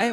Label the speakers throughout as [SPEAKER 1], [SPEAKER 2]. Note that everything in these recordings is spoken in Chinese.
[SPEAKER 1] 哎，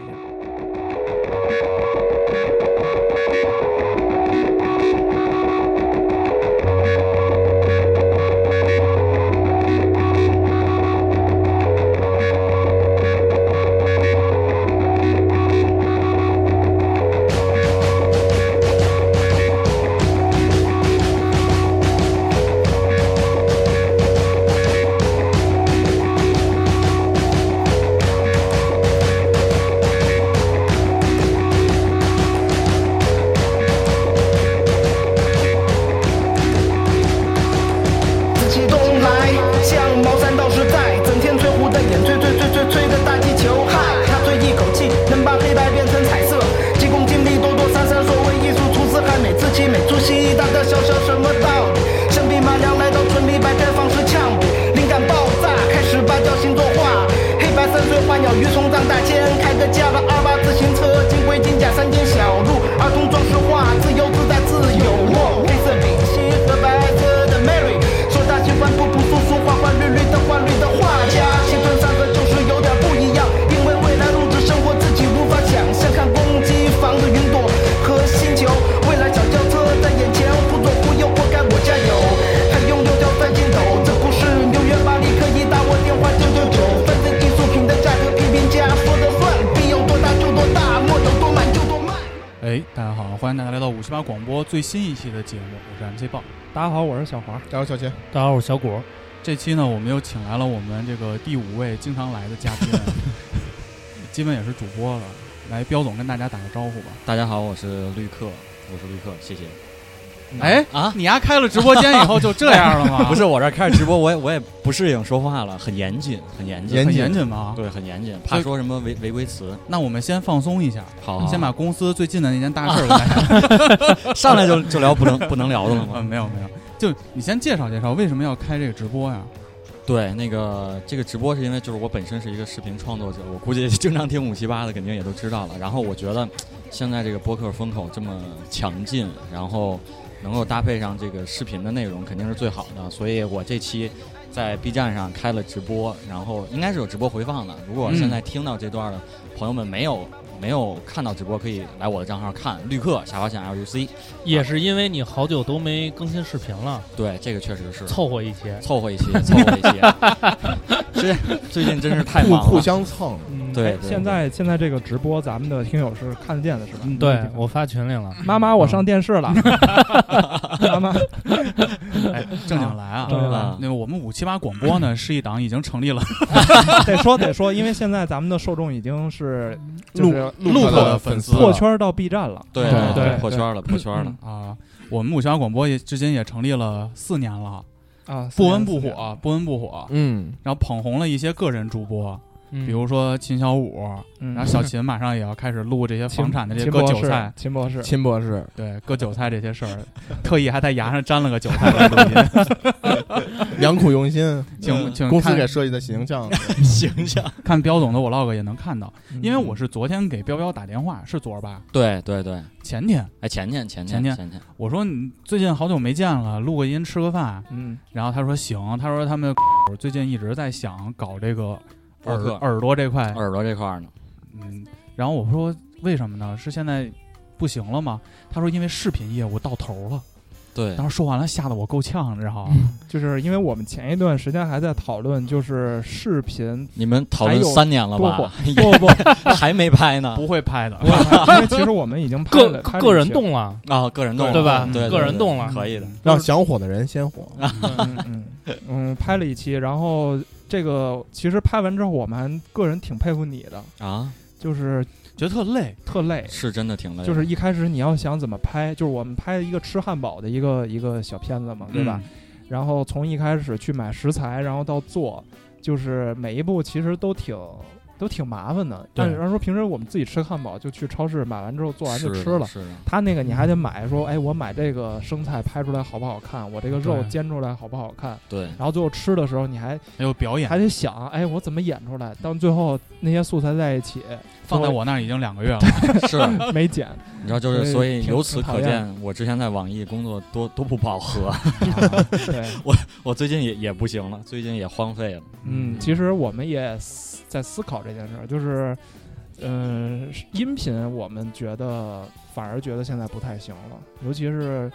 [SPEAKER 2] 料。
[SPEAKER 3] 紫气东来，像茅山道士在，整天吹胡的眼，吹吹吹吹吹个大气球，嗨，他吹一口气能把黑白变成彩色，急功近利，多多三三，所谓艺术出自汉美，自欺美，出西大大小小什么道理？相比马良来到村里，百态方式呛比，灵感爆炸，开始芭蕉星座画，黑白山水花鸟鱼虫张大千，开个家的二八自行车，金龟金甲三间小路，儿童装饰画，自由自在自由落，黑色领巾和白色的 Mary。说他喜欢朴朴素素、花花绿绿的花绿的画家，青春散的就是有点不一样，因为未来物质生活自己无法想象，看公鸡房子、云朵和星球，未来小轿车在眼前，忽左忽右，活该我加油，还用油条在心头，这不是纽约、巴黎，可以打我电话九九九，反正艺术品的价格批评家说的算，笔有多大就多大，墨有多满就多慢。
[SPEAKER 4] 哎，大家好，欢迎大家来到五十八广播最新一期的节目，我是 MC 豹。
[SPEAKER 5] 大家好，我是小华。
[SPEAKER 6] 加油，小秦，
[SPEAKER 7] 大家好，我是小果。
[SPEAKER 4] 这期呢，我们又请来了我们这个第五位经常来的嘉宾，基本也是主播了。来，彪总跟大家打个招呼吧。
[SPEAKER 8] 大家好，我是绿客，我是绿客，谢谢。
[SPEAKER 4] 哎
[SPEAKER 8] 啊，
[SPEAKER 4] 你丫开了直播间以后就这样了吗？
[SPEAKER 8] 不是我这儿开始直播，我也我也不适应说话了，很严谨，很严谨，
[SPEAKER 6] 严
[SPEAKER 4] 很
[SPEAKER 6] 谨
[SPEAKER 4] 严谨吗？
[SPEAKER 8] 对，很严谨，
[SPEAKER 4] 所
[SPEAKER 8] 怕
[SPEAKER 4] 以
[SPEAKER 8] 说什么违违规词。
[SPEAKER 4] 那我们先放松一 下，
[SPEAKER 8] 好好，
[SPEAKER 4] 先把公司最近的那件大 事儿给大家。
[SPEAKER 8] 上来就就聊不能不能聊的了吗？
[SPEAKER 4] 嗯，没有没有，就你先介绍介绍为什么要开这个直播呀？
[SPEAKER 8] 对，那个这个直播是因为就是我本身是一个视频创作者，我估计经常听五七八的肯定也都知道了。然后我觉得现在这个播客风口这么强劲，然后能够搭配上这个视频的内容肯定是最好的。所以我这期在 B 站上开了直播，然后应该是有直播回放的。如果
[SPEAKER 4] 嗯
[SPEAKER 8] 现在听到这段的朋友们没有没有看到直播，可以来我的账号看绿客下划线 LUC。
[SPEAKER 7] 也是因为你好久都没更新视频了，
[SPEAKER 8] 对，这个确实是。
[SPEAKER 7] 凑合一些。
[SPEAKER 8] 凑合一期，凑合一期。最最近真是太
[SPEAKER 6] 互
[SPEAKER 8] 忙了。
[SPEAKER 6] 互相蹭，
[SPEAKER 5] 嗯，
[SPEAKER 8] 对
[SPEAKER 5] 哎
[SPEAKER 8] 对
[SPEAKER 5] 现在现在这个直播，咱们的听友是看得见的，是吧？
[SPEAKER 4] 嗯
[SPEAKER 7] 对我发群里了，
[SPEAKER 5] 妈妈，我上电视了。 妈妈，
[SPEAKER 4] 哎，正经来啊！
[SPEAKER 5] 正经
[SPEAKER 8] 来
[SPEAKER 4] 那个我们五七八广播呢，是一档已经成立了
[SPEAKER 5] 得说得说，因为现在咱们的受众已经是就是
[SPEAKER 4] 陆
[SPEAKER 6] 克
[SPEAKER 4] 的
[SPEAKER 6] 的
[SPEAKER 4] 粉
[SPEAKER 6] 粉
[SPEAKER 4] 丝
[SPEAKER 6] 丝
[SPEAKER 5] 破圈到 B 站了。
[SPEAKER 8] 对
[SPEAKER 4] 对
[SPEAKER 5] 对
[SPEAKER 8] 破圈了，破圈了。
[SPEAKER 4] 啊。我们五七八广播也至今也成立了四年了，
[SPEAKER 5] 啊，
[SPEAKER 4] 不温不
[SPEAKER 5] 四年。
[SPEAKER 4] 火，不温不火。
[SPEAKER 6] 嗯，
[SPEAKER 4] 然后捧红了一些个人主播，
[SPEAKER 7] 比
[SPEAKER 4] 比如说秦小五，
[SPEAKER 5] 嗯
[SPEAKER 4] 然后小秦马上也要开始录这些
[SPEAKER 5] 秦
[SPEAKER 4] 房产的这些
[SPEAKER 5] 秦
[SPEAKER 4] 割
[SPEAKER 5] 博
[SPEAKER 4] 韭
[SPEAKER 5] 士
[SPEAKER 4] 菜，
[SPEAKER 5] 秦博士，
[SPEAKER 6] 秦博士，
[SPEAKER 4] 对割韭菜这些事儿，特意还在牙上粘了个韭菜来录音。
[SPEAKER 6] 良苦用心，嗯
[SPEAKER 4] 请请
[SPEAKER 6] 公司
[SPEAKER 4] 看
[SPEAKER 6] 给设计的形象，
[SPEAKER 5] 嗯
[SPEAKER 8] 形象。
[SPEAKER 4] 看彪总的我 log 也能看到，
[SPEAKER 6] 嗯
[SPEAKER 4] 因为我
[SPEAKER 5] 是
[SPEAKER 4] 是昨天给彪彪打电话，是昨儿吧？
[SPEAKER 8] 对对对，
[SPEAKER 4] 前天
[SPEAKER 8] 哎，前天前
[SPEAKER 4] 前天
[SPEAKER 8] 前天，
[SPEAKER 4] 我说你最近好久没见了，录个音吃个饭，
[SPEAKER 5] 嗯，
[SPEAKER 4] 然后他说行，他说他们最近一直在想搞这个
[SPEAKER 8] 播
[SPEAKER 4] 耳
[SPEAKER 8] 客
[SPEAKER 4] 耳朵这块，
[SPEAKER 8] 耳朵这块儿呢，
[SPEAKER 4] 嗯，然后我说为什么呢？是现在不行了吗？他说因为视频业务到头了。
[SPEAKER 8] 对
[SPEAKER 4] 当时说完了，吓得我够呛，你知 道吗？
[SPEAKER 5] 就是因为我们前一段时间还在讨论，就是视 频
[SPEAKER 8] 你们讨
[SPEAKER 5] 还
[SPEAKER 8] 论
[SPEAKER 5] 有
[SPEAKER 8] 三年了
[SPEAKER 5] 多火
[SPEAKER 8] 吧？，
[SPEAKER 5] 不不不，
[SPEAKER 8] 还没拍呢
[SPEAKER 4] 不会 拍的，
[SPEAKER 5] 因为其实我们已经拍
[SPEAKER 7] 个
[SPEAKER 5] 了拍了
[SPEAKER 7] 个
[SPEAKER 5] 一
[SPEAKER 7] 人
[SPEAKER 5] 些
[SPEAKER 7] 动了，
[SPEAKER 8] 啊，个人动了
[SPEAKER 7] 对吧
[SPEAKER 8] 对，对
[SPEAKER 7] 个人
[SPEAKER 8] 对
[SPEAKER 7] 动了
[SPEAKER 8] 可以的。
[SPEAKER 6] 让想火的人先火。
[SPEAKER 5] 嗯，嗯嗯，拍了一期，然后这个其实拍完之后，我们还个人挺佩服你的，
[SPEAKER 8] 啊，
[SPEAKER 5] 就是
[SPEAKER 4] 觉得特累。
[SPEAKER 5] 特累，
[SPEAKER 8] 是真的挺累
[SPEAKER 4] 哎
[SPEAKER 8] 的，
[SPEAKER 5] 就是一开始你要想怎么拍，就是我们拍一个吃汉堡的一个一个小片子嘛，对吧？
[SPEAKER 4] 嗯
[SPEAKER 5] 然后从一开始去买食材，然后到做，就是每一步其实都挺都挺麻烦的。
[SPEAKER 4] 对
[SPEAKER 5] 但是说平时我们自己吃汉堡，就去超市买完之后做完就是吃了
[SPEAKER 8] 的。是的，
[SPEAKER 5] 他那个你
[SPEAKER 4] 嗯
[SPEAKER 5] 还得买，说哎，我买这个生菜拍出来好不好看？我这个肉
[SPEAKER 4] 对
[SPEAKER 5] 煎出来好不好看？
[SPEAKER 8] 对，
[SPEAKER 5] 然后最后吃的时候，你还
[SPEAKER 4] 还有哎表演
[SPEAKER 5] 还，得想，哎，我怎么演出来？到最后那些素材在一起，
[SPEAKER 4] 放在我那儿已经两个月了。
[SPEAKER 8] 是，
[SPEAKER 5] 没 剪，
[SPEAKER 8] 你知道，就是
[SPEAKER 5] 所
[SPEAKER 8] 所
[SPEAKER 5] 以
[SPEAKER 8] 以
[SPEAKER 5] 挺
[SPEAKER 8] 由此
[SPEAKER 5] 挺讨
[SPEAKER 8] 可
[SPEAKER 5] 厌
[SPEAKER 8] 见，我之前在网易工作多多不饱 和，
[SPEAKER 5] 对，
[SPEAKER 8] 我最近也也不行了，最近也荒废了。
[SPEAKER 5] 嗯，其实我们也思在思考这件事儿，就是，嗯、是音频我们觉得反而觉得现在不太行了，尤其是，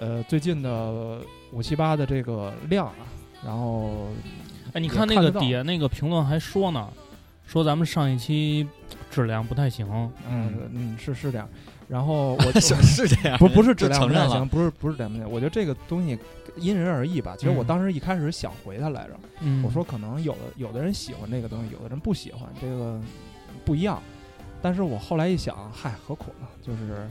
[SPEAKER 5] 呃，最近的五七八的这个量啊，然后
[SPEAKER 7] 哎，你
[SPEAKER 5] 也
[SPEAKER 7] 看那
[SPEAKER 5] 看
[SPEAKER 7] 个
[SPEAKER 5] 得到
[SPEAKER 7] 底下那个评论还说呢，说咱们上一期质量不太行。
[SPEAKER 5] 嗯嗯是是这样，然后 我
[SPEAKER 8] 是这 样
[SPEAKER 5] 不不是质量
[SPEAKER 8] 承
[SPEAKER 5] 不
[SPEAKER 8] 认
[SPEAKER 5] 太
[SPEAKER 8] 了
[SPEAKER 5] 行，。不是不是质量不太行，我觉得这个东西因人而异吧。其实我
[SPEAKER 8] 嗯
[SPEAKER 5] 当时一开始想回他来着，
[SPEAKER 7] 嗯，
[SPEAKER 5] 我说可能有的有的人喜欢这个东西，有的人不喜欢，这个不一样。但是我后来一想，嗨，何苦呢？就是，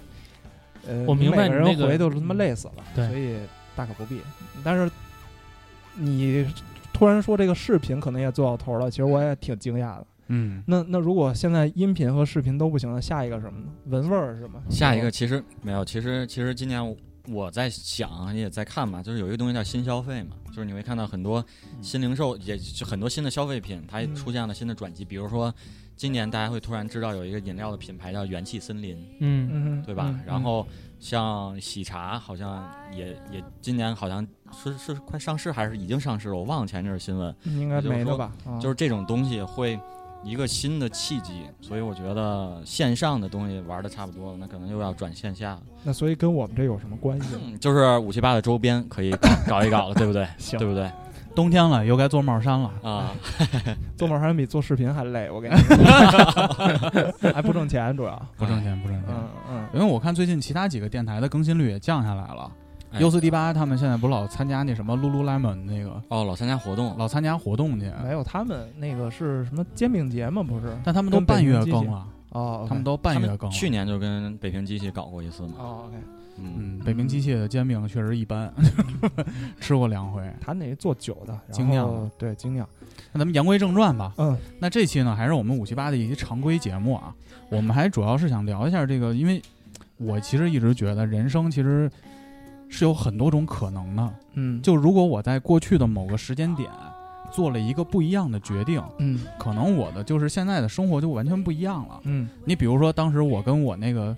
[SPEAKER 5] 呃，
[SPEAKER 7] 我明白
[SPEAKER 5] 每个
[SPEAKER 7] 你那
[SPEAKER 5] 人
[SPEAKER 7] 个
[SPEAKER 5] 回都他妈累死了，
[SPEAKER 7] 对
[SPEAKER 5] 所以大可不必。但是你突然说这个视频可能也做到头了，其实我也挺惊讶的。
[SPEAKER 4] 嗯，
[SPEAKER 5] 那那如果现在音频和视频都不行了，下一个什么呢？文味儿是吗？
[SPEAKER 8] 下一个其实没有，其实其实今年我我在想也在看嘛，就是有一个东西叫新消费嘛，就是你会看到很多新零售，也就很多新的消费品，它也
[SPEAKER 5] 嗯
[SPEAKER 8] 出现了新的转机。比如说，今年大家会突然知道有一个饮料的品牌叫元气森林，
[SPEAKER 7] 嗯，
[SPEAKER 5] 嗯，
[SPEAKER 8] 对吧？
[SPEAKER 5] 嗯
[SPEAKER 8] 然后像喜茶好像也也今年好像是是快上市还是已经上市了，我忘了前一阵儿新闻。
[SPEAKER 5] 嗯应该没了吧？啊
[SPEAKER 8] 就是这种东西会一个新的契机，所以我觉得线上的东西玩的差不多了，那可能又要转线下了。
[SPEAKER 5] 那，所以跟我们这有什么关系？
[SPEAKER 8] 嗯，就是五七八的周边可以搞一搞了，对不对？
[SPEAKER 5] 行
[SPEAKER 8] 对不对？
[SPEAKER 4] 冬天了，又该做帽衫了。
[SPEAKER 8] 啊，
[SPEAKER 5] 做梦还比做视频还累，我跟 你说，还不挣钱主要。
[SPEAKER 4] 不挣钱，不挣钱。
[SPEAKER 5] 嗯嗯
[SPEAKER 4] 因为我看最近其他几个电台的更新率也降下来了。
[SPEAKER 8] 哎
[SPEAKER 4] U 四 D 八他们现在不老参加那什么 Lululemon 那个，
[SPEAKER 8] 哦，老参加活动，
[SPEAKER 4] 老参加活动去，，
[SPEAKER 5] 没有，他们那个是什么煎饼节吗？不是？
[SPEAKER 4] 但他们都
[SPEAKER 5] 跟北
[SPEAKER 4] 半
[SPEAKER 5] 京
[SPEAKER 4] 月
[SPEAKER 5] 机
[SPEAKER 4] 更
[SPEAKER 5] 器
[SPEAKER 4] 了，
[SPEAKER 5] 哦，
[SPEAKER 4] 他们
[SPEAKER 5] 都
[SPEAKER 4] 都半
[SPEAKER 8] 他
[SPEAKER 4] 月
[SPEAKER 8] 们
[SPEAKER 4] 更了。
[SPEAKER 8] 去年就跟北平机器搞过一次嘛。
[SPEAKER 5] 哦，OK。
[SPEAKER 8] 嗯，
[SPEAKER 4] 嗯，北平机械的煎饼确实一般， 吃过两回。
[SPEAKER 5] 他那做酒的，然
[SPEAKER 4] 精酿
[SPEAKER 5] 后
[SPEAKER 4] 的
[SPEAKER 5] 对精酿，
[SPEAKER 4] 那咱们言归正传吧。
[SPEAKER 5] 嗯，
[SPEAKER 4] 那这期呢，还是我们五七八的一期常规节目啊。我们还主要是想聊一下这个，因为我其实一直觉得人生其实是有很多种可能的。
[SPEAKER 5] 嗯
[SPEAKER 4] 就如果我在过去的某个时间点做了一个不一样的决定，
[SPEAKER 5] 嗯
[SPEAKER 4] 可能我的就是现在的生活就完全不一样了。
[SPEAKER 5] 嗯
[SPEAKER 4] 你比如说，当时我跟我那个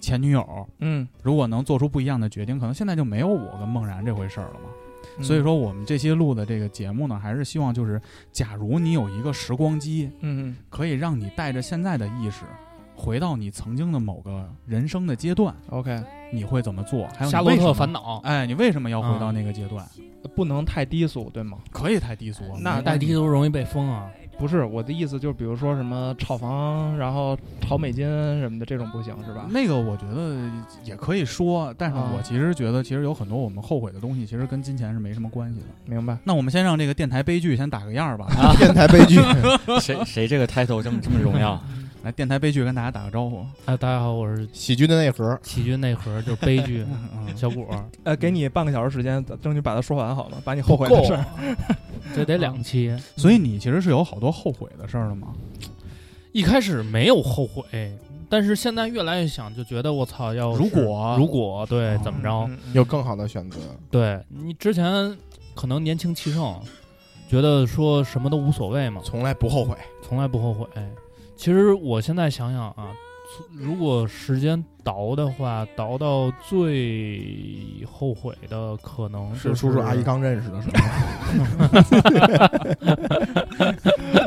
[SPEAKER 4] 前女友，
[SPEAKER 5] 嗯，
[SPEAKER 4] 如果能做出不一样的决定，可能现在就没有我跟梦然这回事儿了嘛。
[SPEAKER 5] 嗯
[SPEAKER 4] 所以，说，我们这期录的这个节目呢，还是希望就是，假如你有一个时光机，
[SPEAKER 5] 嗯嗯
[SPEAKER 4] 可以让你带着现在的意识，回到你曾经的某个人生的阶段，
[SPEAKER 5] ，OK，
[SPEAKER 4] 你会怎么做？还有
[SPEAKER 7] 夏洛特烦恼，
[SPEAKER 4] 恼，哎，你为什么要回到那个阶段？
[SPEAKER 5] 不能太低俗，对吗？
[SPEAKER 4] 可以太低俗了，
[SPEAKER 5] 那
[SPEAKER 7] 带低都容易被封啊。
[SPEAKER 5] 不是我的意思，就是比如说什么炒房，然后炒美金什么的，这种不行是吧？
[SPEAKER 4] 那个我觉得也可以说，但是
[SPEAKER 5] 啊
[SPEAKER 4] 我其实觉得，其实有很多我们后悔的东西，其实跟金钱是没什么关系的。
[SPEAKER 5] 明白？
[SPEAKER 4] 那我们先让这个电台悲剧先打个样儿吧，
[SPEAKER 6] 电台悲 剧，
[SPEAKER 8] 谁谁这个 title 这么这么荣 耀？
[SPEAKER 4] 来，电台悲剧跟大家打个招呼。
[SPEAKER 7] 哎，大家好，我是
[SPEAKER 6] 喜剧的内核。
[SPEAKER 7] 喜剧内核，就是悲剧
[SPEAKER 4] 嗯
[SPEAKER 7] 小果儿，
[SPEAKER 5] 呃，给你半个小时时间，争取把它说完好吗？把你后悔
[SPEAKER 7] 够
[SPEAKER 5] 的事儿，
[SPEAKER 7] 这得两期。
[SPEAKER 4] 所以你其实是有好多后悔的事儿的嘛？
[SPEAKER 7] 一开始没有后悔，但是现在越来越想，就觉得我操，要是
[SPEAKER 4] 如果
[SPEAKER 7] 如果啊对
[SPEAKER 4] 嗯
[SPEAKER 7] 怎么着？
[SPEAKER 5] 嗯嗯
[SPEAKER 6] 有更好的选择，
[SPEAKER 7] 对你之前可能年轻气盛，觉得说什么都无所谓嘛，
[SPEAKER 6] 从来不后悔。
[SPEAKER 7] 从来不后悔。其实我现在想想啊，从如果时间倒的话，倒到最后悔的可能就是
[SPEAKER 6] 叔叔阿姨刚认识的时候，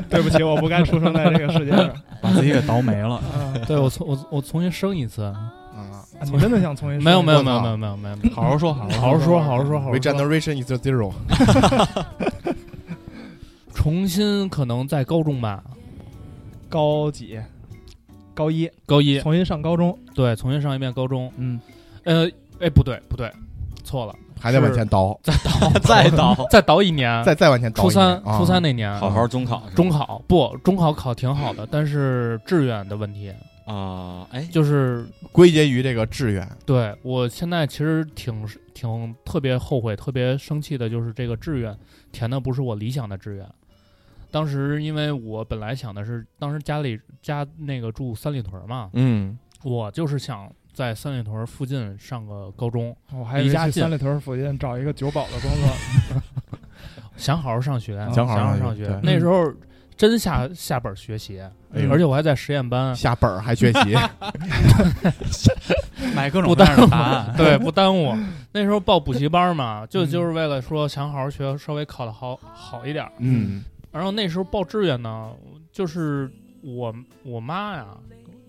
[SPEAKER 5] 对不起，我不该出生在这个世界上。
[SPEAKER 4] 把自己给倒霉 了。
[SPEAKER 5] 啊，
[SPEAKER 7] 对我从我我重新生一次，
[SPEAKER 6] 啊
[SPEAKER 5] 你真的想重新
[SPEAKER 7] 没有没有
[SPEAKER 6] 我
[SPEAKER 7] 没有
[SPEAKER 6] 操
[SPEAKER 7] 没有没有没有，
[SPEAKER 4] 好好说，好好说。
[SPEAKER 7] 好好说好好说好好
[SPEAKER 6] ，We
[SPEAKER 7] 说，
[SPEAKER 6] generation is zero。
[SPEAKER 7] 重新可能在高中吧，
[SPEAKER 5] 高几？高一
[SPEAKER 7] 高一
[SPEAKER 5] 重新上高中，
[SPEAKER 7] 对重新上一遍高中，
[SPEAKER 5] 嗯，
[SPEAKER 7] 呃，哎不对不对，错了，
[SPEAKER 6] 还得往前倒，
[SPEAKER 7] 再倒
[SPEAKER 8] 再倒，
[SPEAKER 7] 再倒一年，
[SPEAKER 6] 再再往前倒一
[SPEAKER 7] 初
[SPEAKER 6] 年。
[SPEAKER 7] 三
[SPEAKER 6] 啊
[SPEAKER 7] 初三那年
[SPEAKER 8] 好好中考是吧。
[SPEAKER 7] 中考不中考考挺好
[SPEAKER 6] 嗯
[SPEAKER 7] 的，但是志愿的问题
[SPEAKER 8] 啊，哎，
[SPEAKER 7] 就是
[SPEAKER 6] 归结于这个志愿，
[SPEAKER 7] 对我现在其实挺挺特别后悔、特别生气的，就是这个志愿填的不是我理想的志愿。当时因为我本来想的是，当时家里家那个住三里屯嘛，
[SPEAKER 8] 嗯，
[SPEAKER 7] 我就是想在三里屯附近上个高中，
[SPEAKER 5] 我哦还以
[SPEAKER 7] 离
[SPEAKER 5] 为
[SPEAKER 7] 家
[SPEAKER 5] 去
[SPEAKER 7] 近
[SPEAKER 5] 三里屯附近找一个酒保的工 作，
[SPEAKER 7] 想好好上学，
[SPEAKER 6] 想好
[SPEAKER 7] 好
[SPEAKER 6] 好上学
[SPEAKER 7] 上学
[SPEAKER 6] 对。
[SPEAKER 7] 那时候真下下本学习，
[SPEAKER 6] 哎呦
[SPEAKER 7] 而且我还在实验班，
[SPEAKER 6] 下本儿还学 习，
[SPEAKER 4] 买各种
[SPEAKER 7] 不
[SPEAKER 4] 各
[SPEAKER 7] 耽
[SPEAKER 4] 样的
[SPEAKER 7] 误
[SPEAKER 4] 答案。，
[SPEAKER 7] 对，不耽误。那时候报补习班嘛，就
[SPEAKER 5] 嗯
[SPEAKER 7] 就是为了说想好好学，稍微考得好好一点儿。
[SPEAKER 6] 嗯，
[SPEAKER 7] 然后那时候报志愿呢，就是我我妈呀，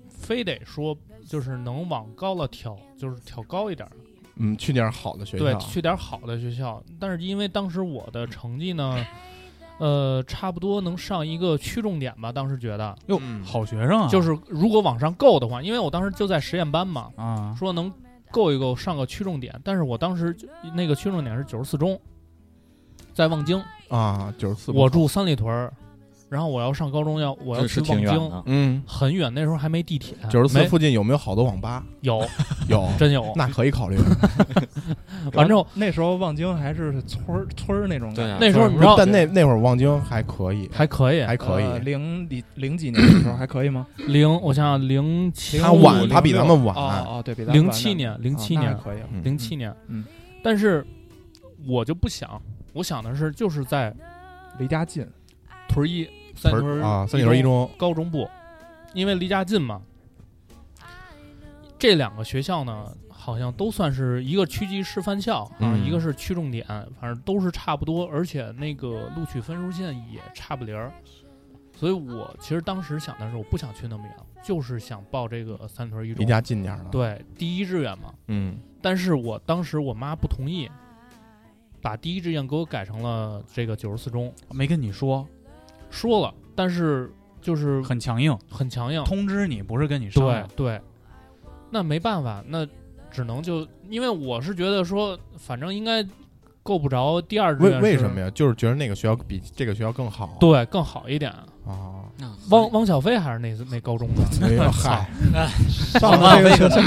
[SPEAKER 7] 非得说就是能往高了挑，就是挑高一点儿，
[SPEAKER 6] 嗯，去点儿好的学
[SPEAKER 7] 对，
[SPEAKER 6] 校，
[SPEAKER 7] 去点儿好的学校。但是因为当时我的成绩呢，呃，差不多能上一个区重点吧，当时觉得，
[SPEAKER 4] 哟，好学生
[SPEAKER 7] 嗯
[SPEAKER 4] 啊，
[SPEAKER 7] 就是如果往上够的话，因为我当时就在实验班嘛，
[SPEAKER 4] 啊，
[SPEAKER 7] 说能够一够上个区重点，但是我当时就那个区重点是九十四中，在望京，
[SPEAKER 6] 啊，九十四，
[SPEAKER 7] 我住三里屯儿，然后我要上高中要我要
[SPEAKER 8] 这
[SPEAKER 7] 去
[SPEAKER 8] 是
[SPEAKER 7] 望
[SPEAKER 8] 挺远
[SPEAKER 7] 京，
[SPEAKER 8] 的，
[SPEAKER 6] 嗯，
[SPEAKER 7] 很远，那时候还没地铁，
[SPEAKER 6] 九十四
[SPEAKER 7] 没
[SPEAKER 6] 附近有没有好的 网吧？
[SPEAKER 7] 有
[SPEAKER 6] 有，
[SPEAKER 7] 真 有，
[SPEAKER 6] 那可以 考虑。
[SPEAKER 7] 反正
[SPEAKER 5] 那时候望京还是村儿村儿那种
[SPEAKER 8] 对
[SPEAKER 5] 感
[SPEAKER 8] 啊
[SPEAKER 5] 觉，
[SPEAKER 7] 那时候你知道
[SPEAKER 6] 但那那会儿望京还可以，
[SPEAKER 7] 还可以，
[SPEAKER 6] 还可
[SPEAKER 5] 呃
[SPEAKER 6] 以。
[SPEAKER 5] 零几零几年的时候还可 以吗？
[SPEAKER 7] 零我想想零七
[SPEAKER 6] 他晚，
[SPEAKER 5] 05
[SPEAKER 6] 他比咱们晚。
[SPEAKER 5] 哦哦，对比咱们
[SPEAKER 7] 零
[SPEAKER 5] 晚
[SPEAKER 7] 七
[SPEAKER 5] 点
[SPEAKER 7] 年
[SPEAKER 5] 啊
[SPEAKER 7] 零七
[SPEAKER 5] 那还
[SPEAKER 7] 年
[SPEAKER 5] 可以啊，
[SPEAKER 6] 嗯
[SPEAKER 7] 零七年，
[SPEAKER 5] 嗯，
[SPEAKER 7] 但是我就不想，我想的是就是在
[SPEAKER 5] 离家近，
[SPEAKER 7] 屯儿一三里
[SPEAKER 6] 不是
[SPEAKER 7] 屯
[SPEAKER 6] 啊，三里屯一中，
[SPEAKER 7] 高中部，因为离家近嘛。这两个学校呢，好像都算是一个区级示范校，啊、
[SPEAKER 8] 嗯
[SPEAKER 7] 一个是区重点，反正都是差不多，而且那个录取分数线也差不离儿。所以我其实当时想的是，我不想去那么远，就是想报这个三里屯一中
[SPEAKER 6] 离。家近点儿的。
[SPEAKER 7] 对，第一志愿嘛。
[SPEAKER 8] 嗯，
[SPEAKER 7] 但是我当时我妈不同意，把第一志愿给我改成了这个九十四中，
[SPEAKER 4] 没跟你说，
[SPEAKER 7] 说了，但是就是
[SPEAKER 4] 很强硬，
[SPEAKER 7] 很强硬，
[SPEAKER 4] 通知你不是跟你商
[SPEAKER 7] 对
[SPEAKER 4] 量。
[SPEAKER 7] 对，那没办法，那只能就因为我是觉得说，反正应该够不着第二志
[SPEAKER 6] 为
[SPEAKER 7] 愿，
[SPEAKER 6] 为什么？呀？就是觉得那个学校比这个学校更好。
[SPEAKER 7] 对，更好一点。
[SPEAKER 6] 啊，
[SPEAKER 7] 汪汪小菲还是那那高中的，
[SPEAKER 6] 没有哎嗨，
[SPEAKER 5] 上了这
[SPEAKER 6] 嗯
[SPEAKER 5] 个学校，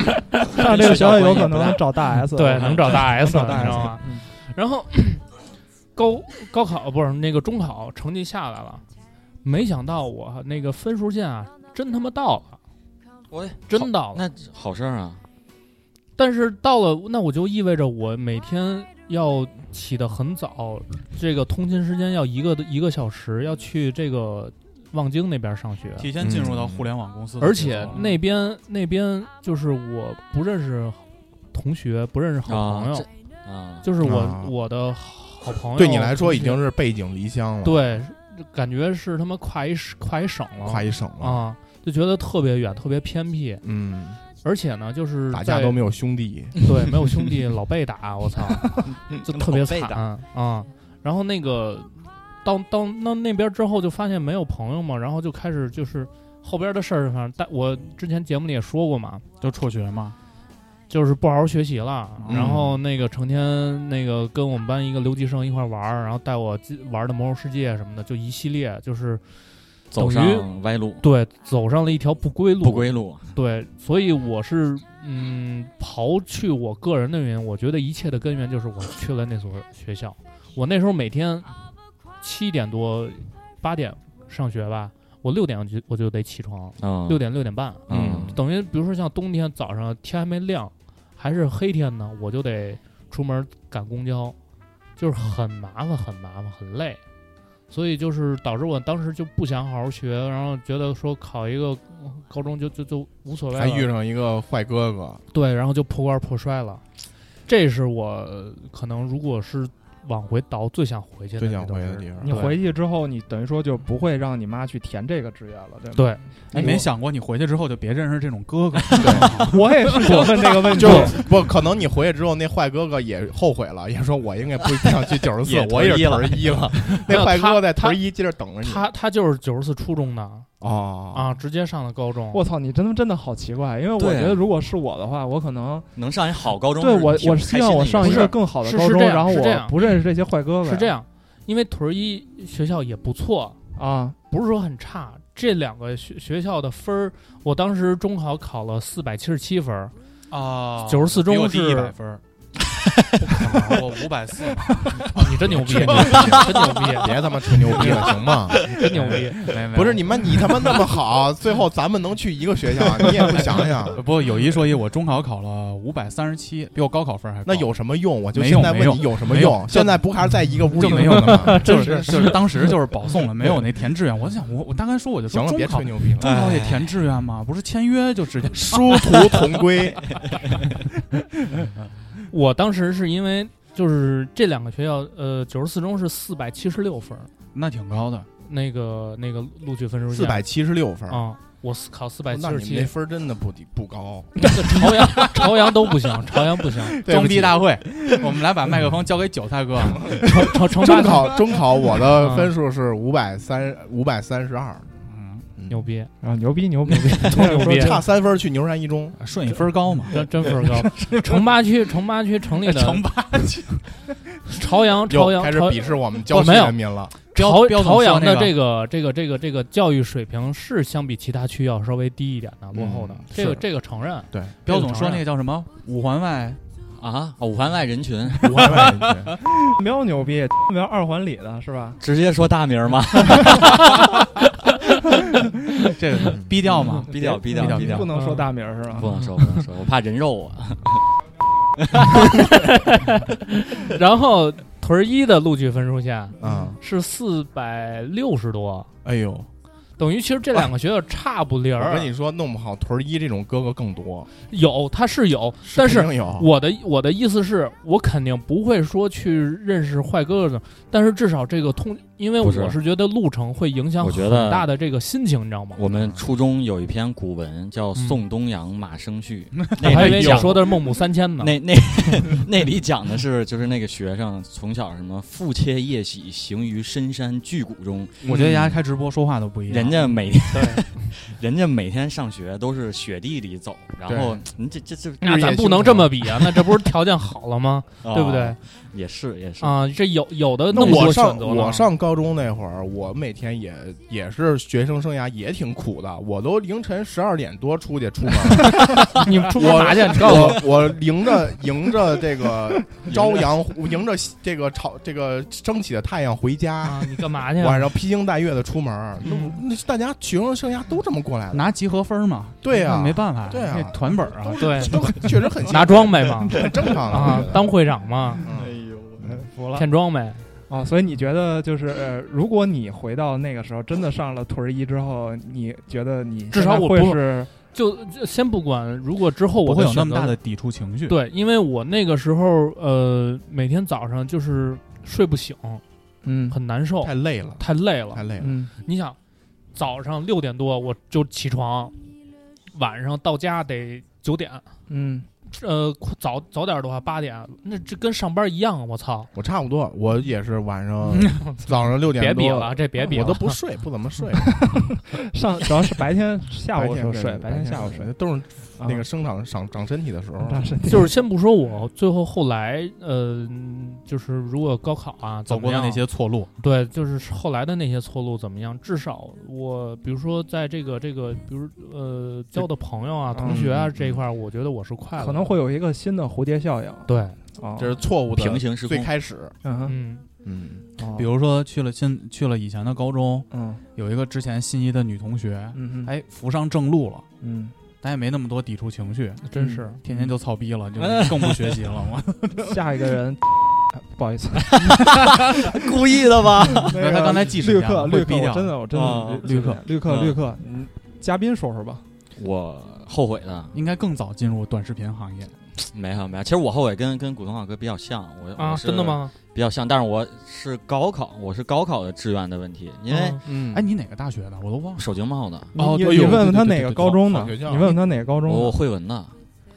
[SPEAKER 5] 上了这个学校有可能找 大 S，
[SPEAKER 7] 对，能找大 S，
[SPEAKER 5] 找
[SPEAKER 7] 你
[SPEAKER 5] 大
[SPEAKER 7] 知
[SPEAKER 5] S，
[SPEAKER 7] 道吗？
[SPEAKER 5] 嗯
[SPEAKER 7] 然后 高高考不是那个中考成绩下来了，没想到我那个分数线啊，真他妈到了，
[SPEAKER 8] 我
[SPEAKER 7] 真到了。
[SPEAKER 8] 那好事儿啊，
[SPEAKER 7] 但是到了那我就意味着我每天要起得很早，这个通勤时间要一个一个小时，要去这个望京那边上学，
[SPEAKER 4] 提前进入到互联网公司的
[SPEAKER 7] 而
[SPEAKER 4] 节
[SPEAKER 7] 且
[SPEAKER 4] 奏，
[SPEAKER 7] 那边那边就是我不认识同学，不认识好朋
[SPEAKER 8] 啊
[SPEAKER 7] 友，
[SPEAKER 8] 这啊，
[SPEAKER 7] 就是我、
[SPEAKER 6] 啊
[SPEAKER 7] 我的好朋友
[SPEAKER 6] 对你来说已
[SPEAKER 7] 同学
[SPEAKER 6] 经是背井离乡了，，
[SPEAKER 7] 对，感觉是他妈跨一市跨一省了，
[SPEAKER 6] 跨一省了，
[SPEAKER 7] 啊，就觉得特别远，特别偏僻，
[SPEAKER 6] 嗯，
[SPEAKER 7] 而且呢，就是
[SPEAKER 6] 打架
[SPEAKER 7] 在
[SPEAKER 6] 都没有兄 弟，
[SPEAKER 7] 对，没有兄弟，老被打，我操，就特别惨
[SPEAKER 8] 的。
[SPEAKER 7] 啊、然后那个到到到那边之后，就发现没有朋友嘛，然后就开始就是后边的事儿，反正但我之前节目里也说过嘛，
[SPEAKER 4] 就辍学嘛，
[SPEAKER 7] 就是不好好学习了，
[SPEAKER 4] 嗯
[SPEAKER 7] 然后那个成天那个跟我们班一个留级生一块玩儿，然后带我进玩的魔兽世界什么的，就一系列就是
[SPEAKER 8] 走上歪路，
[SPEAKER 7] 对走上了一条不归路，
[SPEAKER 8] 不归路，
[SPEAKER 7] 对，所以我是嗯，刨去我个人的原因，我觉得一切的根源就是我去了那所学校。我那时候每天七点多、八点上学吧，我六点就我就得起床，
[SPEAKER 8] 嗯，
[SPEAKER 7] 六点六点半，
[SPEAKER 8] 嗯
[SPEAKER 7] 等于比如说像冬天早上天还没亮，还是黑天呢，我就得出门赶公交，就是很麻烦，很麻烦，很累。所以就是导致我当时就不想好好学，然后觉得说考一个高中就就就无所谓
[SPEAKER 6] 还遇
[SPEAKER 7] 了，
[SPEAKER 6] 上一个坏哥哥，
[SPEAKER 7] 对，然后就破罐破摔了。这是我可能如果是往回倒最想回去的
[SPEAKER 6] 最
[SPEAKER 7] 那
[SPEAKER 6] 想
[SPEAKER 7] 段
[SPEAKER 6] 回
[SPEAKER 7] 时
[SPEAKER 6] 的
[SPEAKER 7] 间
[SPEAKER 6] 地方
[SPEAKER 5] 你。回去之后，你等于说就不会让你妈去填这个志愿了，对吗？
[SPEAKER 7] 对，
[SPEAKER 4] 你哎没想过你回去之后就别认识这种哥哥，
[SPEAKER 5] 我也是想问这个问题
[SPEAKER 6] 就，不可能，你回去之后，那坏哥哥也后悔了，也说我应该不想去九十四
[SPEAKER 8] 也，
[SPEAKER 6] 我也是
[SPEAKER 8] 屯
[SPEAKER 6] 屯一 了。那坏哥哥在屯一接着等着你。
[SPEAKER 7] 他他就是九十四初中的
[SPEAKER 6] 哦，
[SPEAKER 7] 啊，直接上的高中。
[SPEAKER 5] 我操，你真的真的好奇怪，因为我
[SPEAKER 7] 啊
[SPEAKER 8] 对
[SPEAKER 5] 觉得如果是我的话，我可能
[SPEAKER 8] 能上一好高中，
[SPEAKER 5] 对我
[SPEAKER 8] 挺
[SPEAKER 5] 我
[SPEAKER 8] 开
[SPEAKER 5] 希
[SPEAKER 8] 心的
[SPEAKER 5] 望我上一
[SPEAKER 8] 事
[SPEAKER 5] 个
[SPEAKER 8] 儿
[SPEAKER 5] 更好的
[SPEAKER 7] 是
[SPEAKER 5] 高
[SPEAKER 7] 是
[SPEAKER 5] 中，
[SPEAKER 7] 这样
[SPEAKER 5] 然后
[SPEAKER 7] 是这
[SPEAKER 5] 我
[SPEAKER 7] 样
[SPEAKER 5] 不认识这些坏哥哥，
[SPEAKER 7] 是这样，因为屯儿一学校也不错，
[SPEAKER 5] 啊，
[SPEAKER 7] 不是说很差。这两个学学校的分儿，我当时中考考了四百七十七 分儿，
[SPEAKER 4] 啊
[SPEAKER 7] 九十四
[SPEAKER 4] 比我
[SPEAKER 7] 中
[SPEAKER 4] 低一百
[SPEAKER 7] 是，
[SPEAKER 4] 分儿，我五百四，
[SPEAKER 7] 你真牛逼，你真牛逼！
[SPEAKER 6] 别他妈吹牛逼了，行吗？
[SPEAKER 7] 真牛逼！
[SPEAKER 6] 不是你们，你他妈那么好，最后咱们能去一个学校，啊你也不想想，
[SPEAKER 4] 不过有一说一，我中考考了五百三十七，比我高考分还高。
[SPEAKER 6] 那有什么用？我就
[SPEAKER 4] 没
[SPEAKER 6] 现
[SPEAKER 4] 用
[SPEAKER 6] 在问
[SPEAKER 4] 没
[SPEAKER 6] 你有什么
[SPEAKER 4] 没
[SPEAKER 6] 用？
[SPEAKER 4] 用
[SPEAKER 6] 现在不还是在一个屋里
[SPEAKER 4] 这没
[SPEAKER 6] 用
[SPEAKER 4] 用
[SPEAKER 6] 的 吗？
[SPEAKER 4] 就是就是当时就是保送了，没有那 填志愿。我就想我我大概说我就
[SPEAKER 6] 行
[SPEAKER 4] 说
[SPEAKER 6] 了，
[SPEAKER 4] 中
[SPEAKER 6] 别
[SPEAKER 4] 考
[SPEAKER 6] 吹牛逼了。
[SPEAKER 4] 中考也填志愿吗？不是签约就直接
[SPEAKER 6] 殊途同归，
[SPEAKER 7] 我当时是因为就是这两个学校，呃，九十四中是四百七十六分儿，
[SPEAKER 4] 那挺高的。
[SPEAKER 7] 那个那个录取分数线
[SPEAKER 6] 四百七十六分。哦
[SPEAKER 7] 啊，我四考四百七
[SPEAKER 6] 那
[SPEAKER 7] 十
[SPEAKER 6] 你们那
[SPEAKER 7] 七，
[SPEAKER 6] 分儿真的不低不高，
[SPEAKER 7] 朝阳朝阳都不行，朝阳不行，
[SPEAKER 6] 对不
[SPEAKER 4] 装
[SPEAKER 6] 起
[SPEAKER 4] 逼大会， 我们来把麦克风交给韭 菜哥。
[SPEAKER 7] 朝 朝
[SPEAKER 6] 中
[SPEAKER 7] 城八
[SPEAKER 6] 考中考我
[SPEAKER 7] 嗯
[SPEAKER 6] 的分数是五百三五百三十二，
[SPEAKER 4] 嗯，
[SPEAKER 7] 牛逼，
[SPEAKER 5] 啊，牛逼 牛逼，
[SPEAKER 7] 真牛逼，
[SPEAKER 6] 差三分儿去牛山一中。
[SPEAKER 4] 顺义分 高嘛。
[SPEAKER 7] 真真分儿高。城八区城八区成立的
[SPEAKER 4] 成 八区
[SPEAKER 7] 朝阳
[SPEAKER 6] 又
[SPEAKER 7] 朝阳
[SPEAKER 6] 开始
[SPEAKER 7] 朝
[SPEAKER 6] 鄙视我们郊区
[SPEAKER 7] 哦没有
[SPEAKER 6] 人 民了。
[SPEAKER 7] 朝
[SPEAKER 4] 标标
[SPEAKER 7] 朝阳的
[SPEAKER 4] 总说那
[SPEAKER 7] 这个这个这个这个教育水平是相比其他区要稍微低一点的，落后的
[SPEAKER 6] 嗯，
[SPEAKER 7] 这个
[SPEAKER 6] 是
[SPEAKER 7] 这个承 认。
[SPEAKER 6] 对，
[SPEAKER 4] 标总说那个叫什么五 环外
[SPEAKER 8] 啊，五环外人群，
[SPEAKER 6] 五环外人群
[SPEAKER 5] 喵牛逼， 喵二环里的是吧？
[SPEAKER 8] 直接说大名儿吗？
[SPEAKER 4] 这个
[SPEAKER 6] 嗯
[SPEAKER 4] 逼调嘛？
[SPEAKER 8] 低调，低调，低调
[SPEAKER 5] 不，能说大名儿是吧？
[SPEAKER 8] 不能说，不能说，我怕人肉我。
[SPEAKER 7] 然后屯儿一的录取分数线
[SPEAKER 6] 啊，
[SPEAKER 7] 是四百六十多，
[SPEAKER 6] 哎呦，
[SPEAKER 7] 等于其实这两个学校差不离
[SPEAKER 6] 我
[SPEAKER 7] 儿啊
[SPEAKER 6] 跟。你说，弄不好屯儿一这种哥哥更多，
[SPEAKER 7] 有，它是有，但
[SPEAKER 6] 肯
[SPEAKER 7] 是
[SPEAKER 6] 定有
[SPEAKER 7] 我的我的意思是我肯定不会说去认识坏哥哥的，但是至少这个通，因为
[SPEAKER 8] 不是
[SPEAKER 7] 我是觉得路程会影响
[SPEAKER 8] 我觉
[SPEAKER 7] 很
[SPEAKER 8] 得
[SPEAKER 7] 大的这个心情，你知道吗？
[SPEAKER 8] 我们初中有一篇古文叫《宋东阳马生序》，
[SPEAKER 7] 我嗯还以为
[SPEAKER 8] 那
[SPEAKER 7] 你
[SPEAKER 8] 讲
[SPEAKER 7] 说的是孟母三迁呢。
[SPEAKER 8] 那那那里讲的是，就是那个学生从小什么父切夜喜，行于深山巨谷中，
[SPEAKER 6] 嗯
[SPEAKER 8] 嗯
[SPEAKER 4] 我觉得人家开直播说话都不一样。
[SPEAKER 8] 人家每天， 人家每天上学都是雪地里走，然后你这这这，
[SPEAKER 7] 那咱不能这么比啊，那这不是条件好了吗？
[SPEAKER 8] 啊
[SPEAKER 7] 对不对？
[SPEAKER 8] 也是也是，
[SPEAKER 7] 啊，这有有的
[SPEAKER 6] 那
[SPEAKER 7] 么
[SPEAKER 6] 我
[SPEAKER 7] 多
[SPEAKER 6] 上
[SPEAKER 7] 选择了
[SPEAKER 6] 我 上高中那会儿，我每天也也是学生生涯也挺苦的，我都凌晨十二点多出去出门，
[SPEAKER 7] 你们出门
[SPEAKER 6] 我
[SPEAKER 7] 麻去？你 告诉我，
[SPEAKER 6] 我我迎着迎着这个朝阳， 迎着这个朝这个升起的太阳回家，
[SPEAKER 7] 啊，你干嘛去啊？
[SPEAKER 6] 晚上披星戴月的出门，那
[SPEAKER 7] 嗯
[SPEAKER 6] 那大家学生生涯都这么过来的，
[SPEAKER 4] 拿集合分嘛？
[SPEAKER 6] 对啊
[SPEAKER 4] 那没办法，
[SPEAKER 6] 对啊
[SPEAKER 4] 那团本儿 啊。
[SPEAKER 7] 对，
[SPEAKER 6] 都确实很
[SPEAKER 7] 拿装备嘛，
[SPEAKER 6] 很正常的
[SPEAKER 7] 啊，当会长嘛，
[SPEAKER 6] 哎
[SPEAKER 8] 呦，
[SPEAKER 5] 服了
[SPEAKER 7] 骗装备。
[SPEAKER 5] 啊！所以你觉得就是，呃如果你回到那个时候，真的上了屯儿一之后，你觉得你
[SPEAKER 7] 至少
[SPEAKER 5] 现在
[SPEAKER 7] 我
[SPEAKER 5] 会
[SPEAKER 7] 不
[SPEAKER 5] 是
[SPEAKER 7] 就就先不管，如果之后我
[SPEAKER 4] 不会有那么
[SPEAKER 7] 选择
[SPEAKER 4] 大的抵触情绪。，
[SPEAKER 7] 对，因为我那个时候呃，每天早上就是睡不醒，
[SPEAKER 5] 嗯
[SPEAKER 7] 很难受，
[SPEAKER 6] 太累了，
[SPEAKER 7] 太累了。
[SPEAKER 6] 太累了。
[SPEAKER 5] 嗯
[SPEAKER 7] 你想，早上六点多我就起床，晚上到家得九点，
[SPEAKER 5] 嗯
[SPEAKER 7] 呃，快早早点的话八点，那这跟上班一样，啊我操！
[SPEAKER 6] 我差不多，我也是晚上早上六点
[SPEAKER 7] 别
[SPEAKER 6] 多
[SPEAKER 7] 比了，这别比
[SPEAKER 6] 我
[SPEAKER 7] 了，
[SPEAKER 6] 都不睡，不怎么睡。
[SPEAKER 5] 上主要是白天下午的时候睡，
[SPEAKER 6] 白
[SPEAKER 5] 天
[SPEAKER 6] 天
[SPEAKER 5] 下午
[SPEAKER 6] 睡，都是
[SPEAKER 5] 啊嗯
[SPEAKER 6] 那个生长长长身体的时候。
[SPEAKER 5] 长身体
[SPEAKER 7] 就是先不说我最后后来，呃，就是如果高考啊，
[SPEAKER 4] 走
[SPEAKER 7] 怎么
[SPEAKER 4] 过的那
[SPEAKER 7] 样
[SPEAKER 4] 些错路，
[SPEAKER 7] 对，就是后来的那些错路怎么样？至少我，比如说在这个这个，比如呃，交的朋友啊、同学啊、
[SPEAKER 6] 嗯
[SPEAKER 7] 这一块儿，我觉得我是快乐的，
[SPEAKER 5] 可能会有一个新的蝴蝶效应
[SPEAKER 7] 对，
[SPEAKER 5] 啊，
[SPEAKER 6] 这是错误的
[SPEAKER 8] 平行时空
[SPEAKER 6] 最开始，
[SPEAKER 5] 嗯哼
[SPEAKER 7] 嗯，
[SPEAKER 6] 嗯，
[SPEAKER 5] 哦
[SPEAKER 4] 比如说去了新去了以前的高中，
[SPEAKER 5] 嗯
[SPEAKER 4] 有一个之前心仪的女同学，
[SPEAKER 5] 嗯哎
[SPEAKER 4] 哎，扶上正路了，
[SPEAKER 5] 嗯，
[SPEAKER 4] 咱也没那么多抵触情绪，
[SPEAKER 7] 真是
[SPEAKER 4] 天天就操 逼了，就更不学习了。我
[SPEAKER 5] 嗯下一个人， 不好意思，
[SPEAKER 8] 故意的吧？
[SPEAKER 5] 那个
[SPEAKER 4] 他刚才记
[SPEAKER 5] 啊绿
[SPEAKER 4] 时间
[SPEAKER 5] 客
[SPEAKER 4] 了，
[SPEAKER 5] 绿
[SPEAKER 4] 会
[SPEAKER 5] 客，
[SPEAKER 4] 逼
[SPEAKER 5] 我
[SPEAKER 4] 掉。
[SPEAKER 5] 真的我真的
[SPEAKER 8] 啊
[SPEAKER 5] 绿客绿客
[SPEAKER 8] 嗯
[SPEAKER 5] 绿客，嗯，嘉宾说说吧，
[SPEAKER 8] 我后悔的
[SPEAKER 4] 应该更早进入短视频行业，
[SPEAKER 8] 没有没有，其实我后悔跟跟古潼老哥比较像，我
[SPEAKER 7] 啊，
[SPEAKER 8] 我是
[SPEAKER 7] 真的吗？
[SPEAKER 8] 比较像，但是我是高考，我是高考的志愿的问题，因为
[SPEAKER 7] 嗯
[SPEAKER 6] 嗯
[SPEAKER 4] 哎，你哪个大学的？我都忘了。
[SPEAKER 8] 首经贸的，
[SPEAKER 4] 哦
[SPEAKER 5] 你
[SPEAKER 4] 对
[SPEAKER 5] 你
[SPEAKER 4] 有
[SPEAKER 5] 问问
[SPEAKER 4] 对
[SPEAKER 5] 他
[SPEAKER 4] 对
[SPEAKER 5] 哪
[SPEAKER 4] 对
[SPEAKER 5] 个
[SPEAKER 4] 对
[SPEAKER 5] 高中的，
[SPEAKER 6] 好学
[SPEAKER 5] 你
[SPEAKER 6] 校
[SPEAKER 5] 问问他哪个高中的，
[SPEAKER 8] 我汇文的，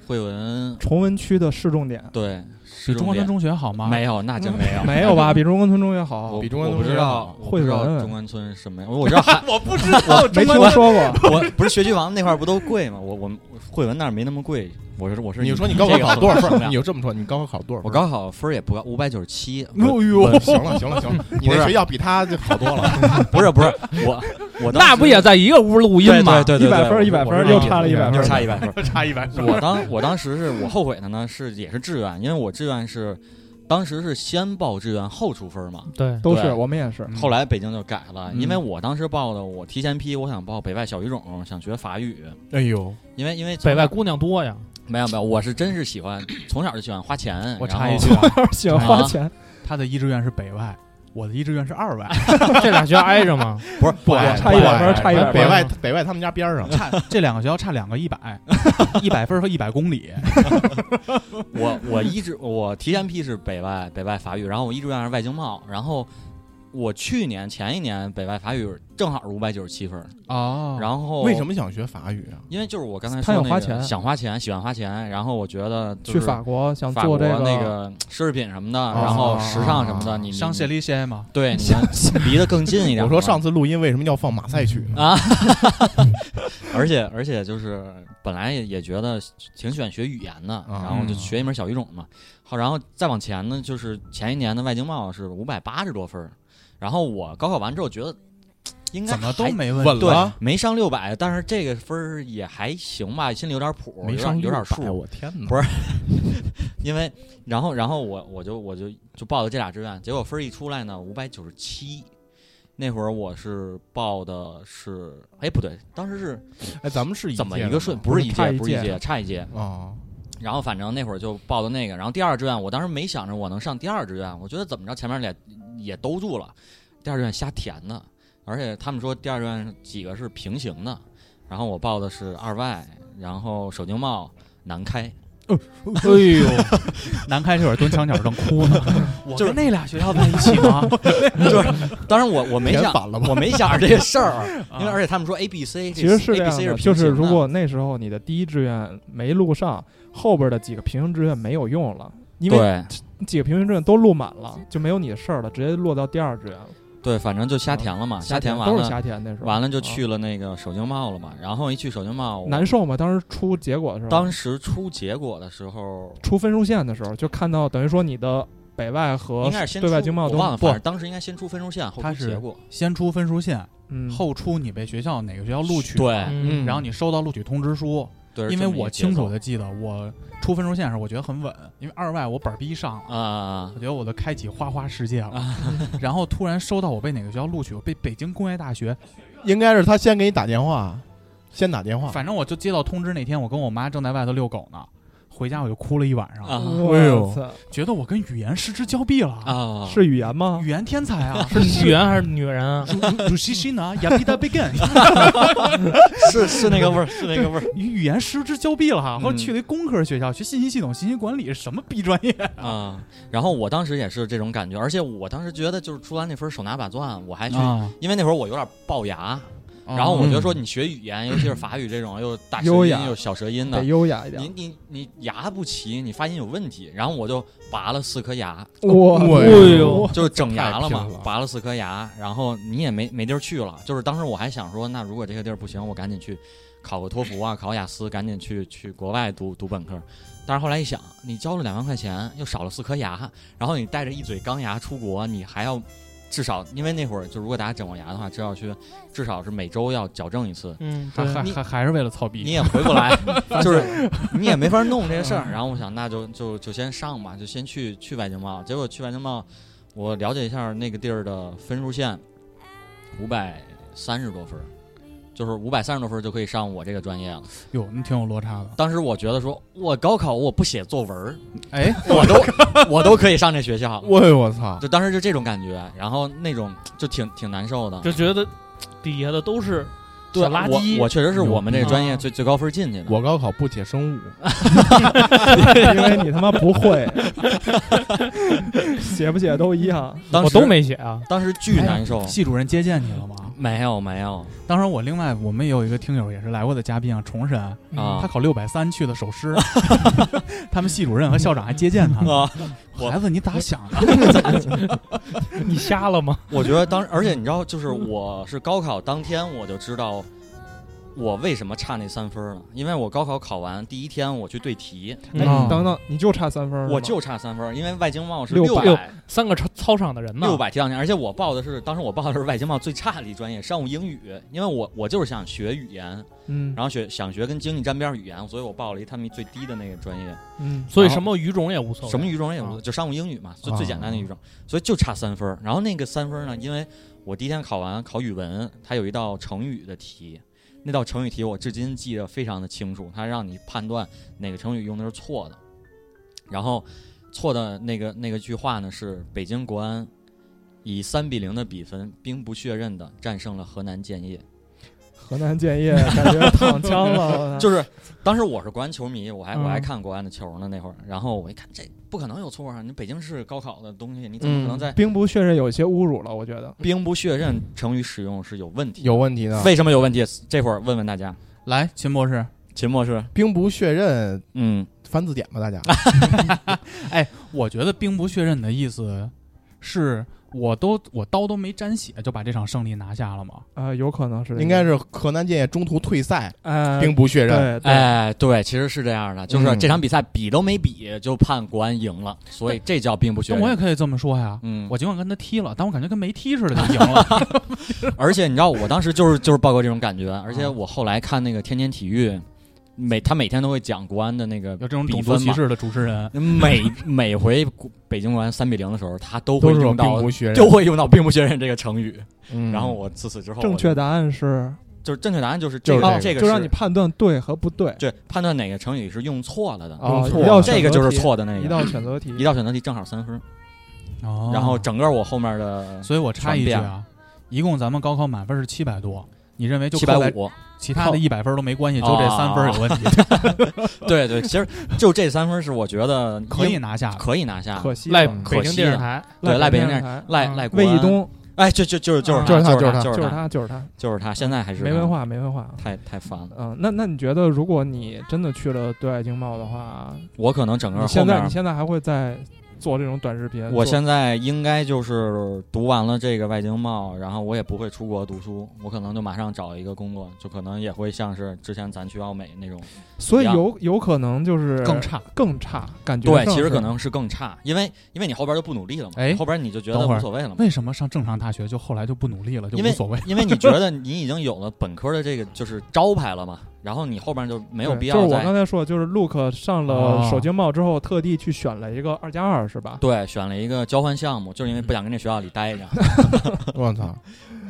[SPEAKER 8] 汇文
[SPEAKER 5] 崇文区的市重点
[SPEAKER 8] 对，是
[SPEAKER 4] 比中关村中学好吗？
[SPEAKER 8] 没有， 那真没 有。
[SPEAKER 5] 没有 吧？比中关村中学好
[SPEAKER 8] 我，
[SPEAKER 6] 比中关
[SPEAKER 8] 我
[SPEAKER 6] 村
[SPEAKER 8] 不知
[SPEAKER 6] 中
[SPEAKER 8] 道，
[SPEAKER 5] 学好
[SPEAKER 8] 我不知
[SPEAKER 5] 惠文
[SPEAKER 8] 道中关村什么样，我我知道还我不知道
[SPEAKER 5] 没
[SPEAKER 8] 中
[SPEAKER 5] 听
[SPEAKER 8] 关村，
[SPEAKER 5] 说过，
[SPEAKER 8] 我不是学区房那块儿不都贵吗？我我惠文那儿没那么贵，我是我是
[SPEAKER 6] 你说你高考
[SPEAKER 8] 这个
[SPEAKER 6] 考多少
[SPEAKER 8] 衡
[SPEAKER 6] 分？
[SPEAKER 8] 量
[SPEAKER 6] 你就这么说，你高考考多少分？
[SPEAKER 8] 我高考分儿也不高，五百九十七。
[SPEAKER 4] 哎呦，
[SPEAKER 6] 行了行了行了，你那学校比他就好多了。
[SPEAKER 8] 不是不是，我我当时
[SPEAKER 7] 那不也在一个屋录音
[SPEAKER 8] 对
[SPEAKER 7] 吗？
[SPEAKER 8] 对对对
[SPEAKER 5] 一
[SPEAKER 8] 对，
[SPEAKER 5] 百分
[SPEAKER 8] 我
[SPEAKER 5] 一百
[SPEAKER 8] 我
[SPEAKER 5] 分
[SPEAKER 8] 知
[SPEAKER 5] 又
[SPEAKER 8] 道
[SPEAKER 5] 差了一百
[SPEAKER 8] 又
[SPEAKER 5] 分，
[SPEAKER 8] 差一百分儿。
[SPEAKER 6] 差一百分
[SPEAKER 8] 我当我当时是我后悔的呢，是也是志愿，因为我志愿是当时是先报志愿后出分嘛，
[SPEAKER 7] 对，
[SPEAKER 5] 都是
[SPEAKER 8] 对啊
[SPEAKER 5] 我们也是，
[SPEAKER 8] 后来北京就改了，
[SPEAKER 5] 嗯
[SPEAKER 8] 因为我当时报的，我提前批，我想报北外小语种，想学法语，
[SPEAKER 6] 哎呦，
[SPEAKER 8] 因为因为从
[SPEAKER 7] 北外姑娘多呀，
[SPEAKER 8] 没有没有，我是真是喜欢，从小就喜欢花钱。
[SPEAKER 4] 我
[SPEAKER 8] 然
[SPEAKER 4] 插一
[SPEAKER 8] 后
[SPEAKER 4] 句啊，
[SPEAKER 5] 喜欢花钱，
[SPEAKER 4] 他的一志愿是北外，我的一志愿是二外，
[SPEAKER 7] 这俩学校挨着吗？
[SPEAKER 8] 不是不
[SPEAKER 5] 我
[SPEAKER 8] 爱
[SPEAKER 5] 差一百分，差一百
[SPEAKER 6] 北
[SPEAKER 5] 分。
[SPEAKER 6] 外北外他们家边儿上，
[SPEAKER 4] 差这两个学校差两个一百，一百分儿和一百公里。
[SPEAKER 8] 我我一直我提前批是北外北外法语，然后我一志愿是外经贸，然后我去年前一年北外法语正好是五百九十七分，
[SPEAKER 4] 哦
[SPEAKER 8] 然后
[SPEAKER 6] 为什？么想学法语啊？
[SPEAKER 8] 因为就是我刚才
[SPEAKER 5] 他
[SPEAKER 8] 说
[SPEAKER 5] 想
[SPEAKER 8] 那
[SPEAKER 5] 花
[SPEAKER 8] 个
[SPEAKER 5] 钱
[SPEAKER 8] 想花钱，喜欢花钱，然后我觉得就
[SPEAKER 5] 去
[SPEAKER 8] 是
[SPEAKER 5] 法国想
[SPEAKER 8] 法
[SPEAKER 5] 做
[SPEAKER 8] 国
[SPEAKER 5] 这个哦
[SPEAKER 8] 那个奢侈品什么的，然后时尚什么的，你
[SPEAKER 4] 香榭丽榭嘛，
[SPEAKER 8] 对你能离得更近一点嘛。
[SPEAKER 6] 我说上次录音为什么要放马赛曲呢？
[SPEAKER 8] 啊，而且而且就是本来也也觉得挺喜欢学语言的，
[SPEAKER 5] 哦
[SPEAKER 6] 嗯
[SPEAKER 8] 然后就学一门小语种嘛。好，然后再往前呢，就是前一年的外经贸是五百八十多分儿，然后我高考完之后觉得嘖应该
[SPEAKER 4] 怎么都
[SPEAKER 8] 还
[SPEAKER 4] 没问题。
[SPEAKER 6] 稳
[SPEAKER 8] 对
[SPEAKER 6] 了，
[SPEAKER 8] 没上六百，但是这个分儿也还行吧，心里有点谱，
[SPEAKER 6] 没
[SPEAKER 8] 有
[SPEAKER 6] 上
[SPEAKER 8] 点有点
[SPEAKER 6] 600
[SPEAKER 8] 数，
[SPEAKER 6] 我天哪！
[SPEAKER 8] 不是因为然后然后我我就我就就报了这俩志愿，结果分儿一出来呢，五百九十七。那会儿我是报的是，哎不对，当时是
[SPEAKER 6] 哎，咱们是
[SPEAKER 8] 怎么
[SPEAKER 6] 届
[SPEAKER 8] 一
[SPEAKER 6] 的
[SPEAKER 8] 个
[SPEAKER 6] 吗
[SPEAKER 8] 顺？不是一
[SPEAKER 5] 差
[SPEAKER 8] 届，
[SPEAKER 5] 一
[SPEAKER 8] 不是一
[SPEAKER 5] 届
[SPEAKER 8] 届，差一届。
[SPEAKER 6] 啊？
[SPEAKER 8] 然后反正那会儿就报的那个，然后第二志愿，我当时没想着我能上第二志愿，我觉得怎么着前面俩也兜住了，第二志愿瞎填的，而且他们说第二志愿几个是平行的，然后我报的是二外，然后首经贸、南开，
[SPEAKER 4] 哎呦， 南开这会 儿蹲墙角正哭呢。我
[SPEAKER 8] 就是
[SPEAKER 4] 跟那俩学校在一起吗？
[SPEAKER 8] 就是当然我我没
[SPEAKER 6] 填
[SPEAKER 8] 想
[SPEAKER 6] 反了吧
[SPEAKER 8] 我没想着这个 事儿，因为
[SPEAKER 4] 啊
[SPEAKER 8] 而且他们说 A B C
[SPEAKER 5] 其实是这
[SPEAKER 8] A B
[SPEAKER 5] 样
[SPEAKER 8] C
[SPEAKER 5] 的，
[SPEAKER 8] 是
[SPEAKER 5] 就
[SPEAKER 8] 平行
[SPEAKER 5] 是
[SPEAKER 8] 的，
[SPEAKER 5] 如果那时候你的第一志愿没录上，后边的几个平行志愿没有用了，因为
[SPEAKER 8] 对
[SPEAKER 5] 几个平行志愿都录满了，就没有你的事儿了，直接落到第二志愿了。
[SPEAKER 8] 对，反正就瞎填了嘛，瞎填啊完
[SPEAKER 5] 嗯都是
[SPEAKER 8] 了
[SPEAKER 5] 瞎填那时候。
[SPEAKER 8] 完了就
[SPEAKER 5] 啊
[SPEAKER 8] 去了那个首经贸了嘛，然后一去首经贸，我
[SPEAKER 5] 难受啊嘛，当时出结果的时候，
[SPEAKER 8] 当时出结果的时候，
[SPEAKER 5] 出分数线的时候，就看到等于说你的北外和
[SPEAKER 8] 应该是先
[SPEAKER 5] 对外
[SPEAKER 8] 出
[SPEAKER 5] 经贸
[SPEAKER 8] 我
[SPEAKER 5] 都
[SPEAKER 8] 忘了，
[SPEAKER 4] 不
[SPEAKER 8] 反正当时应该先出分数线，后
[SPEAKER 4] 他
[SPEAKER 8] 出
[SPEAKER 4] 是
[SPEAKER 8] 结果。
[SPEAKER 4] 先出分数线，
[SPEAKER 5] 嗯
[SPEAKER 4] 后出你被学校哪个学校录取。
[SPEAKER 8] 对
[SPEAKER 7] 嗯
[SPEAKER 4] 然后你收到录取通知书，
[SPEAKER 8] 对，
[SPEAKER 4] 因为我清楚
[SPEAKER 8] 的
[SPEAKER 4] 的记得，我出分数线的时候，我觉得很稳，因为二外我本儿逼上了，
[SPEAKER 8] 啊
[SPEAKER 4] 我觉得我都开启花花世 界了。然后突然收到我被哪个学校录取，我被北京工业大学，
[SPEAKER 6] 应该是他先给你打电话，先打电话。
[SPEAKER 4] 反正我就接到通知那天，我跟我妈正在外头遛狗呢，回家我就哭了一晚上，
[SPEAKER 8] 啊
[SPEAKER 5] 哇
[SPEAKER 6] 哎呦
[SPEAKER 5] 塞
[SPEAKER 4] 觉得我跟语言失之交臂了，
[SPEAKER 8] 啊！
[SPEAKER 5] 是语言 吗？
[SPEAKER 4] 语言天才 啊，
[SPEAKER 7] 是女人还是女人啊？
[SPEAKER 4] 主西西呢，亚皮达贝根，
[SPEAKER 8] 是是那个味儿，是那个味儿
[SPEAKER 4] 语语言失之交臂了哈，
[SPEAKER 8] 嗯
[SPEAKER 4] 后来去了一工科学校学信息系统、信息管理，什么逼专业？
[SPEAKER 8] 啊。然后我当时也是这种感觉，而且我当时觉得就是出完那分儿手拿把攥，我还去，
[SPEAKER 4] 啊，
[SPEAKER 5] 嗯
[SPEAKER 8] 因为那会儿我有点龅牙，然后我
[SPEAKER 4] 嗯
[SPEAKER 8] 就说你学语言，尤其是法语这种又大舌
[SPEAKER 5] 哦嗯优
[SPEAKER 8] 音
[SPEAKER 5] 雅
[SPEAKER 8] 又小舌音
[SPEAKER 5] 得
[SPEAKER 8] 的。
[SPEAKER 5] 优雅一
[SPEAKER 8] 你
[SPEAKER 5] 点。
[SPEAKER 8] 你你牙不齐，你发音有问题，然后我就拔了四颗牙，
[SPEAKER 5] 哇
[SPEAKER 6] 哎
[SPEAKER 7] 呦，
[SPEAKER 8] 就是整牙了
[SPEAKER 6] 太
[SPEAKER 8] 嘛
[SPEAKER 6] 拼了，
[SPEAKER 8] 拔了四颗牙，然后你也没没地儿去了。就是当时我还想说，那如果这个地儿不行，我赶紧去考个托福啊，考雅思，赶紧去去国外读读本科。但是后来一想，你交了两万块钱，又少了四颗牙，然后你带着一嘴钢牙出国，你还要至少，因为那会儿就如果大家整过牙的话，至少去至少是每周要矫正一次，
[SPEAKER 7] 嗯，
[SPEAKER 4] 还还
[SPEAKER 8] 你
[SPEAKER 4] 还还是为了操逼，
[SPEAKER 8] 你也回不来，就是 你也没法弄这个事儿。然后我想，那就就就先上吧，就先去去外经贸。结果去外经贸，我了解一下那个地儿的分数线，五百三十多分儿，就是五百三十多分儿就可以上我这个专业了。
[SPEAKER 4] 哟，你挺有落差的。
[SPEAKER 8] 当时我觉得说，我高考我不写作文儿，
[SPEAKER 4] 哎，
[SPEAKER 8] 我都我都可以上这学校。
[SPEAKER 6] 我哎我操！
[SPEAKER 8] 就当时就这种感觉，然后那种就挺挺难受的。
[SPEAKER 7] 就觉得底下的都是
[SPEAKER 8] 对，
[SPEAKER 7] 小垃圾
[SPEAKER 8] 我我确实是我们这个专
[SPEAKER 7] 啊
[SPEAKER 8] 业最最高分儿进去的。
[SPEAKER 6] 我高考不写生物，
[SPEAKER 5] 因为你他妈不 会，写不写都一样。
[SPEAKER 8] 当
[SPEAKER 7] 我
[SPEAKER 8] 时
[SPEAKER 7] 都，没写啊。
[SPEAKER 8] 当时巨难受。
[SPEAKER 4] 系主任接见你了吗？
[SPEAKER 8] 哎没有没有，
[SPEAKER 4] 当然，我另外我们也有一个听友也是来过的嘉宾啊，重神，
[SPEAKER 8] 啊
[SPEAKER 4] 他考六百三去的首 师，他们系主任和校长还接见他呢。
[SPEAKER 8] 啊，我
[SPEAKER 4] 孩子，你咋想的？
[SPEAKER 7] 你瞎了吗？
[SPEAKER 8] 我觉得当，而且你知道，就是我是高考当天我就知道我为什么差那三分儿呢？因为我高考考完第一天我去对题，
[SPEAKER 5] 哎，
[SPEAKER 4] 嗯
[SPEAKER 5] 你等等，你就差三分儿是吗，
[SPEAKER 8] 我就差三分儿，因为外经贸是
[SPEAKER 5] 六
[SPEAKER 8] 百
[SPEAKER 5] 百
[SPEAKER 8] 六百
[SPEAKER 7] 三个操操场的人呢，
[SPEAKER 8] 六百提档前，而且我报的是当时我报的是外经贸最差的一专业商务英语，因为我我就是想学语言，
[SPEAKER 5] 嗯
[SPEAKER 8] 然后学想学跟经济沾边儿语言，所以我报了一他们最低的那个专业，
[SPEAKER 5] 嗯，
[SPEAKER 7] 所以什么语种也无所谓。
[SPEAKER 8] 什么语种也无所谓，
[SPEAKER 7] 啊
[SPEAKER 8] 就商务英语嘛，最
[SPEAKER 4] 啊
[SPEAKER 8] 最简单的语种，所以就差三分儿。然后那个三分儿呢，因为我第一天考完考语文，它有一道成语的题，那道成语题我至今记得非常的清楚，它让你判断哪个成语用的是错的，然后错的那个那个句话呢是北京国安以三比零的比分兵不血刃的战胜了河南建业。
[SPEAKER 5] 河南建业感觉躺枪 了，
[SPEAKER 8] 就是当时我是国安球迷，我还我还
[SPEAKER 5] 嗯
[SPEAKER 8] 看国安的球呢那会儿，然后我一看这不可能有错啊！你北京市高考的东西，你怎么可能在
[SPEAKER 5] 嗯兵不血刃有一些侮辱了，我觉得。
[SPEAKER 8] 兵不血刃成语使用是有问题的？
[SPEAKER 6] 有问题呢。
[SPEAKER 8] 为什么有问题？这会儿问问大家，
[SPEAKER 4] 来，秦博士，
[SPEAKER 8] 秦博士，
[SPEAKER 6] 兵不血刃，
[SPEAKER 8] 嗯，
[SPEAKER 6] 翻字典吧，大家。
[SPEAKER 4] 我觉得兵不血刃的意思是我都我刀都没沾血就把这场胜利拿下了嘛？
[SPEAKER 5] 啊，有可能是这个
[SPEAKER 6] 应该是河南建业中途退赛，
[SPEAKER 5] 哎，
[SPEAKER 6] 兵不血刃。
[SPEAKER 5] 对对，
[SPEAKER 8] 哎，对，其实是这样的，就是
[SPEAKER 6] 嗯
[SPEAKER 8] 这场比赛比都没比就判国安赢了，所以这叫兵不血
[SPEAKER 4] 那我也
[SPEAKER 8] 刃。
[SPEAKER 4] 可以这么说呀。
[SPEAKER 8] 嗯，
[SPEAKER 4] 我尽管跟他踢了，但我感觉跟没踢似的就赢了。
[SPEAKER 8] 而且你知道，我当时就是就是报告这种感觉，而且我后来看那个天天体育，每他每天都会讲国安的那个
[SPEAKER 4] 有这种
[SPEAKER 8] 比
[SPEAKER 4] 种族
[SPEAKER 8] 分
[SPEAKER 4] 歧
[SPEAKER 8] 嘛，
[SPEAKER 4] 视的主持人，
[SPEAKER 8] 每 每回国北京国安三比零的时候，他都会
[SPEAKER 6] 都是
[SPEAKER 8] 用
[SPEAKER 6] 用兵
[SPEAKER 8] 到
[SPEAKER 6] 不血刃，
[SPEAKER 8] 就会用到“兵不血刃”这个成语。
[SPEAKER 6] 嗯
[SPEAKER 8] 然后我自此之后，
[SPEAKER 5] 正
[SPEAKER 8] 我
[SPEAKER 5] 确答案是，
[SPEAKER 8] 就是正确答案就是
[SPEAKER 6] 就是
[SPEAKER 8] 个
[SPEAKER 6] 这个
[SPEAKER 8] 这个
[SPEAKER 5] 就是让你判断对和不对。
[SPEAKER 8] 对判断哪个成语是用错了的，
[SPEAKER 5] 啊
[SPEAKER 6] 用错
[SPEAKER 5] 一道
[SPEAKER 6] 了
[SPEAKER 5] 选
[SPEAKER 8] 这个
[SPEAKER 5] 择
[SPEAKER 8] 就是
[SPEAKER 5] 题，
[SPEAKER 8] 错的那
[SPEAKER 5] 一
[SPEAKER 8] 个。
[SPEAKER 5] 道选择题，
[SPEAKER 8] 一道选择题正好三分，
[SPEAKER 4] 哦
[SPEAKER 8] 然后整个我后面的
[SPEAKER 4] 所以我插一句
[SPEAKER 8] 全
[SPEAKER 4] 啊，一共咱们高考满分是七百多，你认为就
[SPEAKER 8] 七百
[SPEAKER 4] 扣在，
[SPEAKER 8] 五，
[SPEAKER 4] 其他的一百分都没关系，就这三分有问题，
[SPEAKER 8] 对对，其实就这三分是我觉得
[SPEAKER 4] 可以
[SPEAKER 8] 应
[SPEAKER 4] 拿下的。
[SPEAKER 8] 可以拿下，
[SPEAKER 5] 可惜
[SPEAKER 7] 赖
[SPEAKER 5] 了
[SPEAKER 6] 嗯
[SPEAKER 7] 北京电视台，
[SPEAKER 8] 对赖北京
[SPEAKER 5] 电视
[SPEAKER 8] 人
[SPEAKER 5] 台，
[SPEAKER 8] 赖
[SPEAKER 7] 啊
[SPEAKER 8] 赖国
[SPEAKER 5] 魏一
[SPEAKER 8] 安，
[SPEAKER 5] 东
[SPEAKER 8] 哎，就就就是就是
[SPEAKER 5] 啊
[SPEAKER 8] 他，
[SPEAKER 6] 就是
[SPEAKER 8] 他，
[SPEAKER 6] 他
[SPEAKER 8] 就是
[SPEAKER 5] 就是
[SPEAKER 8] 他，
[SPEAKER 5] 他，就是他，
[SPEAKER 8] 就是他，现在还是
[SPEAKER 5] 没
[SPEAKER 8] 他
[SPEAKER 5] 文，化，没文化啊。
[SPEAKER 8] 太太烦了。
[SPEAKER 5] 嗯，那那你觉得，如果你真的去了对外经贸的话，
[SPEAKER 8] 我可能整个
[SPEAKER 5] 你
[SPEAKER 8] 后
[SPEAKER 5] 现在
[SPEAKER 8] 面
[SPEAKER 5] 你现在还会在做这种短视频？做
[SPEAKER 8] 我现在应该就是读完了这个外经贸，然后我也不会出国读书，我可能就马上找一个工作，就可能也会像是之前咱去奥美那种。
[SPEAKER 5] 所以
[SPEAKER 8] 一样
[SPEAKER 5] 有有可能就是
[SPEAKER 4] 更差，
[SPEAKER 5] 更差，感觉
[SPEAKER 8] 对，
[SPEAKER 5] 上
[SPEAKER 8] 其实
[SPEAKER 5] 是
[SPEAKER 8] 可能是更差，因为因为你后边就不努力了嘛，
[SPEAKER 4] 哎
[SPEAKER 8] 后边你就觉得
[SPEAKER 4] 等会儿
[SPEAKER 8] 无所谓了嘛，
[SPEAKER 4] 为什么上正常大学就后来就不努力了，就
[SPEAKER 8] 因
[SPEAKER 4] 无
[SPEAKER 8] 为
[SPEAKER 4] 所谓？
[SPEAKER 8] 因为你觉得你已经有了本科的这个就是招牌了嘛，然后你后边就没有
[SPEAKER 5] 对
[SPEAKER 8] 必
[SPEAKER 5] 就
[SPEAKER 8] 要
[SPEAKER 5] 是我
[SPEAKER 8] 再
[SPEAKER 5] 刚才说，就是 Look 上了
[SPEAKER 4] 哦
[SPEAKER 5] 首经贸之后，特地去选了一个二加二，是吧？
[SPEAKER 8] 对选了一个交换项目，就是因为不想跟这学校里 待着，
[SPEAKER 6] 我操，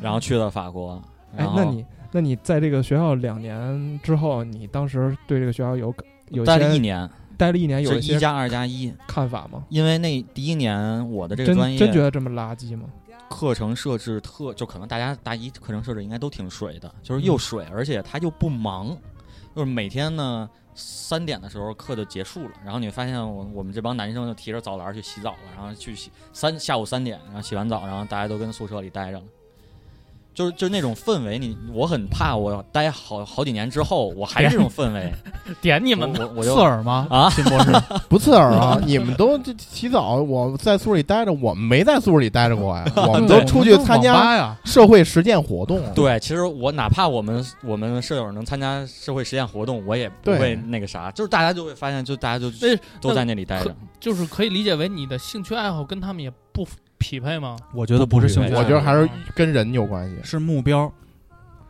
[SPEAKER 8] 然后去了法国。
[SPEAKER 5] 哎
[SPEAKER 8] 然，后
[SPEAKER 5] 那你那你在这个学校两年之后，你当时对这个学校有有
[SPEAKER 8] 待
[SPEAKER 5] 些
[SPEAKER 8] 了一年，
[SPEAKER 5] 待了一年，有
[SPEAKER 8] 是
[SPEAKER 5] 一
[SPEAKER 8] 一
[SPEAKER 5] 些
[SPEAKER 8] 加二加一，
[SPEAKER 5] 看法吗？
[SPEAKER 8] 因为那第一年我的这个
[SPEAKER 5] 真
[SPEAKER 8] 专业嗯
[SPEAKER 5] 真觉得这么垃圾吗？
[SPEAKER 8] 课程设置特，就可能大家大一课程设置应该都挺水的，
[SPEAKER 7] 嗯
[SPEAKER 8] 就是又水，而且它又不忙，就是每天呢三点的时候课就结束了，然后你会发现我我们这帮男生就提着澡篮去洗澡了，然后去洗三下午三点，然后洗完澡，然后大家都跟宿舍里待着了。就是就是那种氛围，你我很怕，我待好好几年之后，我还是这种氛围，
[SPEAKER 7] 点 你
[SPEAKER 8] 我
[SPEAKER 7] 们
[SPEAKER 8] 我我
[SPEAKER 4] 刺
[SPEAKER 8] 就
[SPEAKER 4] 耳吗？
[SPEAKER 8] 啊
[SPEAKER 4] 秦博士，
[SPEAKER 6] 不刺耳啊！ 你们都这洗澡，我在宿舍里待着，我们没在宿舍里待着过呀，我们
[SPEAKER 4] 对
[SPEAKER 6] 都出去参
[SPEAKER 4] 网
[SPEAKER 6] 加
[SPEAKER 4] 吧呀。
[SPEAKER 6] 社会实践活动。
[SPEAKER 8] 对，其实我哪怕我们我们舍友能参加社会实践活动，我也不
[SPEAKER 6] 对
[SPEAKER 8] 会那个啥，就是大家就会发现，就大家就
[SPEAKER 7] 那
[SPEAKER 8] 都在那里待着。
[SPEAKER 7] 就是可以理解为你的兴趣爱好跟他们也不匹配吗？
[SPEAKER 4] 我觉得不是兴趣爱好，
[SPEAKER 6] 我觉得还是跟人有关系。
[SPEAKER 4] 是目标，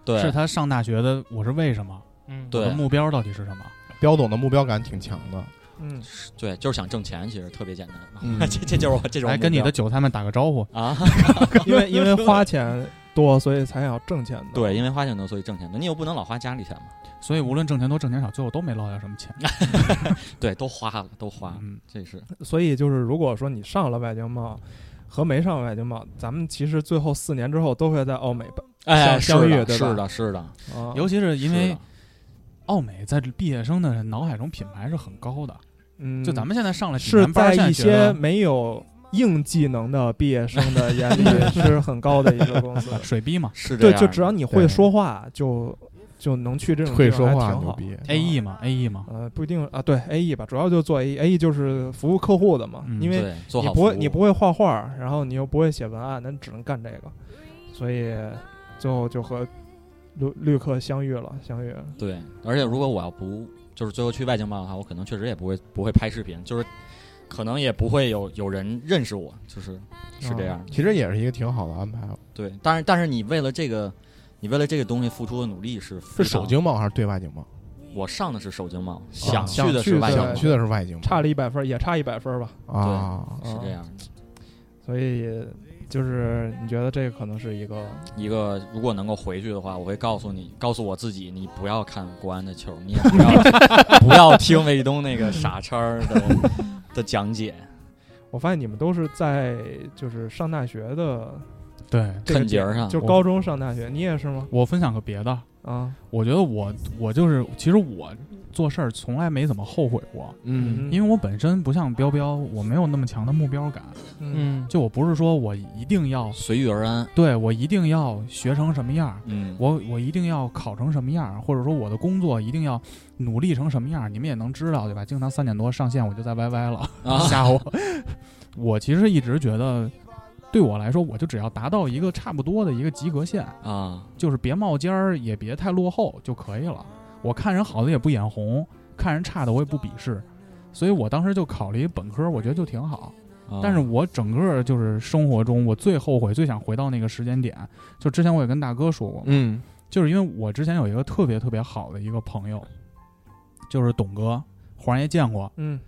[SPEAKER 8] 对，
[SPEAKER 4] 是他上大学的，我是为什么？
[SPEAKER 7] 嗯，
[SPEAKER 8] 对
[SPEAKER 4] 我的目标到底是什么？
[SPEAKER 6] 彪总的目标感挺强的，
[SPEAKER 5] 嗯，
[SPEAKER 8] 对，就是想挣钱，其实特别简单。
[SPEAKER 6] 嗯
[SPEAKER 8] 这这就是我这种
[SPEAKER 4] 来
[SPEAKER 8] 目
[SPEAKER 4] 跟你的
[SPEAKER 8] 标
[SPEAKER 4] 韭菜们打个招呼。
[SPEAKER 8] 啊，
[SPEAKER 5] 因为因为 花钱多，所以才想挣钱的。
[SPEAKER 8] 对，因为花钱多，所以挣钱多。你又不能老花家里钱嘛，
[SPEAKER 4] 所以无论挣钱多挣钱少，最后都没捞下什么钱。
[SPEAKER 8] 对，都花了，都花了，
[SPEAKER 4] 嗯，
[SPEAKER 8] 这是
[SPEAKER 5] 所以就是如果说你上了外经贸。和没上外经贸，咱们其实最后四年之后都会在欧美吧。
[SPEAKER 8] 哎，
[SPEAKER 5] 相
[SPEAKER 8] 是
[SPEAKER 5] 遇
[SPEAKER 8] 的，
[SPEAKER 5] 对
[SPEAKER 8] 是
[SPEAKER 5] 吧
[SPEAKER 8] 的，是的，
[SPEAKER 5] 啊，
[SPEAKER 4] 尤其是因
[SPEAKER 8] 是
[SPEAKER 4] 为
[SPEAKER 8] 的
[SPEAKER 4] 奥美在毕业生的脑海中品牌是很高的，
[SPEAKER 5] 嗯，
[SPEAKER 4] 就咱们现在上了几
[SPEAKER 5] 是
[SPEAKER 4] 年班
[SPEAKER 5] 在
[SPEAKER 4] 儿，
[SPEAKER 5] 一
[SPEAKER 4] 现觉得
[SPEAKER 5] 些没有硬技能的毕业生的眼里 是很高的一个公司。
[SPEAKER 4] 呃水逼嘛
[SPEAKER 8] 是这
[SPEAKER 5] 对，
[SPEAKER 8] 样
[SPEAKER 5] 就
[SPEAKER 8] 的。
[SPEAKER 5] 只要你会说话，就就能去这种
[SPEAKER 6] 会
[SPEAKER 5] 地方
[SPEAKER 6] 说
[SPEAKER 5] 还
[SPEAKER 6] 话
[SPEAKER 5] 挺
[SPEAKER 6] 牛
[SPEAKER 5] 好。
[SPEAKER 6] 逼。
[SPEAKER 4] ，A E 嘛，A E 嘛，
[SPEAKER 5] 呃，不一定啊，对 A E 吧，主要就做 A E，A E 就是服务客户的嘛，
[SPEAKER 4] 嗯
[SPEAKER 5] 因为
[SPEAKER 8] 对做
[SPEAKER 5] 你
[SPEAKER 8] 好
[SPEAKER 5] 不会
[SPEAKER 8] 服务
[SPEAKER 5] 你不会画画，然后你又不会写文案，那你只能干这个，所以最后就和绿绿客相遇了，相遇了。
[SPEAKER 8] 对，而且如果我要不就是最后去外经贸的话，我可能确实也不会不会拍视频，就是可能也不会有有人认识我，就是是这
[SPEAKER 5] 啊
[SPEAKER 8] 样的。
[SPEAKER 6] 其实也是一个挺好的安排。
[SPEAKER 8] 对，但是但是你为了这个，你为了这个东西付出的努力
[SPEAKER 6] 是
[SPEAKER 8] 是非
[SPEAKER 6] 首
[SPEAKER 8] 常，
[SPEAKER 6] 经贸还是对外经贸？
[SPEAKER 8] 我上的是首经贸，
[SPEAKER 6] 想
[SPEAKER 8] 去的是
[SPEAKER 5] 去
[SPEAKER 8] 外经
[SPEAKER 5] 的
[SPEAKER 8] 贸，
[SPEAKER 6] 想去的是外经贸，
[SPEAKER 5] 差了一百分儿，也差一百分儿吧。
[SPEAKER 6] 啊，
[SPEAKER 8] 是这样的。
[SPEAKER 5] 所以就是你觉得这个可能是一个
[SPEAKER 8] 一个，如果能够回去的话，我会告诉你，告诉我自己，你不要看国安的球，你也不要不要听卫东那个傻叉儿的的讲解，
[SPEAKER 5] 我发现你们都是在就是上大学的
[SPEAKER 4] 对
[SPEAKER 5] 这个
[SPEAKER 8] 坑节
[SPEAKER 5] 点
[SPEAKER 8] 儿上
[SPEAKER 5] 就是高中上大学，你也是吗？
[SPEAKER 4] 我分享个别的，
[SPEAKER 5] 啊，
[SPEAKER 4] 我觉得我我就是，其实我做事儿从来没怎么后悔过，
[SPEAKER 6] 嗯，
[SPEAKER 4] 因为我本身不像彪彪，我没有那么强的目标感，
[SPEAKER 5] 嗯
[SPEAKER 7] 嗯，
[SPEAKER 4] 就我不是说我一定要，
[SPEAKER 8] 随遇而安。
[SPEAKER 4] 对我一定要学成什么样儿，
[SPEAKER 8] 嗯，
[SPEAKER 4] 我我一定要考成什么样儿，或者说我的工作一定要努力成什么样儿，你们也能知道对吧？经常三点多上线我就在 YY 了，
[SPEAKER 8] 啊
[SPEAKER 4] 下午。我其实一直觉得，对我来说，我就只要达到一个差不多的一个及格线，
[SPEAKER 8] 啊，
[SPEAKER 4] 就是别冒尖儿，也别太落后就可以了。我看人好的也不眼红，看人差的我也不鄙视，所以我当时就考了一本科，我觉得就挺好。
[SPEAKER 7] 嗯
[SPEAKER 8] 啊
[SPEAKER 4] 但是我整个就是生活中，我最后悔、最想回到那个时间点，就之前我也跟大哥说过，
[SPEAKER 6] 嗯
[SPEAKER 4] 就是因为我之前有一个特别特别好的一个朋友，就是董哥，黄然也见过，
[SPEAKER 5] 嗯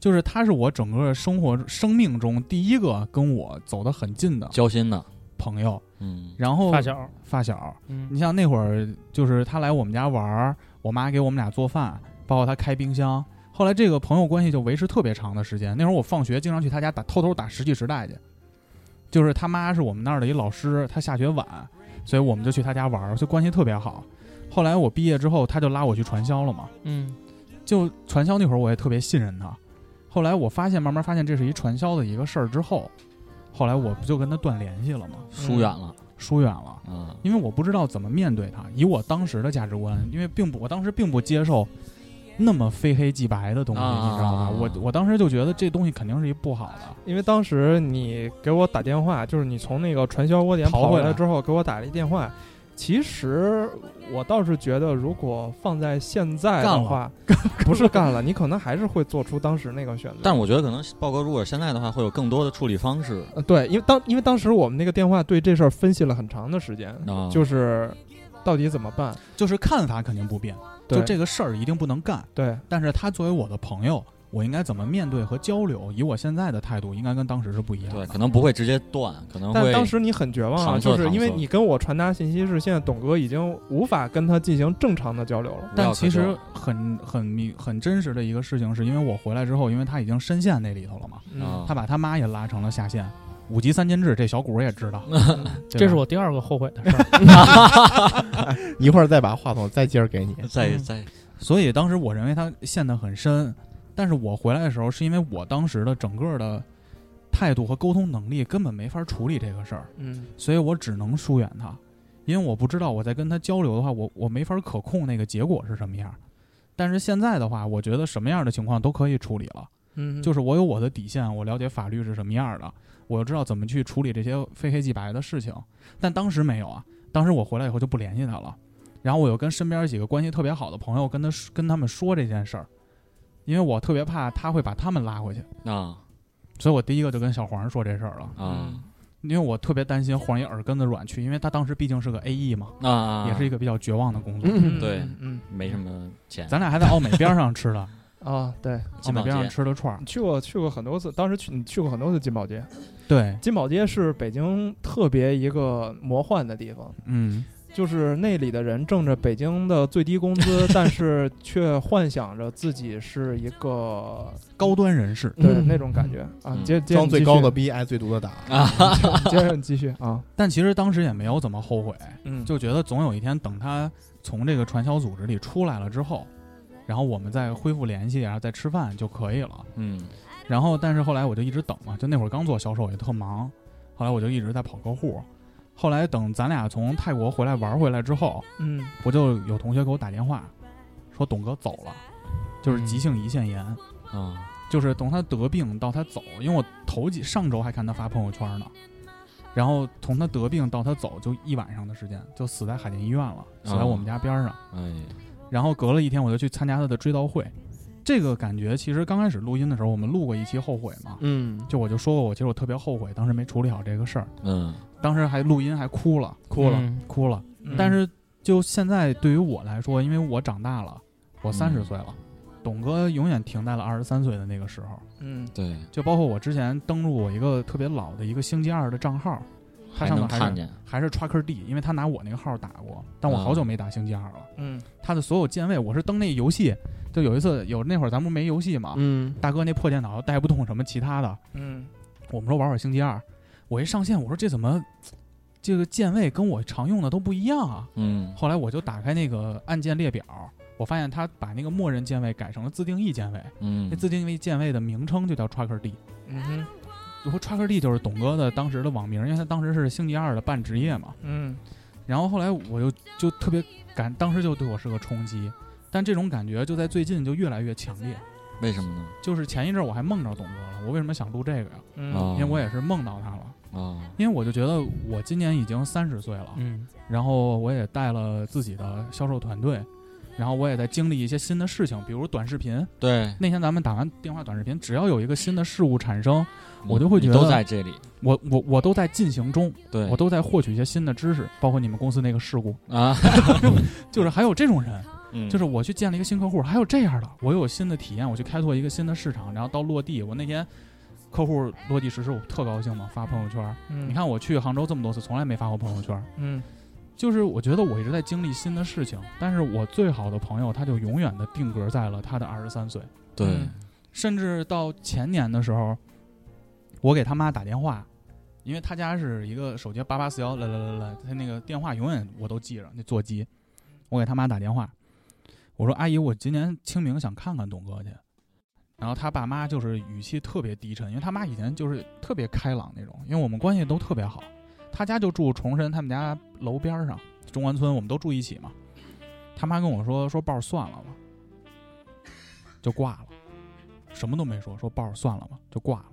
[SPEAKER 4] 就是他是我整个生活生命中第一个跟我走得很近的
[SPEAKER 8] 交心呢，
[SPEAKER 4] 朋友，
[SPEAKER 8] 嗯，
[SPEAKER 4] 然后
[SPEAKER 7] 发小，
[SPEAKER 4] 发小，
[SPEAKER 7] 嗯
[SPEAKER 4] 你像那会儿就是他来我们家玩儿，我妈给我们俩做饭，包括他开冰箱。后来这个朋友关系就维持特别长的时间。那会儿我放学经常去他家打，偷偷打《实际时代》去。就是他妈是我们那儿的一老师，他下学晚，所以我们就去他家玩儿，就关系特别好。后来我毕业之后，他就拉我去传销了嘛。
[SPEAKER 7] 嗯
[SPEAKER 4] 就传销那会儿，我也特别信任他。后来我发现，慢慢发现这是一传销的一个事儿之后，后来我不就跟他断联系了吗？
[SPEAKER 8] 疏远了
[SPEAKER 4] 疏远了。
[SPEAKER 8] 啊，
[SPEAKER 4] 因为我不知道怎么面对他，以我当时的价值观，因为并不，我当时并不接受那么非黑即白的东西，
[SPEAKER 8] 啊
[SPEAKER 4] 你知道吧？我我当时就觉得这东西肯定是一不好的，
[SPEAKER 5] 因为当时你给我打电话，就是你从那个传销窝点
[SPEAKER 4] 逃
[SPEAKER 5] 跑
[SPEAKER 4] 回
[SPEAKER 5] 回来
[SPEAKER 4] 来
[SPEAKER 5] 之后给我打了一电话。其实我倒是觉得，如果放在现在
[SPEAKER 4] 干
[SPEAKER 5] 的
[SPEAKER 4] 了
[SPEAKER 5] 话， 不是干了，你可能还是会做出当时那个选择。
[SPEAKER 8] 但是我觉得可能豹哥如果现在的话，会有更多的处理方式
[SPEAKER 5] 呃，对，因为当因为当时我们那个电话对这事儿分析了很长的时间，
[SPEAKER 8] 啊，
[SPEAKER 5] 就是到底怎么办？
[SPEAKER 4] 就是看法肯定不变，
[SPEAKER 5] 对
[SPEAKER 4] 就这个事儿一定不能干。
[SPEAKER 5] 对，
[SPEAKER 4] 但是他作为我的朋友，我应该怎么面对和交流？以我现在的态度，应该跟当时是不一样的。
[SPEAKER 8] 对，可能不会直接断，可能
[SPEAKER 5] 但
[SPEAKER 8] 会
[SPEAKER 5] 当时你很绝望啊，
[SPEAKER 8] 搪塞
[SPEAKER 5] 就是因为
[SPEAKER 8] 搪塞
[SPEAKER 5] 你跟我传达信息是现在董哥已经无法跟他进行正常的交流了。
[SPEAKER 8] 无药
[SPEAKER 4] 但
[SPEAKER 8] 可啊
[SPEAKER 4] 其实
[SPEAKER 8] 救
[SPEAKER 4] 很很明很真实的一个事情，是因为我回来之后，因为他已经深陷那里头了嘛，
[SPEAKER 5] 嗯
[SPEAKER 8] 啊，
[SPEAKER 4] 他把他妈也拉成了下线。五级三监制，这小谷也知道，对
[SPEAKER 7] 这
[SPEAKER 4] 吧
[SPEAKER 7] 是我第二个后悔的事儿。
[SPEAKER 6] 一会儿再把话筒再接着给你。
[SPEAKER 4] 嗯
[SPEAKER 8] 再再
[SPEAKER 4] 所以当时我认为他陷得很深，但是我回来的时候，是因为我当时的整个的态度和沟通能力根本没法处理这个事儿，
[SPEAKER 5] 嗯
[SPEAKER 4] 所以我只能疏远他，因为我不知道我在跟他交流的话，我我没法可控那个结果是什么样。但是现在的话，我觉得什么样的情况都可以处理了，
[SPEAKER 5] 嗯，
[SPEAKER 4] 就是是我有我的底线，我了解法律是什么样的，我知道怎么去处理这些非黑即白的事情。但当时没有啊，当时我回来以后就不联系他了，然后我又跟身边几个关系特别好的朋友跟他说跟他们说这件事儿，因为我特别怕他会把他们拉回去，
[SPEAKER 8] 啊
[SPEAKER 4] 所以我第一个就跟小黄说这事儿了，
[SPEAKER 8] 啊
[SPEAKER 4] 因为我特别担心黄爷耳根子软去，因为他当时毕竟是个 AE 嘛，
[SPEAKER 8] 啊，
[SPEAKER 4] 也是一个比较绝望的工作。
[SPEAKER 5] 嗯
[SPEAKER 8] 对
[SPEAKER 5] 嗯
[SPEAKER 8] 没什么钱，
[SPEAKER 4] 咱俩还在奥美边上吃的，
[SPEAKER 5] 嗯啊，对，
[SPEAKER 4] 奥
[SPEAKER 8] 金
[SPEAKER 4] 美
[SPEAKER 8] 宝
[SPEAKER 4] 边上
[SPEAKER 8] 街
[SPEAKER 4] 吃的串儿
[SPEAKER 5] 你，去过去过很多次，当时去你去过很多次金宝街，
[SPEAKER 4] 对，
[SPEAKER 5] 金宝街是北京特别一个魔幻的地方。
[SPEAKER 4] 嗯，
[SPEAKER 5] 就是那里的人挣着北京的最低工 资，但是却幻想着自己是一个
[SPEAKER 4] 高端人士。
[SPEAKER 5] 对那种感觉啊。
[SPEAKER 8] 嗯
[SPEAKER 5] 接接
[SPEAKER 6] 装
[SPEAKER 5] 你
[SPEAKER 6] 最
[SPEAKER 5] 继
[SPEAKER 6] 高
[SPEAKER 5] 续
[SPEAKER 6] 的逼，挨最毒的打。
[SPEAKER 5] 接着你继续啊，
[SPEAKER 4] 但其实当时也没有怎么后悔，
[SPEAKER 5] 嗯
[SPEAKER 4] 就觉得总有一天等他从这个传销组织里出来了之后，然后我们再恢复联系，然后再吃饭就可以了。
[SPEAKER 8] 嗯
[SPEAKER 4] 然后，但是后来我就一直等嘛，就那会儿刚做销售也特忙，后来我就一直在跑客户。后来等咱俩从泰国回来玩回来之后，
[SPEAKER 5] 嗯
[SPEAKER 4] 不就有同学给我打电话，说董哥走了，就是急性胰腺炎，
[SPEAKER 8] 啊
[SPEAKER 4] 就是从他得病到他走，因为我头几上周还看他发朋友圈呢，然后从他得病到他走就一晚上的时间，就死在海淀医院了，死在我们家边儿上。
[SPEAKER 8] 哎，
[SPEAKER 4] 然后隔了一天我就去参加他的追悼会，这个感觉其实刚开始录音的时候我们录过一期后悔嘛，
[SPEAKER 5] 嗯，
[SPEAKER 4] 就我就说过我其实我特别后悔当时没处理好这个事儿，
[SPEAKER 8] 嗯，
[SPEAKER 4] 当时还录音还哭了，哭
[SPEAKER 7] 了
[SPEAKER 4] 哭了。但是就现在对于我来说，因为我长大了，我三十岁了，董哥永远停在了二十三岁的那个时候。
[SPEAKER 5] 嗯，
[SPEAKER 8] 对，
[SPEAKER 4] 就包括我之前登录我一个特别老的一个星期二的账号，它
[SPEAKER 8] 还
[SPEAKER 4] 上面
[SPEAKER 8] 能
[SPEAKER 4] 还
[SPEAKER 8] 看
[SPEAKER 4] 是
[SPEAKER 8] 见，
[SPEAKER 4] 还是 Tracker D，因为他拿我那个号打过，但我
[SPEAKER 8] 啊
[SPEAKER 4] 好久没打星期二了。
[SPEAKER 5] 嗯，
[SPEAKER 4] 他的所有键位，我是登那游戏，就有一次有那会儿咱们没游戏嘛，
[SPEAKER 5] 嗯，
[SPEAKER 4] 大哥那破电脑带不动什么其他的，
[SPEAKER 5] 嗯，
[SPEAKER 4] 我们说玩会儿星期二，我一上线我说这怎么这个键位跟我常用的都不一样啊？
[SPEAKER 8] 嗯，
[SPEAKER 4] 后来我就打开那个按键列表，我发现他把那个默认键位改成了自定义键位，
[SPEAKER 8] 嗯
[SPEAKER 4] 哎那，自定义键位的名称就叫 Tracker D。
[SPEAKER 5] 嗯哼，
[SPEAKER 4] 我说 Tracker D 就是董哥的当时的网名，因为他当时是星期二的半职业嘛。
[SPEAKER 5] 嗯，
[SPEAKER 4] 然后后来我就就特别感，当时就对我是个冲击，但这种感觉就在最近就越来越强烈。
[SPEAKER 8] 为什么呢？
[SPEAKER 4] 就是前一阵儿我还梦着董哥了，我为什么想录这个呀？
[SPEAKER 5] 嗯，
[SPEAKER 8] 啊，
[SPEAKER 4] 因为我也是梦到他了，
[SPEAKER 8] 啊，
[SPEAKER 4] 因为我就觉得我今年已经三十岁了，
[SPEAKER 7] 嗯
[SPEAKER 4] 然后我也带了自己的销售团队，然后我也在经历一些新的事情，比如短视频。
[SPEAKER 8] 对，
[SPEAKER 4] 那天咱们打完电话短视频，只要有一个新的事物产生，我就会
[SPEAKER 8] 你
[SPEAKER 4] 觉
[SPEAKER 8] 都
[SPEAKER 4] 得
[SPEAKER 8] 在这里，
[SPEAKER 4] 我我我都在进行中，
[SPEAKER 8] 对，
[SPEAKER 4] 我都在获取一些新的知识，包括你们公司那个事故，
[SPEAKER 8] 啊，
[SPEAKER 4] 就是还有这种人，
[SPEAKER 8] 嗯
[SPEAKER 4] 就是我去见了一个新客户，还有这样的，我有新的体验，我去开拓一个新的市场，然后到落地，我那天客户落地实施，我特高兴嘛，发朋友圈。
[SPEAKER 5] 嗯
[SPEAKER 4] 你，看我去杭州这么多次，从来没发过朋友圈，
[SPEAKER 5] 嗯，
[SPEAKER 4] 就是我觉得我一直在经历新的事情，但是我最好的朋友他就永远的定格在了他的二十三岁，
[SPEAKER 8] 对，
[SPEAKER 4] 嗯甚至到前年的时候，我给他妈打电话。因为他家是一个手机八八四幺，来来来来，他那个电话永远我都记着，那座机。我给他妈打电话，我说阿姨，我今年清明想看看董哥去。然后他爸妈就是语气特别低沉，因为他妈以前就是特别开朗那种，因为我们关系都特别好。他家就住崇申他们家楼边儿上，中关村，我们都住一起嘛。他妈跟我说说豹儿算了吧，就挂了，什么都没说，说豹儿算了吧，就挂了。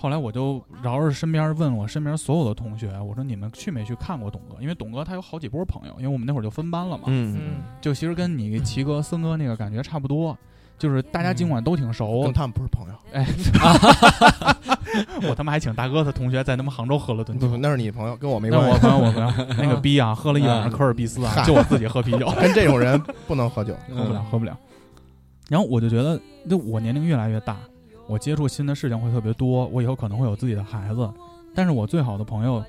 [SPEAKER 4] 后来我就饶着身边问我身边所有的同学，我说你们去没去看过董哥？因为董哥他有好几波朋友，因为我们那会儿就分班了嘛。
[SPEAKER 5] 嗯，
[SPEAKER 4] 就其实跟你齐哥、森哥那个感觉差不多，就是大家尽管都挺熟
[SPEAKER 6] 嗯跟，他们不是朋友，
[SPEAKER 4] 哎， 我他妈还请大哥的同学在他们杭州喝了顿酒
[SPEAKER 6] 不，那是你朋友，跟我没
[SPEAKER 4] 那
[SPEAKER 6] 关
[SPEAKER 4] 我
[SPEAKER 6] 系。
[SPEAKER 4] 朋友我朋友那个逼啊，喝了一晚上科尔必斯啊，
[SPEAKER 6] 嗯嗨嗯
[SPEAKER 4] 就我自己喝啤酒，
[SPEAKER 6] 跟这种人不能喝酒。
[SPEAKER 4] 喝不了，喝不了。然后我就觉得，就我年龄越来越大，我接触新的事情会特别多，我以后可能会有自己的孩子，但是我最好的朋友
[SPEAKER 8] 嗯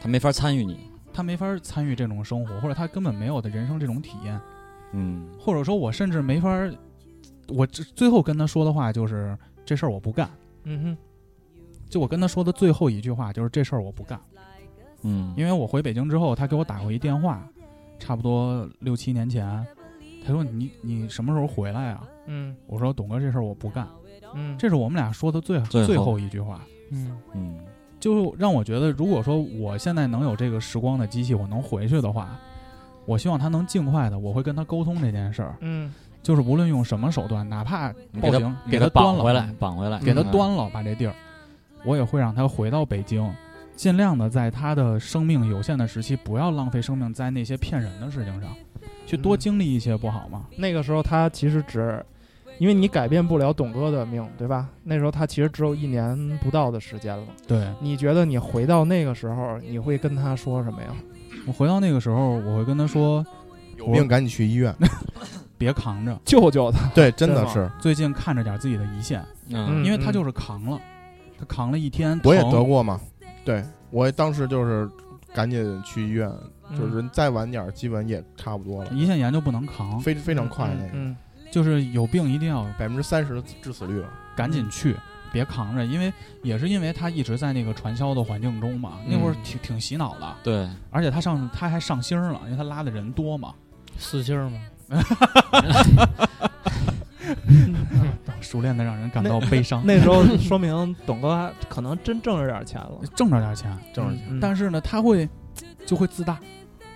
[SPEAKER 8] 他没法参与你，
[SPEAKER 4] 他没法参与这种生活，或者他根本没有的人生这种体验。
[SPEAKER 8] 嗯，
[SPEAKER 4] 或者说我甚至没法儿，我这最后跟他说的话就是这事儿我不干。
[SPEAKER 5] 嗯
[SPEAKER 4] 就我跟他说的最后一句话就是这事儿我不干，
[SPEAKER 8] 嗯，
[SPEAKER 4] 因为我回北京之后，他给我打过一电话，差不多六七年前，他说你你什么时候回来啊？
[SPEAKER 5] 哼，嗯，
[SPEAKER 4] 我说董哥这事儿我不干，
[SPEAKER 5] 嗯，
[SPEAKER 4] 这是我们俩说的最
[SPEAKER 8] 最后
[SPEAKER 4] 最后一句话，
[SPEAKER 7] 嗯
[SPEAKER 8] 嗯，
[SPEAKER 4] 就让我觉得如果说我现在能有这个时光的机器，我能回去的话，我希望他能尽快的，我会跟他沟通这件事儿，
[SPEAKER 5] 嗯，
[SPEAKER 4] 就是无论用什么手段，哪怕
[SPEAKER 8] 你
[SPEAKER 4] 报
[SPEAKER 8] 给他
[SPEAKER 4] 警
[SPEAKER 8] 你
[SPEAKER 4] 给
[SPEAKER 8] 他
[SPEAKER 4] 端
[SPEAKER 8] 绑
[SPEAKER 4] 了
[SPEAKER 8] 回来，绑回来，
[SPEAKER 4] 给他
[SPEAKER 8] 嗯
[SPEAKER 4] 端了，把这地儿，我也会让他回到北京，尽量的在他的生命有限的时期，不要浪费生命在那些骗人的事情上，去多
[SPEAKER 5] 嗯
[SPEAKER 4] 经历一些不好吗？
[SPEAKER 5] 那个时候他其实只，因为你改变不了董哥的命，对吧？那时候他其实只有一年不到的时间了。
[SPEAKER 4] 对
[SPEAKER 5] 你觉得你回到那个时候，你会跟他说什么呀？
[SPEAKER 4] 我回到那个时候，我会跟他说，
[SPEAKER 6] 有病赶紧去医院。
[SPEAKER 4] 别扛着，
[SPEAKER 5] 救救他！
[SPEAKER 6] 对，真的
[SPEAKER 5] 真的
[SPEAKER 6] 是，
[SPEAKER 4] 最近看着点自己的胰腺，
[SPEAKER 8] 嗯
[SPEAKER 4] 因为他就是是扛了，他扛了一天，
[SPEAKER 6] 我也
[SPEAKER 4] 疼
[SPEAKER 6] 得过 嘛。对我当时就是赶紧去医院，
[SPEAKER 5] 嗯
[SPEAKER 6] 就是再晚点儿基本也差不多了，
[SPEAKER 4] 胰腺炎就不能扛，
[SPEAKER 6] 非非常快那个，
[SPEAKER 5] 嗯
[SPEAKER 4] 就是有病一定要
[SPEAKER 6] 百分之三十的致死率。
[SPEAKER 4] 赶紧去，别扛着，因为也是因为他一直在那个传销的环境中嘛，那会儿
[SPEAKER 5] 嗯
[SPEAKER 4] 挺挺洗脑的，
[SPEAKER 8] 对，
[SPEAKER 4] 而且他
[SPEAKER 5] 啊
[SPEAKER 4] 上他还上星儿了，因为他拉的人多嘛。
[SPEAKER 7] 四星儿嘛，
[SPEAKER 4] 啊熟练的让人感到悲伤。
[SPEAKER 5] 那时候说明董哥可能真挣着点钱了，
[SPEAKER 4] 挣着点钱，嗯
[SPEAKER 6] 挣着
[SPEAKER 5] 钱，
[SPEAKER 4] 但是呢，他会就会自大，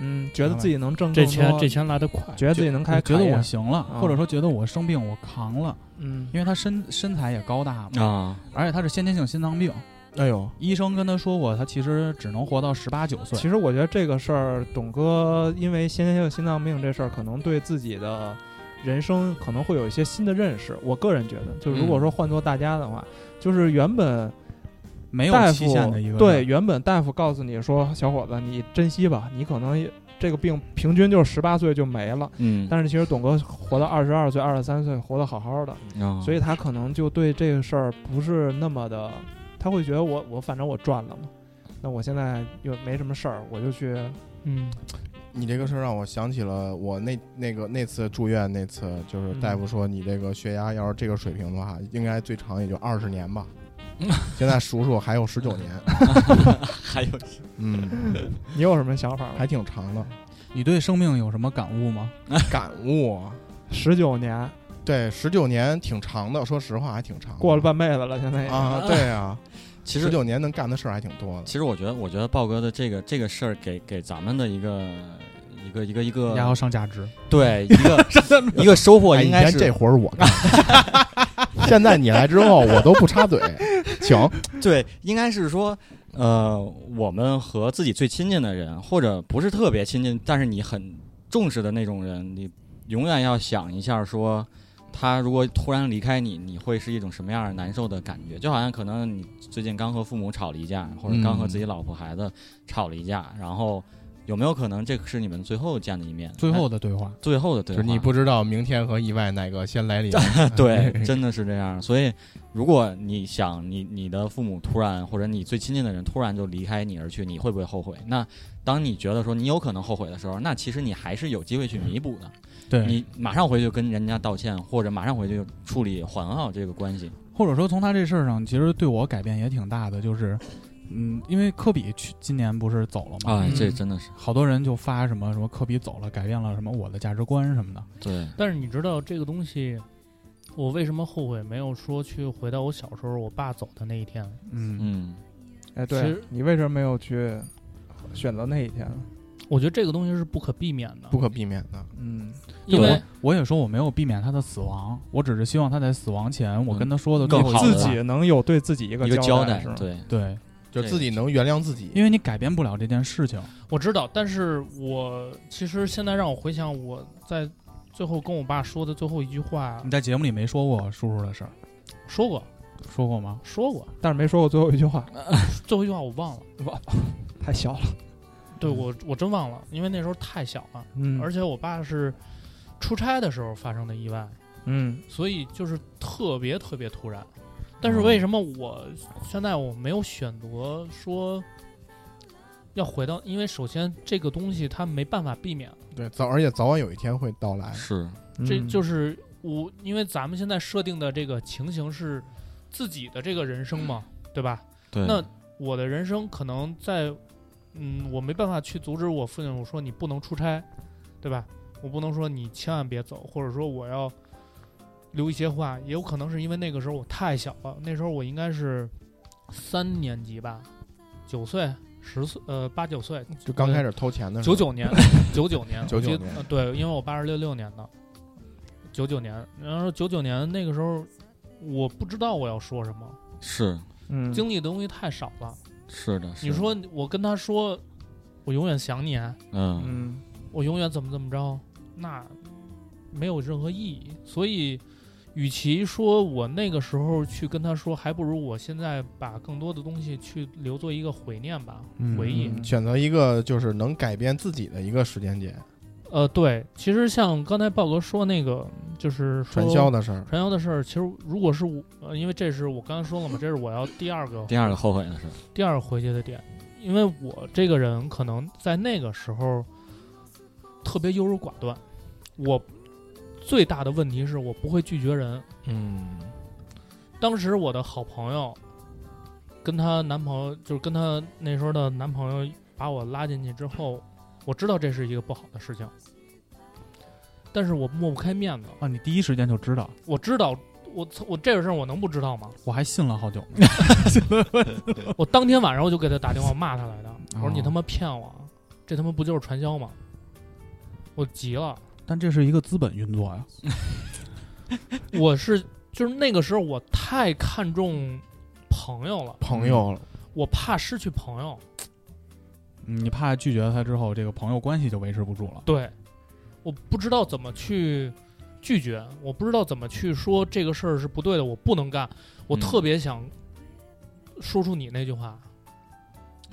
[SPEAKER 5] 嗯，觉得自己能挣
[SPEAKER 7] 这
[SPEAKER 5] 更
[SPEAKER 7] 钱
[SPEAKER 5] 多
[SPEAKER 7] 这，钱来得快，
[SPEAKER 5] 觉得自己能开，
[SPEAKER 4] 觉
[SPEAKER 5] 凯
[SPEAKER 4] 得我
[SPEAKER 5] 宴，
[SPEAKER 4] 行了，
[SPEAKER 5] 啊
[SPEAKER 4] 或者说觉得我生病我扛了，
[SPEAKER 5] 嗯
[SPEAKER 4] 因为他身身材也高大嘛，
[SPEAKER 8] 啊，
[SPEAKER 4] 而且他是先天性心脏病，
[SPEAKER 6] 哎呦，
[SPEAKER 4] 医生跟他说过，他其实只能活到十八九岁。
[SPEAKER 5] 其实我觉得这个事儿，董哥因为先天性心脏病这事儿，可能对自己的人生可能会有一些新的认识。我个人觉得，就是如果
[SPEAKER 4] 嗯
[SPEAKER 5] 说换做大家的话，就是原本
[SPEAKER 4] 没
[SPEAKER 5] 大
[SPEAKER 4] 有
[SPEAKER 5] 夫
[SPEAKER 4] 期限的一个
[SPEAKER 5] 对，原本大夫告诉你说，小伙子，你珍惜吧，你可能这个病平均就是十八岁就没了。
[SPEAKER 8] 嗯，
[SPEAKER 5] 但是其实董哥活到二十二岁、二十三岁，活得好好的，
[SPEAKER 8] 哦
[SPEAKER 4] 嗯
[SPEAKER 5] 所以他可能就对这个事儿不是那么的，他会觉得我我反正我赚了嘛，那我现在又没什么事儿，我就去
[SPEAKER 7] 嗯，
[SPEAKER 6] 你这个事儿让我想起了我那那个那次住院那次，就是
[SPEAKER 5] 嗯
[SPEAKER 6] 大夫说你这个血压要是这个水平的话，应该最长也就二十年吧。
[SPEAKER 5] 嗯
[SPEAKER 6] 现在数数还有十九年，
[SPEAKER 8] 还有
[SPEAKER 6] 嗯，
[SPEAKER 5] 你有什么想法吗？
[SPEAKER 6] 还挺长的。
[SPEAKER 4] 你对生命有什么感悟吗？
[SPEAKER 6] 感悟啊，
[SPEAKER 5] 十九年
[SPEAKER 6] 对，十九年挺长的，说实话还挺长的。
[SPEAKER 5] 过了半辈子了，现在也
[SPEAKER 6] 啊，对啊，
[SPEAKER 8] 其
[SPEAKER 6] 十
[SPEAKER 8] 实
[SPEAKER 6] 九年能干的事儿还挺多的。
[SPEAKER 8] 其实我觉得，我觉得豹哥的这个这个事儿给给咱们的一个一个一个一
[SPEAKER 5] 呃
[SPEAKER 8] 个
[SPEAKER 4] 然后上价值，
[SPEAKER 8] 对一个一个收获
[SPEAKER 6] 哎
[SPEAKER 8] 应
[SPEAKER 6] 以
[SPEAKER 8] 该
[SPEAKER 6] 前这
[SPEAKER 8] 是
[SPEAKER 6] 活儿我干 的，现在你来之后我都不插嘴，请。
[SPEAKER 8] 对，应该是说，呃，我们和自己最亲近的人，或者不是特别亲近，但是你很重视的那种人，你永远要想一下说。他如果突然离开你，你会是一种什么样的难受的感觉？就好像可能你最近刚和父母吵了一架，或者刚和
[SPEAKER 6] 嗯
[SPEAKER 8] 自己老婆孩子吵了一架，然后有没有可能这是你们最后见的一面？
[SPEAKER 4] 最后的对话。
[SPEAKER 8] 最后的对
[SPEAKER 6] 就
[SPEAKER 8] 话，
[SPEAKER 6] 是你不知道明天和意外哪个先来临。 嗯
[SPEAKER 8] 对，真的是这样。所以，如果你想你你的父母突然或者你最亲近的人突然就离开你而去，你会不会后悔？那当你觉得说你有可能后悔的时候，那其实你还是有机会去弥补的。
[SPEAKER 4] 对，
[SPEAKER 8] 你马上回去跟人家道歉，或者马上回去处理缓好这个关系。
[SPEAKER 4] 或者说从他这事儿上，其实对我改变也挺大的，就是，嗯，因为科比去今年不是走了嘛，
[SPEAKER 8] 哎，这
[SPEAKER 5] 嗯
[SPEAKER 8] 真的是
[SPEAKER 4] 好多人就发什么什么科比走了，改变了什么我的价值观什么的。
[SPEAKER 8] 对，
[SPEAKER 7] 但是你知道这个东西，我为什么后悔没有说去回到我小时候我爸走的那一天？
[SPEAKER 4] 嗯，
[SPEAKER 8] 嗯，
[SPEAKER 5] 哎，
[SPEAKER 7] 其
[SPEAKER 5] 对
[SPEAKER 7] 实
[SPEAKER 5] 你为什么没有去选择那一天？
[SPEAKER 7] 我觉得这个东西是不可避免的
[SPEAKER 6] 不，可避免的。
[SPEAKER 5] 嗯，
[SPEAKER 7] 因
[SPEAKER 4] 对
[SPEAKER 7] 为
[SPEAKER 4] 我也说我没有避免他的死亡，我只是希望他在死亡前，我跟他说的
[SPEAKER 8] 更
[SPEAKER 4] 最
[SPEAKER 8] 好
[SPEAKER 5] 自
[SPEAKER 8] 的
[SPEAKER 4] 的
[SPEAKER 5] 己能有对自己一个
[SPEAKER 8] 一个
[SPEAKER 5] 交
[SPEAKER 8] 代
[SPEAKER 5] 是，吗？
[SPEAKER 8] 对，
[SPEAKER 4] 对，
[SPEAKER 6] 就是自己能原谅自己。
[SPEAKER 4] 因为你改变不了这件事情。
[SPEAKER 7] 我知道，但是我其实现在让我回想我在最后跟我爸说的最后一句话
[SPEAKER 4] 你，在节目里没说过叔叔的事儿，
[SPEAKER 7] 说过
[SPEAKER 4] 说过吗？
[SPEAKER 7] 说过，
[SPEAKER 5] 但是没说过最后一句话，
[SPEAKER 7] 最后一句话我忘了，
[SPEAKER 5] 太小了。
[SPEAKER 7] 对我我真忘了，因为那时候太小了，
[SPEAKER 5] 嗯
[SPEAKER 7] 而且我爸是出差的时候发生的意外，
[SPEAKER 5] 嗯，
[SPEAKER 7] 所以就是特别特别突然。但是为什么我现在我没有选择说要回到？因为首先这个东西它没办法避免，
[SPEAKER 6] 对，早而且早晚有一天会到来。
[SPEAKER 8] 是
[SPEAKER 7] 这就是是我，因为咱们现在设定的这个情形是自己的这个人生嘛，对吧？
[SPEAKER 8] 对。
[SPEAKER 7] 那我的人生可能在，嗯，我没办法去阻止我父亲，我说你不能出差，对吧？我不能说你千万别走，或者说我要留一些话，也有可能是因为那个时候我太小了，那时候我应该是三年级吧，九岁、十岁，呃，八九岁，
[SPEAKER 6] 就刚开始偷钱的时
[SPEAKER 7] 九
[SPEAKER 6] 候，
[SPEAKER 7] 九年，九九年，
[SPEAKER 6] 99
[SPEAKER 7] 我记得
[SPEAKER 6] 年
[SPEAKER 7] 呃对，因为我爸是六六年的，九九年，然后九九年那个时候，我不知道我要说什么，
[SPEAKER 8] 是
[SPEAKER 5] 嗯，
[SPEAKER 7] 经历的东西太少了。
[SPEAKER 8] 是的，是
[SPEAKER 7] 你
[SPEAKER 8] 的
[SPEAKER 7] 说我跟他说，我永远想你，啊
[SPEAKER 8] 嗯，
[SPEAKER 5] 嗯
[SPEAKER 7] 我永远怎么怎么着，那没有任何意义。所以，与其说我那个时候去跟他说，还不如我现在把更多的东西去留作一个怀念吧，
[SPEAKER 4] 嗯
[SPEAKER 7] 回忆。
[SPEAKER 6] 选择一个就是能改变自己的一个时间点，
[SPEAKER 7] 呃，对，其实像刚才豹哥说那个，就是说
[SPEAKER 6] 传销的事儿。
[SPEAKER 7] 传销的事儿，其实如果是我，呃，因为这是我刚才说了嘛，这是我要第二个
[SPEAKER 8] 第二个后悔的是，
[SPEAKER 7] 第二个回去的点，因为我这个人可能在那个时候特别优柔寡断，我最大的问题是我不会拒绝人。
[SPEAKER 8] 嗯，
[SPEAKER 7] 当时我的好朋友跟她男朋友，就是跟她那时候的男朋友把我拉进去之后，我知道这是一个不好的事情，但是我抹不开面子，
[SPEAKER 4] 啊，你第一时间就知道，
[SPEAKER 7] 我知道。我操！我这个事儿我能不知道吗？
[SPEAKER 4] 我还信了好久。
[SPEAKER 7] 我当天晚上我就给他打电话骂他来的，我说
[SPEAKER 4] 哦
[SPEAKER 7] 你他妈骗我，这他妈不就是传销吗？我急了，
[SPEAKER 4] 但这是一个资本运作呀，
[SPEAKER 7] 我是就是那个时候我太看重朋友了，
[SPEAKER 6] 朋友了，
[SPEAKER 7] 我怕失去朋友。
[SPEAKER 4] 嗯你怕拒绝他之后，这个朋友关系就维持不住了。
[SPEAKER 7] 对，我不知道怎么去拒绝，我不知道怎么去说这个事儿是不对的，我不能干。我
[SPEAKER 8] 嗯
[SPEAKER 7] 特别想说出你那句话，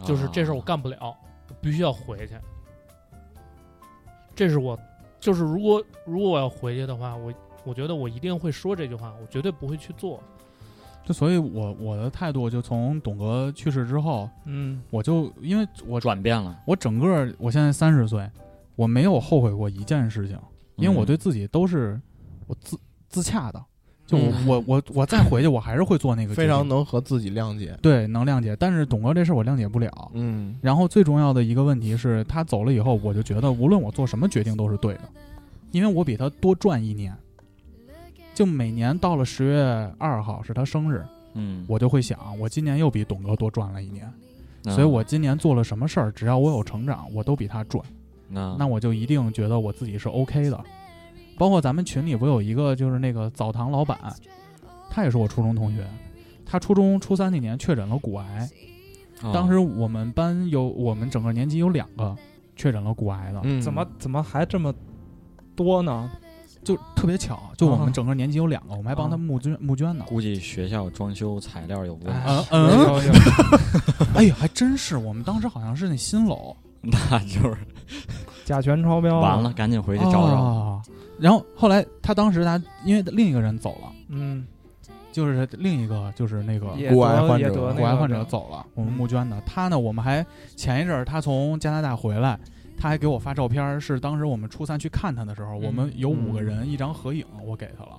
[SPEAKER 7] 就是这
[SPEAKER 8] 啊
[SPEAKER 7] 事儿我干不了，我必须要回去。这是我，就是如果如果我要回去的话，我我觉得我一定会说这句话，我绝对不会去做。
[SPEAKER 4] 就所以我，我的态度就从董哥去世之后，
[SPEAKER 5] 嗯，
[SPEAKER 4] 我就因为我
[SPEAKER 8] 我转变了，
[SPEAKER 4] 我整个我现在三十岁，我没有后悔过一件事情，因
[SPEAKER 6] 嗯
[SPEAKER 4] 为我对自己都是我自自洽的。就我、
[SPEAKER 7] 嗯
[SPEAKER 4] 我我我再回去，我还是会做那个
[SPEAKER 6] 非
[SPEAKER 4] 决定
[SPEAKER 6] 常能和自己谅解。
[SPEAKER 4] 对能谅解，但是董哥这事儿我谅解不了。
[SPEAKER 6] 嗯，
[SPEAKER 4] 然后最重要的一个问题是他走了以后，我就觉得无论我做什么决定都是对的，因为我比他多赚一年。就每年到了十月二号是他生日，
[SPEAKER 8] 嗯，
[SPEAKER 4] 我就会想，我今年又比董哥多赚了一年，
[SPEAKER 8] 那
[SPEAKER 4] 所以我今年做了什么事儿，只要我有成长，我都比他赚，
[SPEAKER 8] 那
[SPEAKER 4] 那我就一定觉得我自己是 OK 的。包括咱们群里不有一个就是那个澡堂老板，他也是我初中同学，他初中初三那年确诊了骨癌，
[SPEAKER 8] 哦
[SPEAKER 4] 当时我们班有我们整个年级有两个确诊了骨癌的，
[SPEAKER 6] 嗯
[SPEAKER 5] 怎么怎么还这么多呢？
[SPEAKER 4] 就特别巧，就我
[SPEAKER 5] 啊
[SPEAKER 4] 们整个年级有两个，我们还帮他募捐募捐呢。
[SPEAKER 8] 估计学校装修材料有问
[SPEAKER 5] 啊
[SPEAKER 8] 题，
[SPEAKER 4] 嗯嗯，
[SPEAKER 5] 高兴
[SPEAKER 4] 哎呀，还真是，我们当时好像是那新楼，
[SPEAKER 8] 那就是
[SPEAKER 5] 甲醛超标
[SPEAKER 8] 完了，，赶紧回去找找。
[SPEAKER 4] 啊然后后来他当时他因为另一个人走了，
[SPEAKER 5] 嗯，
[SPEAKER 4] 就是另一个就是那个
[SPEAKER 5] 也
[SPEAKER 6] 骨癌患
[SPEAKER 5] 得
[SPEAKER 6] 者
[SPEAKER 5] 也得
[SPEAKER 4] 骨癌患者
[SPEAKER 5] 那个
[SPEAKER 4] 走了，我们募捐的。他呢，我们还前一阵儿他从加拿大回来，他还给我发照片儿，是当时我们初三去看他的时候，我们有五个人一张合影，我给他了。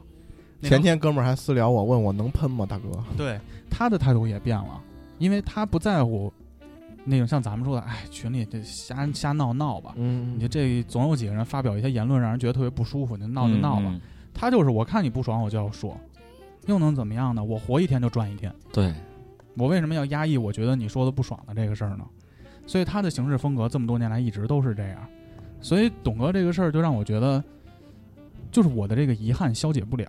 [SPEAKER 4] 那张
[SPEAKER 6] 前天哥们儿还私聊我，问我能喷吗，大哥？
[SPEAKER 4] 对他的态度也变了，因为他不在乎那种像咱们说的，哎，群里这瞎瞎闹闹吧，
[SPEAKER 6] 嗯
[SPEAKER 4] 你这总有几个人发表一些言论，让人觉得特别不舒服，你就闹就
[SPEAKER 8] 嗯
[SPEAKER 4] 闹吧。
[SPEAKER 8] 嗯
[SPEAKER 4] 他就是我看你不爽，我就要说，又能怎么样呢？我活一天就赚一天，
[SPEAKER 8] 嗯对，
[SPEAKER 4] 我为什么要压抑我觉得你说的不爽的这个事儿呢？所以他的行事风格这么多年来一直都是这样，所以董哥这个事儿就让我觉得，就是我的这个遗憾消解不了，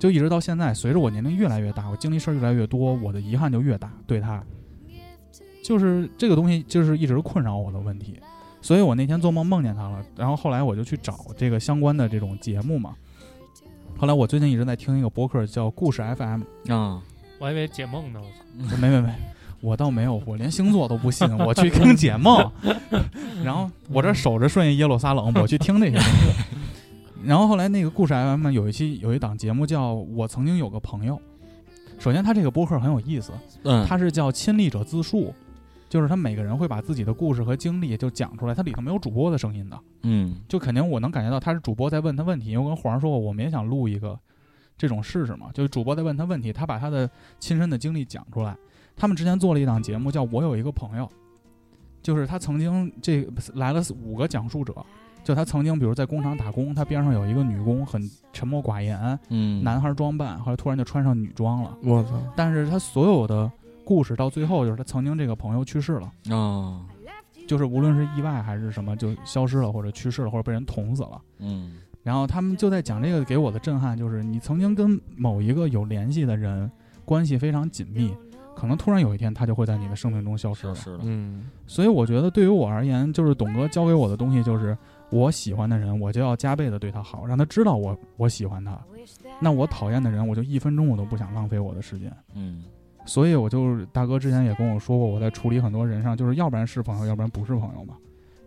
[SPEAKER 4] 就一直到现在，随着我年龄越来越大，我经历事儿越来越多，我的遗憾就越大，对他，就是这个东西就是一直困扰我的问题，所以我那天做梦梦见他了，然后后来我就去找这个相关的这种节目嘛，后来我最近一直在听一个博客叫故事 FM，
[SPEAKER 8] 啊，
[SPEAKER 7] 我还以为解梦呢，我操
[SPEAKER 4] 没没没，我倒没有，我连星座都不信，我去听解梦， 然后我这守着顺义耶路撒冷，我去听这些东西。然后后来那个故事 FM 有一期有一档节目叫《我曾经有个朋友》，首先他这个播客很有意思，
[SPEAKER 8] 嗯，
[SPEAKER 4] 它是叫亲历者自述，就是他每个人会把自己的故事和经历就讲出来，它里头没有主播的声音的，
[SPEAKER 8] 嗯
[SPEAKER 4] 就肯定我能感觉到他是主播在问他问题，因为我跟皇上说过，我们也想录一个这种试试嘛，就是主播在问他问题，他把他的亲身的经历讲出来。他们之前做了一档节目叫《我有一个朋友》，就是他曾经这来了五个讲述者，就他曾经比如在工厂打工，他边上有一个女工很沉默寡言，
[SPEAKER 8] 嗯，
[SPEAKER 4] 男孩装扮，后来突然就穿上女装了，
[SPEAKER 6] 我操，
[SPEAKER 4] 但是他所有的故事到最后就是他曾经这个朋友去世了。
[SPEAKER 8] 哦，
[SPEAKER 4] 就是无论是意外还是什么，就消失了，或者去世了，或者被人捅死了。
[SPEAKER 8] 嗯
[SPEAKER 4] 然后他们就在讲这个给我的震撼，就是你曾经跟某一个有联系的人关系非常紧密，可能突然有一天他就会在你的生命中消失
[SPEAKER 8] 是
[SPEAKER 4] 了。
[SPEAKER 8] 是了，
[SPEAKER 6] 嗯，
[SPEAKER 4] 所以我觉得对于我而言，就是董哥教给我的东西，就是我喜欢的人，我就要加倍的对他好，让他知道我我喜欢他。那我讨厌的人，我就一分钟我都不想浪费我的时间。
[SPEAKER 8] 嗯
[SPEAKER 4] 所以我就是大哥之前也跟我说过，我在处理很多人上，就是要不然是朋友，要不然不是朋友嘛。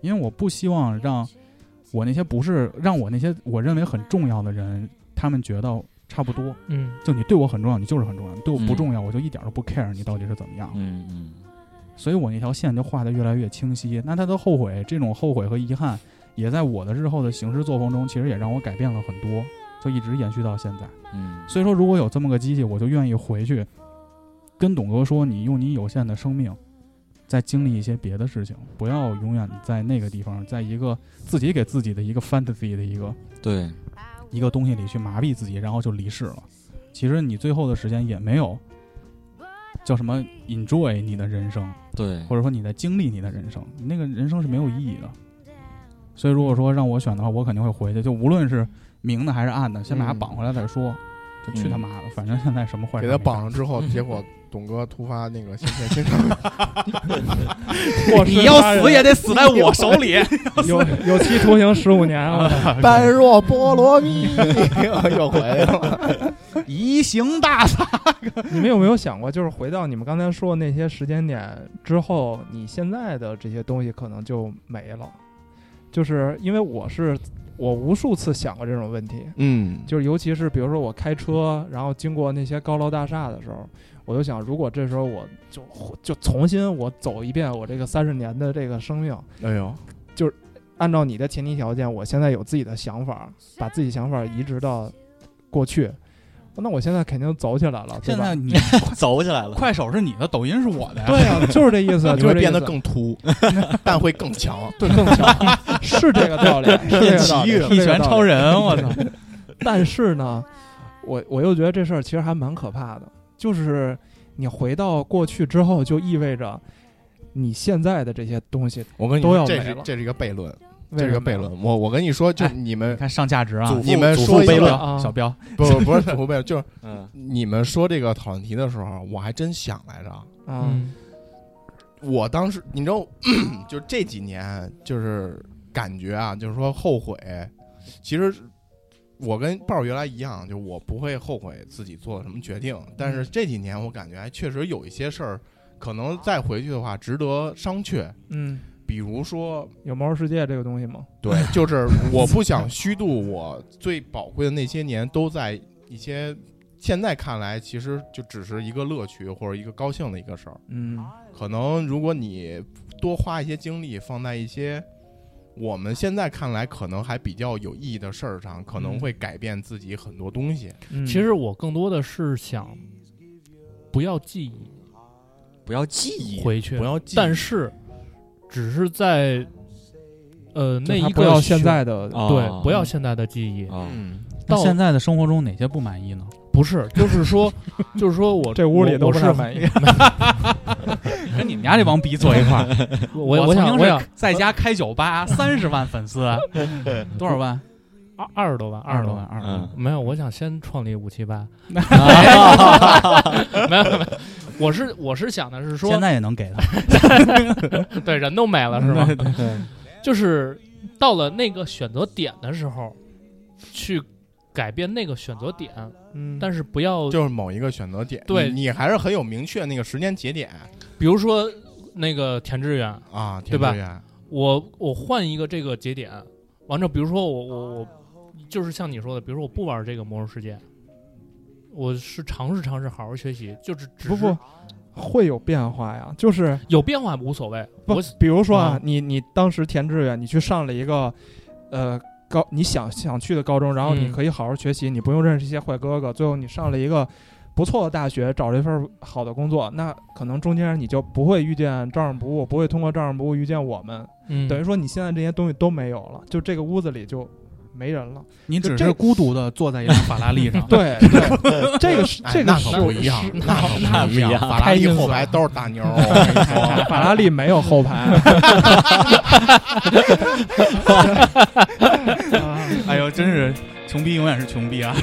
[SPEAKER 4] 因为我不希望让我那些不是让我那些我认为很重要的人，他们觉得差不多。
[SPEAKER 7] 嗯，
[SPEAKER 4] 就你对我很重要，你就是很重要；你对我不
[SPEAKER 8] 嗯
[SPEAKER 4] 重要，我就一点都不 care 你到底是怎么样。
[SPEAKER 8] 嗯嗯，
[SPEAKER 4] 所以我那条线就画得越来越清晰。那他的后悔，这种后悔和遗憾，也在我的日后的行事作风中，其实也让我改变了很多，就一直延续到现在。
[SPEAKER 8] 嗯，
[SPEAKER 4] 所以说，如果有这么个机器，我就愿意回去跟董哥说，你用你有限的生命，再经历一些别的事情，不要永远在那个地方，在一个自己给自己的一个 fantasy 的一个
[SPEAKER 8] 对，
[SPEAKER 4] 一个东西里去麻痹自己，然后就离世了。其实你最后的时间也没有叫什么 enjoy 你的人生，
[SPEAKER 8] 对，
[SPEAKER 4] 或者说你在经历你的人生，你那个人生是没有意义的。所以如果说让我选的话，我肯定会回去，就无论是明的还是暗的，先把它绑回来再说。就去他妈的，反正现在什么坏事
[SPEAKER 6] 给
[SPEAKER 4] 儿
[SPEAKER 6] 他
[SPEAKER 4] 没干
[SPEAKER 6] 绑上之后，结果董哥突发那个心血心脏，
[SPEAKER 1] 你要死也得死在我手里。
[SPEAKER 5] 有有期徒刑十五年啊！
[SPEAKER 6] 般若波罗蜜，又回来了。
[SPEAKER 4] 移形大法，
[SPEAKER 5] 你们有没有想过，就是回到你们刚才说的那些时间点之后，你现在的这些东西可能就没了？就是因为我是我无数次想过这种问题，
[SPEAKER 6] 嗯，
[SPEAKER 5] 就是尤其是比如说我开车，然后经过那些高楼大厦的时候，我就想，如果这时候我就就重新我走一遍我这个三十年的这个生命，
[SPEAKER 6] 哎呦，
[SPEAKER 5] 按照你的前提条件，我现在有自己的想法，把自己想法移植到过去，那我现在肯定走起来了，对
[SPEAKER 4] 现
[SPEAKER 5] 吧
[SPEAKER 4] 在？你
[SPEAKER 8] 走起来了。
[SPEAKER 4] 快手是你的，抖音是我的呀。
[SPEAKER 5] 对 啊，就是这意思，就
[SPEAKER 6] 你
[SPEAKER 5] 是
[SPEAKER 6] 会
[SPEAKER 5] 这意
[SPEAKER 6] 变得
[SPEAKER 5] 思
[SPEAKER 6] 更秃，但会更强。
[SPEAKER 5] 对更强，是这个道理，是这个道理，是这个道理
[SPEAKER 4] 一拳超。人，我操！
[SPEAKER 5] 但是呢，我我又觉得这事儿其实还蛮可怕的，就是你回到过去之后，就意味着你现在的这些东西
[SPEAKER 6] 我跟你
[SPEAKER 5] 都
[SPEAKER 6] 说，
[SPEAKER 5] 要
[SPEAKER 6] 这
[SPEAKER 5] 没
[SPEAKER 6] 是
[SPEAKER 5] 了
[SPEAKER 6] 这是一个悖论，
[SPEAKER 5] 为
[SPEAKER 6] 这
[SPEAKER 5] 什
[SPEAKER 6] 是个
[SPEAKER 5] 么
[SPEAKER 6] 悖
[SPEAKER 5] 呀
[SPEAKER 6] 论。我我跟你说，就
[SPEAKER 4] 哎
[SPEAKER 6] 你们
[SPEAKER 4] 看上价值啊
[SPEAKER 6] 祖，父
[SPEAKER 8] 你们
[SPEAKER 6] 祖
[SPEAKER 8] 说
[SPEAKER 6] 父
[SPEAKER 8] 一
[SPEAKER 6] 悖
[SPEAKER 8] 下
[SPEAKER 6] 论，
[SPEAKER 5] 啊，
[SPEAKER 4] 小彪，
[SPEAKER 6] 不不不是祖父悖论，就是
[SPEAKER 8] 嗯，
[SPEAKER 6] 你们说这个讨论题的时候，我还真想来着。
[SPEAKER 5] 啊，
[SPEAKER 7] 嗯，
[SPEAKER 6] 我当时你知道， 就这几年就是感觉啊，就是说后悔。其实我跟豹儿原来一样，就我不会后悔自己做了什么决定，但是这几年我感觉还确实有一些事儿，可能再回去的话值得商榷。
[SPEAKER 5] 嗯，
[SPEAKER 6] 比如说，
[SPEAKER 5] 有《魔兽世界》这个东西吗？
[SPEAKER 6] 对，就是我不想虚度我最宝贵的那些年都在一些现在看来其实就只是一个乐趣或者一个高兴的一个事儿。
[SPEAKER 5] 嗯
[SPEAKER 6] 可能如果你多花一些精力放在一些我们现在看来可能还比较有意义的事儿上，可
[SPEAKER 7] 嗯
[SPEAKER 6] 能会改变自己很多东西。
[SPEAKER 5] 嗯，
[SPEAKER 7] 其实我更多的是想不要记忆
[SPEAKER 8] 不要记忆，
[SPEAKER 7] 回去
[SPEAKER 6] 不，要记，
[SPEAKER 7] 但是只是在呃
[SPEAKER 5] 嗯就
[SPEAKER 7] 那
[SPEAKER 5] 他
[SPEAKER 7] 一
[SPEAKER 5] 不
[SPEAKER 7] 个
[SPEAKER 5] 要
[SPEAKER 7] 选
[SPEAKER 5] 现在的
[SPEAKER 8] 啊
[SPEAKER 7] 对，不要现在的记忆，
[SPEAKER 8] 啊，
[SPEAKER 6] 嗯，
[SPEAKER 4] 那
[SPEAKER 7] 到
[SPEAKER 4] 现在的生活中哪些不满意呢？
[SPEAKER 7] 不是，就是说，就是说我
[SPEAKER 5] 这屋里都
[SPEAKER 7] 我
[SPEAKER 5] 不
[SPEAKER 7] 是
[SPEAKER 5] 太满 意。
[SPEAKER 4] 跟你们家这帮逼坐一块儿，
[SPEAKER 7] 我
[SPEAKER 4] 我
[SPEAKER 7] 想
[SPEAKER 4] 曾
[SPEAKER 7] 我
[SPEAKER 4] 经
[SPEAKER 7] 想
[SPEAKER 4] 是在家开酒吧，三十万粉丝，啊多少万？
[SPEAKER 7] 二二十多万，
[SPEAKER 4] 二
[SPEAKER 7] 十
[SPEAKER 4] 十多
[SPEAKER 7] 多
[SPEAKER 4] 万，。二十多万。
[SPEAKER 8] 嗯，
[SPEAKER 7] 没有，我想先创立五七八。
[SPEAKER 8] 啊
[SPEAKER 7] 没有，没有，我是我是想的是说
[SPEAKER 4] 现，在也能给他，
[SPEAKER 7] 对，人都没了是吗？就是到了那个选择点的时候，去改变那个选择点，
[SPEAKER 5] 嗯，
[SPEAKER 7] 但是不要，
[SPEAKER 6] 就是某一个选择点，
[SPEAKER 7] 对
[SPEAKER 6] 你你还是很有明确那个时间节点
[SPEAKER 7] 比如说那个填志愿，
[SPEAKER 6] 啊，
[SPEAKER 7] 对吧
[SPEAKER 6] 田志远？
[SPEAKER 7] 我我换一个这个节点，完之后，比如说我我我，就是像你说的，比如说我不玩这个魔兽世界，我是尝试尝试好好学习，就是只
[SPEAKER 5] 不
[SPEAKER 7] 是
[SPEAKER 5] 不会有变化呀，就是
[SPEAKER 7] 有变化无所谓，
[SPEAKER 5] 不
[SPEAKER 7] 我，
[SPEAKER 5] 比如说啊
[SPEAKER 7] 啊，
[SPEAKER 5] 你你当时填志愿，你去上了一个，呃，高你想想去的高中，然后你
[SPEAKER 7] 嗯
[SPEAKER 5] 可以好好学习，你不用认识一些坏哥哥。最后你上了一个不错的大学，找了一份好的工作，那可能中间你就不会遇见照样不误，不会通过照样不误遇见我们。
[SPEAKER 7] 嗯，
[SPEAKER 5] 等于说你现在这些东西都没有了，就这个屋子里就没人了。
[SPEAKER 4] 你只
[SPEAKER 5] 这。
[SPEAKER 4] 是孤独的坐在一辆法拉利上
[SPEAKER 5] 对对，这个是
[SPEAKER 6] 哎
[SPEAKER 5] 这个
[SPEAKER 6] 那
[SPEAKER 5] 是
[SPEAKER 6] 可不一样，那可
[SPEAKER 8] 那
[SPEAKER 6] 不哎
[SPEAKER 8] 不一样
[SPEAKER 6] 法拉利后排都是大妞儿，我跟你说
[SPEAKER 5] 法拉利没有后排。 啊
[SPEAKER 4] 哎呦，真是穷逼永远是穷逼啊！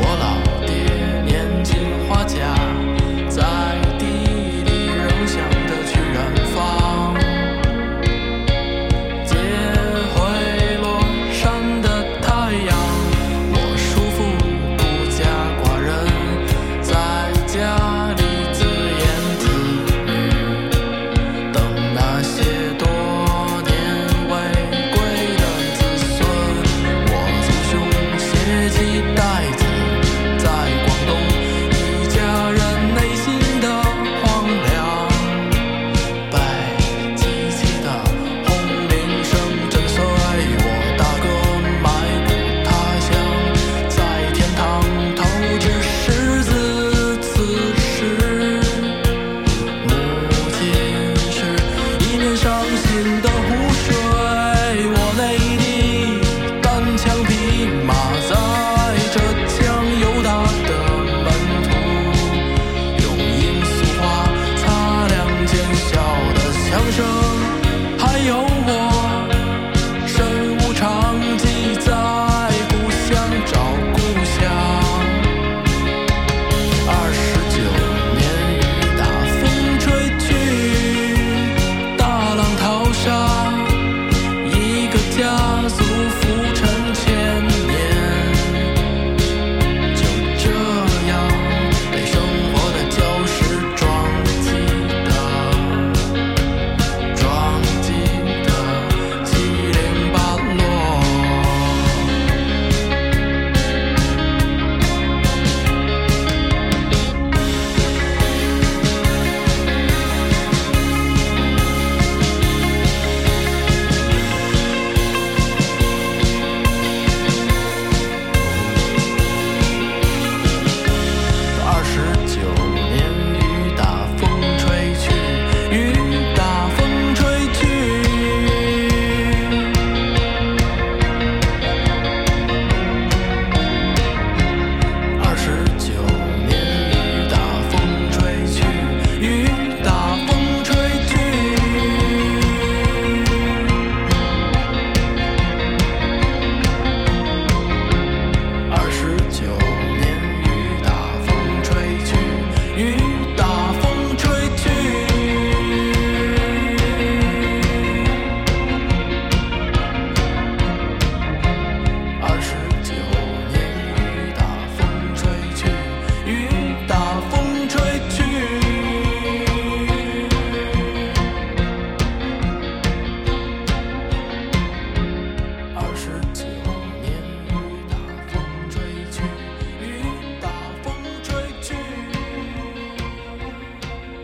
[SPEAKER 9] 我老爹年近花甲，
[SPEAKER 6] 哎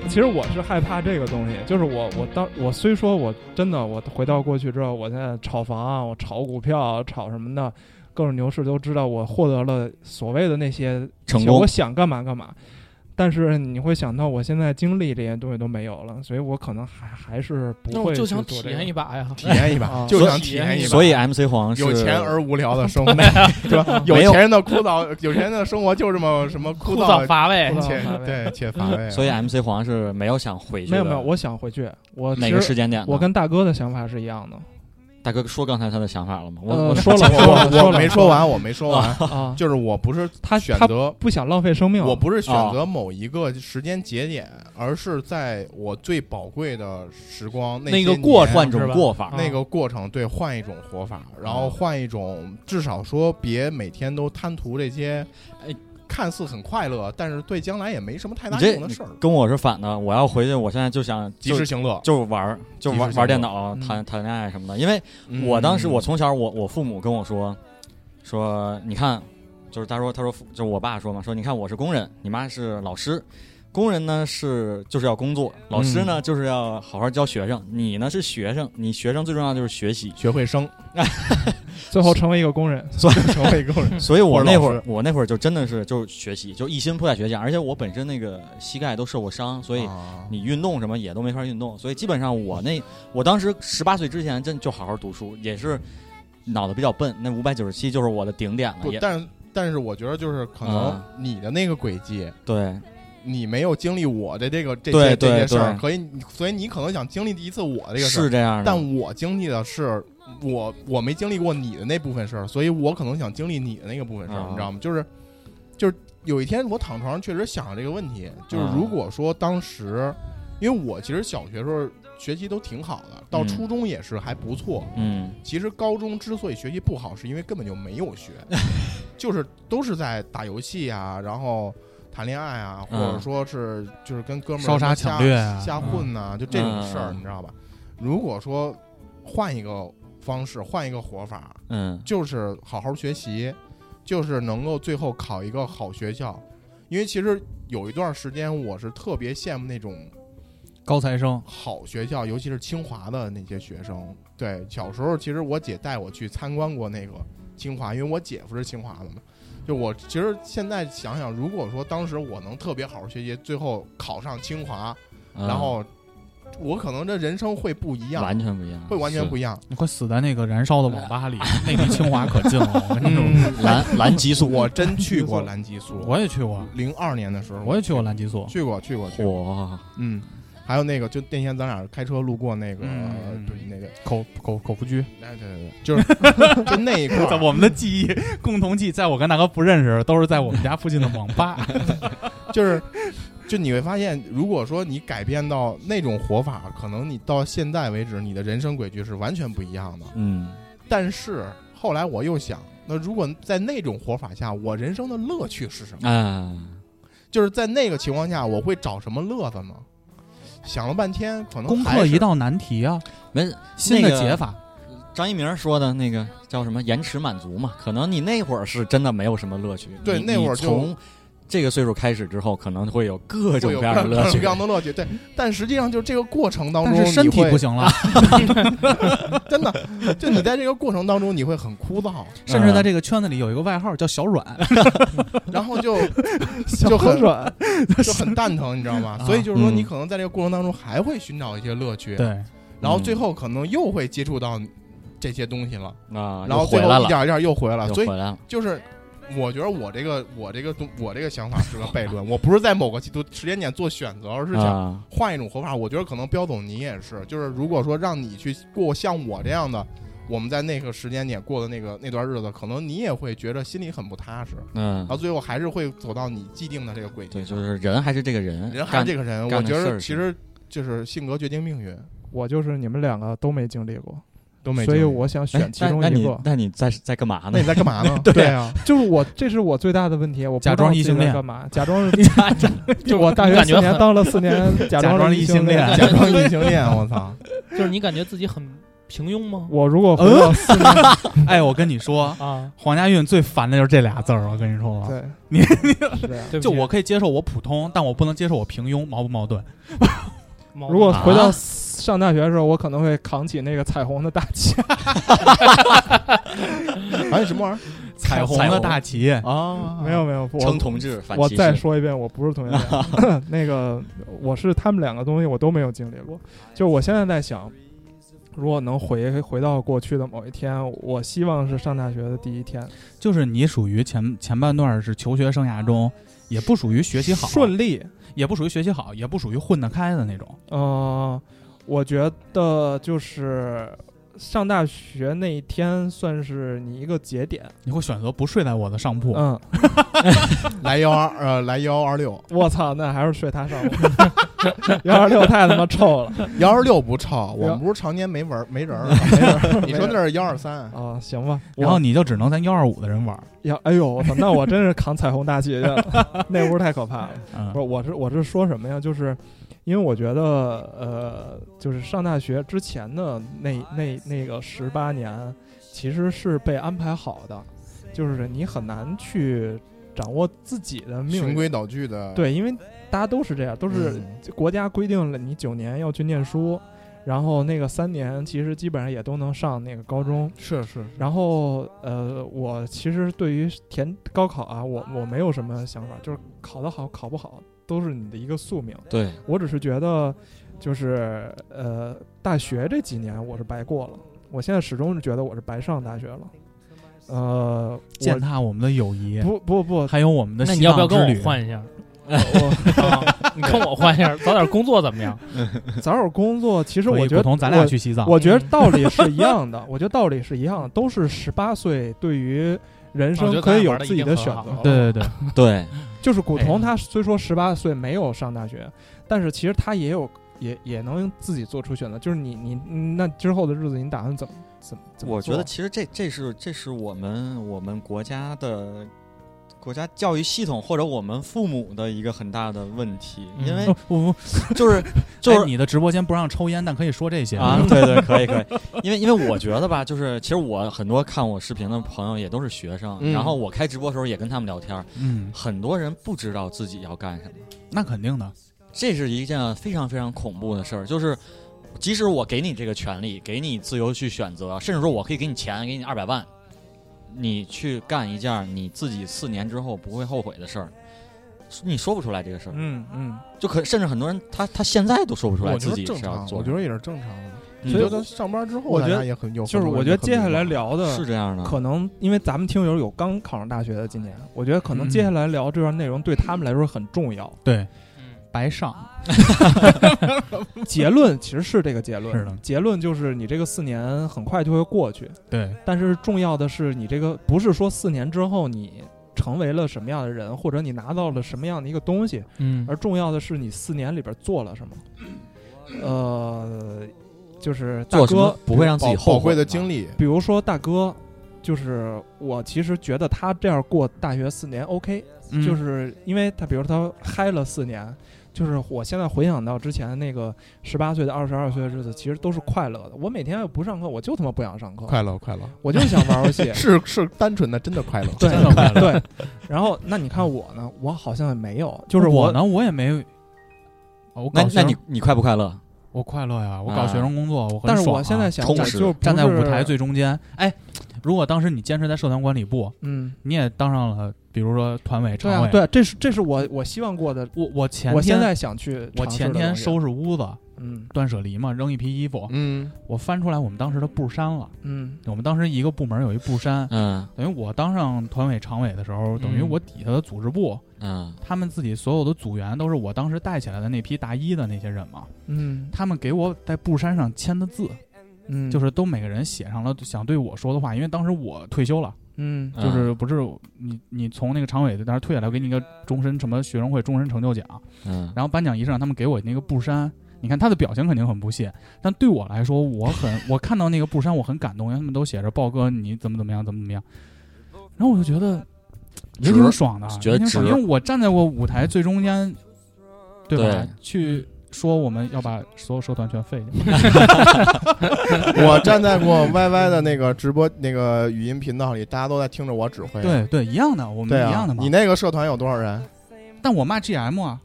[SPEAKER 5] 其实我是害怕这个东西，就是我我当我虽说我真的我回到过去之后，我现在炒房，啊我炒股票，啊炒什么的，各种牛市都知道，我获得了所谓的那些
[SPEAKER 8] 成
[SPEAKER 5] 钱
[SPEAKER 8] 功
[SPEAKER 5] 我想干嘛干嘛。但是你会想到，我现在经历这些东西都没有了，所以我可能还还是
[SPEAKER 7] 那
[SPEAKER 5] 不
[SPEAKER 7] 我
[SPEAKER 5] 会
[SPEAKER 7] 就
[SPEAKER 5] 去
[SPEAKER 7] 想
[SPEAKER 5] 做
[SPEAKER 7] 体
[SPEAKER 5] 这
[SPEAKER 7] 验
[SPEAKER 5] 个
[SPEAKER 7] 一把呀，
[SPEAKER 6] 体验一把，
[SPEAKER 5] 啊
[SPEAKER 6] 就想体验一把。
[SPEAKER 8] 嗯所以 MC 黄是
[SPEAKER 6] 有钱而无聊的生活， 对吧？有
[SPEAKER 8] 没有
[SPEAKER 6] 钱人的枯燥，有钱人的生活就这么什么枯
[SPEAKER 1] 枯燥
[SPEAKER 6] 燥
[SPEAKER 1] 乏味
[SPEAKER 5] 枯，燥
[SPEAKER 6] 且
[SPEAKER 5] 乏味
[SPEAKER 6] 对且乏味。
[SPEAKER 8] 啊
[SPEAKER 6] 啊
[SPEAKER 8] 所以 MC 黄是没有想回去
[SPEAKER 5] 没有
[SPEAKER 8] 的。
[SPEAKER 5] 没有，我想回去，我
[SPEAKER 8] 哪
[SPEAKER 5] 其
[SPEAKER 8] 个
[SPEAKER 5] 实
[SPEAKER 8] 时间点呢？
[SPEAKER 5] 我跟大哥的想法是一样的。
[SPEAKER 8] 大哥说刚才他的想法了吗？我、
[SPEAKER 5] 呃
[SPEAKER 8] 我
[SPEAKER 5] 说了
[SPEAKER 6] 我
[SPEAKER 5] 说了
[SPEAKER 6] 我我
[SPEAKER 5] 了
[SPEAKER 6] 没说完，我没说完，
[SPEAKER 5] 啊，
[SPEAKER 6] 就是我不是
[SPEAKER 5] 他
[SPEAKER 6] 选
[SPEAKER 5] 他
[SPEAKER 6] 择，
[SPEAKER 5] 不想浪费生命，
[SPEAKER 6] 我不是选择某一个时间节点，而是在我最宝贵的时光那
[SPEAKER 8] 那
[SPEAKER 6] 些
[SPEAKER 8] 个过
[SPEAKER 6] 年
[SPEAKER 8] 换种过法，
[SPEAKER 6] 那个过程，对，换一种活法，然后换一种，至少说别每天都贪图这些，
[SPEAKER 8] 哎，
[SPEAKER 6] 看似很快乐，但是对将来也没什么太
[SPEAKER 8] 你
[SPEAKER 6] 大
[SPEAKER 8] 这
[SPEAKER 6] 用的事儿。
[SPEAKER 8] 跟我是反的。我要回去，我现在就想
[SPEAKER 6] 及
[SPEAKER 8] 就
[SPEAKER 6] 时行乐，
[SPEAKER 8] 就玩儿，就
[SPEAKER 6] 及时
[SPEAKER 8] 玩
[SPEAKER 6] 行
[SPEAKER 8] 玩电
[SPEAKER 6] 乐
[SPEAKER 8] 脑、
[SPEAKER 5] 嗯
[SPEAKER 8] 谈谈恋爱什么的。因为
[SPEAKER 6] 嗯
[SPEAKER 8] 我当时我从小我我父母跟我说说你看，就是他说他说就是我爸说嘛，说你看我是工人，你妈是老师。工人呢是就是要工作，老师
[SPEAKER 6] 嗯
[SPEAKER 8] 呢、就是要好好教学生。你呢是学生，你学生最重要就是学习。
[SPEAKER 6] 学会 生，
[SPEAKER 5] 最后成为一个工人。
[SPEAKER 6] 成为一个 人。
[SPEAKER 8] 所以我
[SPEAKER 6] 嗯或者老
[SPEAKER 8] 那会儿
[SPEAKER 6] 师
[SPEAKER 8] 我那会儿就真的是就是学习，就一心扑在学习上，而且我本身那个膝盖都受过伤，所以
[SPEAKER 6] 啊
[SPEAKER 8] 你运动什么也都没法运动，所以基本上我那我当时十八岁之前真就好好读书，也是脑子比较笨，那五百九十七就是我的顶点了，
[SPEAKER 6] 不
[SPEAKER 8] 也，
[SPEAKER 6] 但是但是我觉得就是可能
[SPEAKER 8] 啊
[SPEAKER 6] 你的那个轨迹，
[SPEAKER 8] 对
[SPEAKER 6] 你没有经历我的这个这
[SPEAKER 8] 对
[SPEAKER 6] 些这些
[SPEAKER 8] 对
[SPEAKER 6] 事儿，
[SPEAKER 8] 对
[SPEAKER 6] 可以你，所以你可能想经历第一次我的这个事儿
[SPEAKER 8] 是，这样的，
[SPEAKER 6] 但我经历的是我我没经历过你的那部分事儿，所以我可能想经历你的那个部分事儿，
[SPEAKER 8] 啊
[SPEAKER 6] 你知道吗？就是就是有一天我躺床上确实想了这个问题，就是
[SPEAKER 8] 啊
[SPEAKER 6] 如果说当时，因为我其实小学时候学习都挺好的，到
[SPEAKER 8] 嗯
[SPEAKER 6] 初中也是还不错，
[SPEAKER 8] 嗯
[SPEAKER 6] 其实高中之所以学习不好，是因为根本就没有 学，就是都是在打游戏啊，然后谈恋爱啊，或
[SPEAKER 8] 嗯
[SPEAKER 6] 者说是就是跟哥们儿
[SPEAKER 4] 烧
[SPEAKER 6] 瞎
[SPEAKER 4] 杀抢掠啊
[SPEAKER 6] 瞎混呐、就这种事儿，
[SPEAKER 8] 嗯
[SPEAKER 6] 你知道吧？如果说换一个方式，换一个活法，
[SPEAKER 8] 嗯
[SPEAKER 6] 就是好好学习，就是能够最后考一个好学校。因为其实有一段时间，我是特别羡慕那种
[SPEAKER 4] 高材生，
[SPEAKER 6] 好学校，尤其是清华的那些学生。对，小时候其实我姐带我去参观过那个清华，因为我姐夫是清华的嘛。就我其实现在想想，如果说当时我能特别好好学习，最后考上清华，
[SPEAKER 8] 嗯
[SPEAKER 6] 然后我可能这人生会不一样，
[SPEAKER 8] 完全不一样，
[SPEAKER 6] 会完全不
[SPEAKER 8] 一
[SPEAKER 6] 一样。
[SPEAKER 4] 你快死在那个燃烧的网吧里，
[SPEAKER 6] 哎
[SPEAKER 4] 那离清华可近了。我跟你说，
[SPEAKER 6] 嗯，
[SPEAKER 8] 样， 蓝蓝激素，
[SPEAKER 6] 我真去过蓝激素，
[SPEAKER 4] 我也去过，
[SPEAKER 6] 零二年的时候
[SPEAKER 4] 我也去过蓝激素，
[SPEAKER 6] 去过去过去过，
[SPEAKER 8] 哇，
[SPEAKER 6] 嗯。还有那个，就那天咱俩开车路过那个，
[SPEAKER 4] 嗯
[SPEAKER 6] 对那个，
[SPEAKER 4] 口口口服居。
[SPEAKER 6] 哎对对对，就是 就那一块儿，
[SPEAKER 4] 我们的记忆共同记，在我跟大哥不认识，都是在我们家附近的网 吧。
[SPEAKER 6] 就是，就你会发现，如果说你改变到那种活法，可能你到现在为止，你的人生轨迹是完全不一样的。
[SPEAKER 8] 嗯
[SPEAKER 6] 但是后来我又想，那如果在那种活法下，我人生的乐趣是什么？
[SPEAKER 8] 啊，
[SPEAKER 6] 就是在那个情况下，我会找什么乐子呢？想了半天，可能
[SPEAKER 4] 攻
[SPEAKER 6] 还
[SPEAKER 4] 克
[SPEAKER 6] 是
[SPEAKER 4] 一道难题啊，
[SPEAKER 8] 没
[SPEAKER 4] 新
[SPEAKER 8] 那
[SPEAKER 4] 的
[SPEAKER 8] 个
[SPEAKER 4] 解法。
[SPEAKER 8] 张一鸣说的那个叫什么延迟满足嘛，可能你那会儿是真的没有什么乐趣。
[SPEAKER 6] 对
[SPEAKER 8] 你
[SPEAKER 6] 那会儿
[SPEAKER 8] 你
[SPEAKER 6] 就
[SPEAKER 8] 从这个岁数开始之后，可能会有各种
[SPEAKER 6] 会有
[SPEAKER 8] 各
[SPEAKER 6] 各
[SPEAKER 8] 样的
[SPEAKER 6] 种
[SPEAKER 8] 乐趣
[SPEAKER 6] 各。样的乐趣。 对，但实际上就是这个过程当
[SPEAKER 4] 但
[SPEAKER 6] 中，
[SPEAKER 4] 是身体
[SPEAKER 6] 你
[SPEAKER 4] 不
[SPEAKER 6] 会，
[SPEAKER 4] 行了，
[SPEAKER 6] 真的，就你在这个过程当中，你会很枯燥，
[SPEAKER 4] 甚至在
[SPEAKER 7] 嗯
[SPEAKER 4] 这个圈子里有一个外号叫小 软。
[SPEAKER 6] 然后就就很
[SPEAKER 5] 软，
[SPEAKER 6] 就很蛋疼，你知道 吗？
[SPEAKER 4] 啊
[SPEAKER 6] 所以就是说，
[SPEAKER 8] 嗯
[SPEAKER 6] 你可能在这个过程当中还会寻找一些乐趣，
[SPEAKER 4] 对，
[SPEAKER 6] 然后最后可能又会接触到这些东西了，
[SPEAKER 8] 啊，
[SPEAKER 6] 然后
[SPEAKER 8] 又回
[SPEAKER 6] 最
[SPEAKER 8] 来
[SPEAKER 6] 后一
[SPEAKER 8] 了，
[SPEAKER 6] 点一点又回来了。
[SPEAKER 8] 又
[SPEAKER 6] 啊所
[SPEAKER 8] 回
[SPEAKER 6] 以
[SPEAKER 8] 来了。
[SPEAKER 6] 就是，我觉得我这个我这个东我这个想法是个悖论，我不是在某个时间点做选择，而是想
[SPEAKER 8] 啊，
[SPEAKER 6] 换一种活法。我觉得可能彪总你也是，就是如果说让你去过像我这样的。我们在那个时间点过的那个那段日子，可能你也会觉得心里很不踏实，
[SPEAKER 8] 嗯
[SPEAKER 6] 然，后最后还是会走到你既定的这个轨迹
[SPEAKER 8] 对，
[SPEAKER 6] 上。
[SPEAKER 8] 就是人还是这个人，
[SPEAKER 6] 人还是这
[SPEAKER 8] 个
[SPEAKER 6] 个人，
[SPEAKER 8] 干
[SPEAKER 6] 我
[SPEAKER 8] 的
[SPEAKER 6] 觉
[SPEAKER 8] 事
[SPEAKER 6] 得
[SPEAKER 8] 儿
[SPEAKER 6] 其
[SPEAKER 8] 是
[SPEAKER 6] 实就是性格决定命运，
[SPEAKER 5] 我就是你们两个都没经历过，
[SPEAKER 6] 都没
[SPEAKER 5] 所
[SPEAKER 6] 经历。
[SPEAKER 5] 以我想选其中
[SPEAKER 8] 哎那
[SPEAKER 5] 一
[SPEAKER 8] 你
[SPEAKER 5] 个。
[SPEAKER 8] 那你在在干嘛
[SPEAKER 6] 那
[SPEAKER 8] 呢
[SPEAKER 6] 你？在干嘛 呢？
[SPEAKER 5] 对
[SPEAKER 6] 啊，
[SPEAKER 5] 就是我，这是我最大的问题。我不知道
[SPEAKER 4] 假装异
[SPEAKER 5] 自己
[SPEAKER 4] 性
[SPEAKER 5] 在
[SPEAKER 4] 恋
[SPEAKER 5] 干嘛？假装是， 就我大学
[SPEAKER 7] 感觉
[SPEAKER 5] 四年
[SPEAKER 7] 很
[SPEAKER 5] 当了四年，假
[SPEAKER 4] 假
[SPEAKER 5] 装
[SPEAKER 4] 装
[SPEAKER 5] 是
[SPEAKER 4] 异
[SPEAKER 5] 性
[SPEAKER 4] 性恋
[SPEAKER 6] 假装异性恋，我操！
[SPEAKER 7] 就是你感觉自己很平庸吗？
[SPEAKER 5] 我如果回到四年，
[SPEAKER 4] 哎，我跟你说，
[SPEAKER 7] 啊，
[SPEAKER 4] 黄家韵最烦的就是这俩字儿，我跟你说吧，
[SPEAKER 5] 对，
[SPEAKER 4] 你
[SPEAKER 5] 是啊这样。
[SPEAKER 7] 对不起
[SPEAKER 4] 就我可以接受我普通，但我不能接受我平庸，矛不矛盾？
[SPEAKER 7] 矛盾
[SPEAKER 5] 如果
[SPEAKER 7] 啊
[SPEAKER 5] 回到上大学的时候，我可能会扛起那个彩虹的大旗。
[SPEAKER 6] 哎，什么玩意
[SPEAKER 4] 彩虹的大旗，
[SPEAKER 6] 儿啊？
[SPEAKER 5] 没有没有，
[SPEAKER 8] 称
[SPEAKER 5] 我
[SPEAKER 8] 同志反
[SPEAKER 5] 我
[SPEAKER 8] 歧
[SPEAKER 5] 再
[SPEAKER 8] 视
[SPEAKER 5] 说一遍，我不是同性 恋。 那个，我是他们两个东西我都没有经历过。就是我现在在想，如果能回回到过去的某一天，我希望是上大学的第一天，
[SPEAKER 4] 就是你属于前前半段是求学生涯中，也不属于学习好，
[SPEAKER 5] 顺利。
[SPEAKER 4] 也不属于学习好，也不属于混得开的那种。
[SPEAKER 5] 嗯，我觉得就是上大学那一天算是你一个节点。
[SPEAKER 4] 你会选择不睡在我的上铺，
[SPEAKER 5] 嗯，
[SPEAKER 6] 来幺二呃，来幺二六，
[SPEAKER 5] 我操，那还是睡他上铺， 幺二六太他妈臭了。
[SPEAKER 6] 幺二六不臭，我
[SPEAKER 5] 幺
[SPEAKER 6] 们不是常年没人没人儿吗。 你说那是幺二三，
[SPEAKER 5] 啊，行吧。
[SPEAKER 4] 然后你就只能跟幺二五的人玩儿。
[SPEAKER 5] 呀，哎呦，我操！那我真是扛彩虹大旗去了， 那屋太可怕了。不是，
[SPEAKER 4] 嗯，
[SPEAKER 5] 我是我是说什么呀？就是因为我觉得，呃，就是上大学之前的那那那个十八年，其实是被安排好的，就是你很难去掌握自己的命
[SPEAKER 6] 循
[SPEAKER 5] 运。
[SPEAKER 6] 规蹈矩的，，
[SPEAKER 5] 对，因为大家都是这样，都是
[SPEAKER 6] 嗯
[SPEAKER 5] 国家规定了你九年要去念书，然后那个三年其实基本上也都能上那个高中。
[SPEAKER 6] 是是，
[SPEAKER 5] 然后呃，我其实对于填高考啊，我我没有什么想法，就是考得好考不好都是你的一个宿命。
[SPEAKER 8] 对，
[SPEAKER 5] 我只是觉得，就是呃，大学这几年我是白过了，我现在始终是觉得我是白上大学了。呃，
[SPEAKER 4] 践踏我们的友谊，
[SPEAKER 5] 我不不不，
[SPEAKER 4] 还有我们的
[SPEAKER 7] 那你
[SPEAKER 4] 西
[SPEAKER 7] 要不要
[SPEAKER 4] 藏
[SPEAKER 7] 跟
[SPEAKER 4] 之
[SPEAKER 7] 我
[SPEAKER 4] 旅。
[SPEAKER 7] 换一下？
[SPEAKER 5] 我
[SPEAKER 7] 啊你跟我换一下，早点工作怎么样？
[SPEAKER 5] 早点工作，其实
[SPEAKER 4] 可以
[SPEAKER 5] 我觉得
[SPEAKER 4] 古潼咱俩
[SPEAKER 5] 我
[SPEAKER 4] 去啊西藏。
[SPEAKER 5] 我觉得
[SPEAKER 7] 嗯
[SPEAKER 5] 道 理是一样的，我觉得道理是一样的，都是十八岁对于人
[SPEAKER 7] 哦我觉
[SPEAKER 5] 生
[SPEAKER 7] 得
[SPEAKER 5] 可
[SPEAKER 7] 咱
[SPEAKER 5] 以
[SPEAKER 7] 俩
[SPEAKER 5] 有
[SPEAKER 7] 玩得
[SPEAKER 5] 自
[SPEAKER 7] 已
[SPEAKER 5] 己
[SPEAKER 7] 经
[SPEAKER 5] 的
[SPEAKER 7] 很
[SPEAKER 5] 选
[SPEAKER 7] 好
[SPEAKER 5] 择
[SPEAKER 7] 了。
[SPEAKER 4] 对对对，
[SPEAKER 8] 对，
[SPEAKER 5] 就是古
[SPEAKER 7] 哎呀
[SPEAKER 5] 潼，他虽说十八岁没有上大学，但是其实他也有也也能自己做出选择。就是你你你那之后的日子，你打算怎么怎么怎么
[SPEAKER 8] 我
[SPEAKER 5] 做？
[SPEAKER 8] 觉得其实这这是这是我们我们国家的国家教育系统或者我们父母的一个很大的问题，
[SPEAKER 7] 嗯
[SPEAKER 8] 因为
[SPEAKER 4] 哦不不，
[SPEAKER 8] 就是就
[SPEAKER 4] 哎
[SPEAKER 8] 是。
[SPEAKER 4] 你的直播间不让抽烟，但可以说这些
[SPEAKER 8] 啊，对对，可以可以，因为因为我觉得吧，就是其实我很多看我视频的朋友也都是学生，
[SPEAKER 6] 嗯
[SPEAKER 8] 然后我开直播的时候也跟他们聊天儿，
[SPEAKER 4] 嗯，
[SPEAKER 8] 很多人不知道自己要干什么，
[SPEAKER 4] 那肯定的。
[SPEAKER 8] 这是一件非常非常恐怖的事儿，就是即使我给你这个权利，给你自由去选择，甚至说我可以给你钱，给你二百万，你去干一件你自己四年之后不会后悔的事儿，你说不出来这个事儿，
[SPEAKER 5] 嗯嗯，
[SPEAKER 8] 就可甚至很多人他他现在都说不出来
[SPEAKER 6] 我觉
[SPEAKER 8] 自
[SPEAKER 6] 得
[SPEAKER 8] 己
[SPEAKER 6] 正
[SPEAKER 8] 是要
[SPEAKER 6] 常，
[SPEAKER 8] 做
[SPEAKER 6] 我觉
[SPEAKER 8] 什么，
[SPEAKER 6] 得也是正常的。
[SPEAKER 8] 嗯
[SPEAKER 6] 所以他上班之后，
[SPEAKER 5] 我觉得
[SPEAKER 6] 大家也很有很
[SPEAKER 5] 就
[SPEAKER 6] 多
[SPEAKER 5] 是
[SPEAKER 6] 人很明白，
[SPEAKER 5] 我觉得接下来聊
[SPEAKER 8] 是啊
[SPEAKER 5] 的。
[SPEAKER 8] 这样的，
[SPEAKER 5] 可能因为咱们听友有刚考上大学的，今年我觉得可能
[SPEAKER 4] 嗯
[SPEAKER 5] 接下来聊这段内容对他们来说很重要。
[SPEAKER 4] 对，
[SPEAKER 7] 嗯，
[SPEAKER 4] 白上
[SPEAKER 5] 结论其实是这个结论，
[SPEAKER 4] 是的
[SPEAKER 5] 结论就是你这个四年很快就会过去，
[SPEAKER 4] 对
[SPEAKER 5] 但是重要的是，你这个不是说四年之后你成为了什么样的人，或者你拿到了什么样的一个东西，
[SPEAKER 7] 嗯
[SPEAKER 5] 而重要的是你四年里边做了什么。呃，就是大
[SPEAKER 8] 做什
[SPEAKER 5] 哥
[SPEAKER 8] 么，不会让自己
[SPEAKER 6] 宝
[SPEAKER 8] 后
[SPEAKER 6] 宝
[SPEAKER 8] 悔
[SPEAKER 6] 贵的经。历，
[SPEAKER 5] 比如说大哥，就是我其实觉得他这样过大学四年 OK，、
[SPEAKER 4] 嗯
[SPEAKER 5] 就是因为他，比如他嗨了四年。就是我现在回想到之前那个十八岁的、二十二岁的日子，其实都是快乐的。我每天要不上课，我就他妈不想上课，
[SPEAKER 6] 快乐快乐，。
[SPEAKER 5] 我就想玩游 戏
[SPEAKER 6] 是是单纯的真的快乐。
[SPEAKER 5] 对
[SPEAKER 4] 真的快乐
[SPEAKER 5] 对，然后那你看我呢？我好像也没有，就
[SPEAKER 4] 就是是我
[SPEAKER 5] 呢，
[SPEAKER 4] 呢，我也没有。哦我
[SPEAKER 8] 那
[SPEAKER 4] 搞学
[SPEAKER 8] 那你
[SPEAKER 4] 生
[SPEAKER 8] 你快不快乐？
[SPEAKER 4] 我快乐呀，我
[SPEAKER 8] 啊
[SPEAKER 4] 搞学生工作，我很
[SPEAKER 5] 但是
[SPEAKER 4] 爽
[SPEAKER 5] 我
[SPEAKER 4] 啊
[SPEAKER 5] 现在想，
[SPEAKER 8] 充
[SPEAKER 5] 我
[SPEAKER 8] 实
[SPEAKER 5] 就不
[SPEAKER 4] 站在
[SPEAKER 5] 是
[SPEAKER 4] 舞台，最中间。哎，如果当时你坚持在社团管理部，
[SPEAKER 5] 嗯，
[SPEAKER 4] 你也当上了，比如说团委、
[SPEAKER 5] 对
[SPEAKER 4] 常
[SPEAKER 5] 啊
[SPEAKER 4] 委。，
[SPEAKER 5] 对啊，这是这是我我希望过的。
[SPEAKER 4] 我我前天
[SPEAKER 5] 我现在想去，
[SPEAKER 4] 我前天，收拾屋子，
[SPEAKER 5] 嗯
[SPEAKER 4] 断舍离嘛，扔一批衣服，
[SPEAKER 6] 嗯，
[SPEAKER 4] 我翻出来我们当时的布衫了。
[SPEAKER 5] 嗯
[SPEAKER 4] 我们当时一个部门有一布衫，
[SPEAKER 8] 嗯
[SPEAKER 4] 等于我当上团委常委的时候，等于
[SPEAKER 7] 嗯
[SPEAKER 4] 我底下的组织部，
[SPEAKER 8] 嗯，
[SPEAKER 4] 他们自己所有的组员都是我当时带起来的那批大一的那些人嘛，
[SPEAKER 5] 嗯
[SPEAKER 4] 他们给我在布衫上签的字，
[SPEAKER 5] 嗯，
[SPEAKER 4] 就是都每个人写上了想对我说的话，因为当时我退休了，
[SPEAKER 5] 嗯
[SPEAKER 4] 就是不是你你从那个常委那儿退下来，我给你一个终身什么学生会终身成就奖，
[SPEAKER 8] 嗯
[SPEAKER 4] 然后颁奖仪式上他们给我那个布衫，你看他的表情肯定很不屑，但对我来说，我 很我看到那个布衫我很感动，因为他们都写着豹哥你怎么怎么样怎么怎么样，然后我就觉得也挺
[SPEAKER 8] 值
[SPEAKER 4] 爽的，
[SPEAKER 8] 觉得
[SPEAKER 4] 也挺爽
[SPEAKER 8] 值
[SPEAKER 4] 因为我站在过舞台最中间，对吧？
[SPEAKER 8] 对
[SPEAKER 4] 去说我们要把所有社团全废掉。
[SPEAKER 6] 我站在过 YY 的那个直播那个语音频道里，大家都在听着我指挥。
[SPEAKER 4] 对对，一样的，我们
[SPEAKER 6] 对
[SPEAKER 4] 一
[SPEAKER 6] 啊
[SPEAKER 4] 样的，嘛。
[SPEAKER 6] 你那个社团有多少人？
[SPEAKER 4] 但我骂 GM 啊，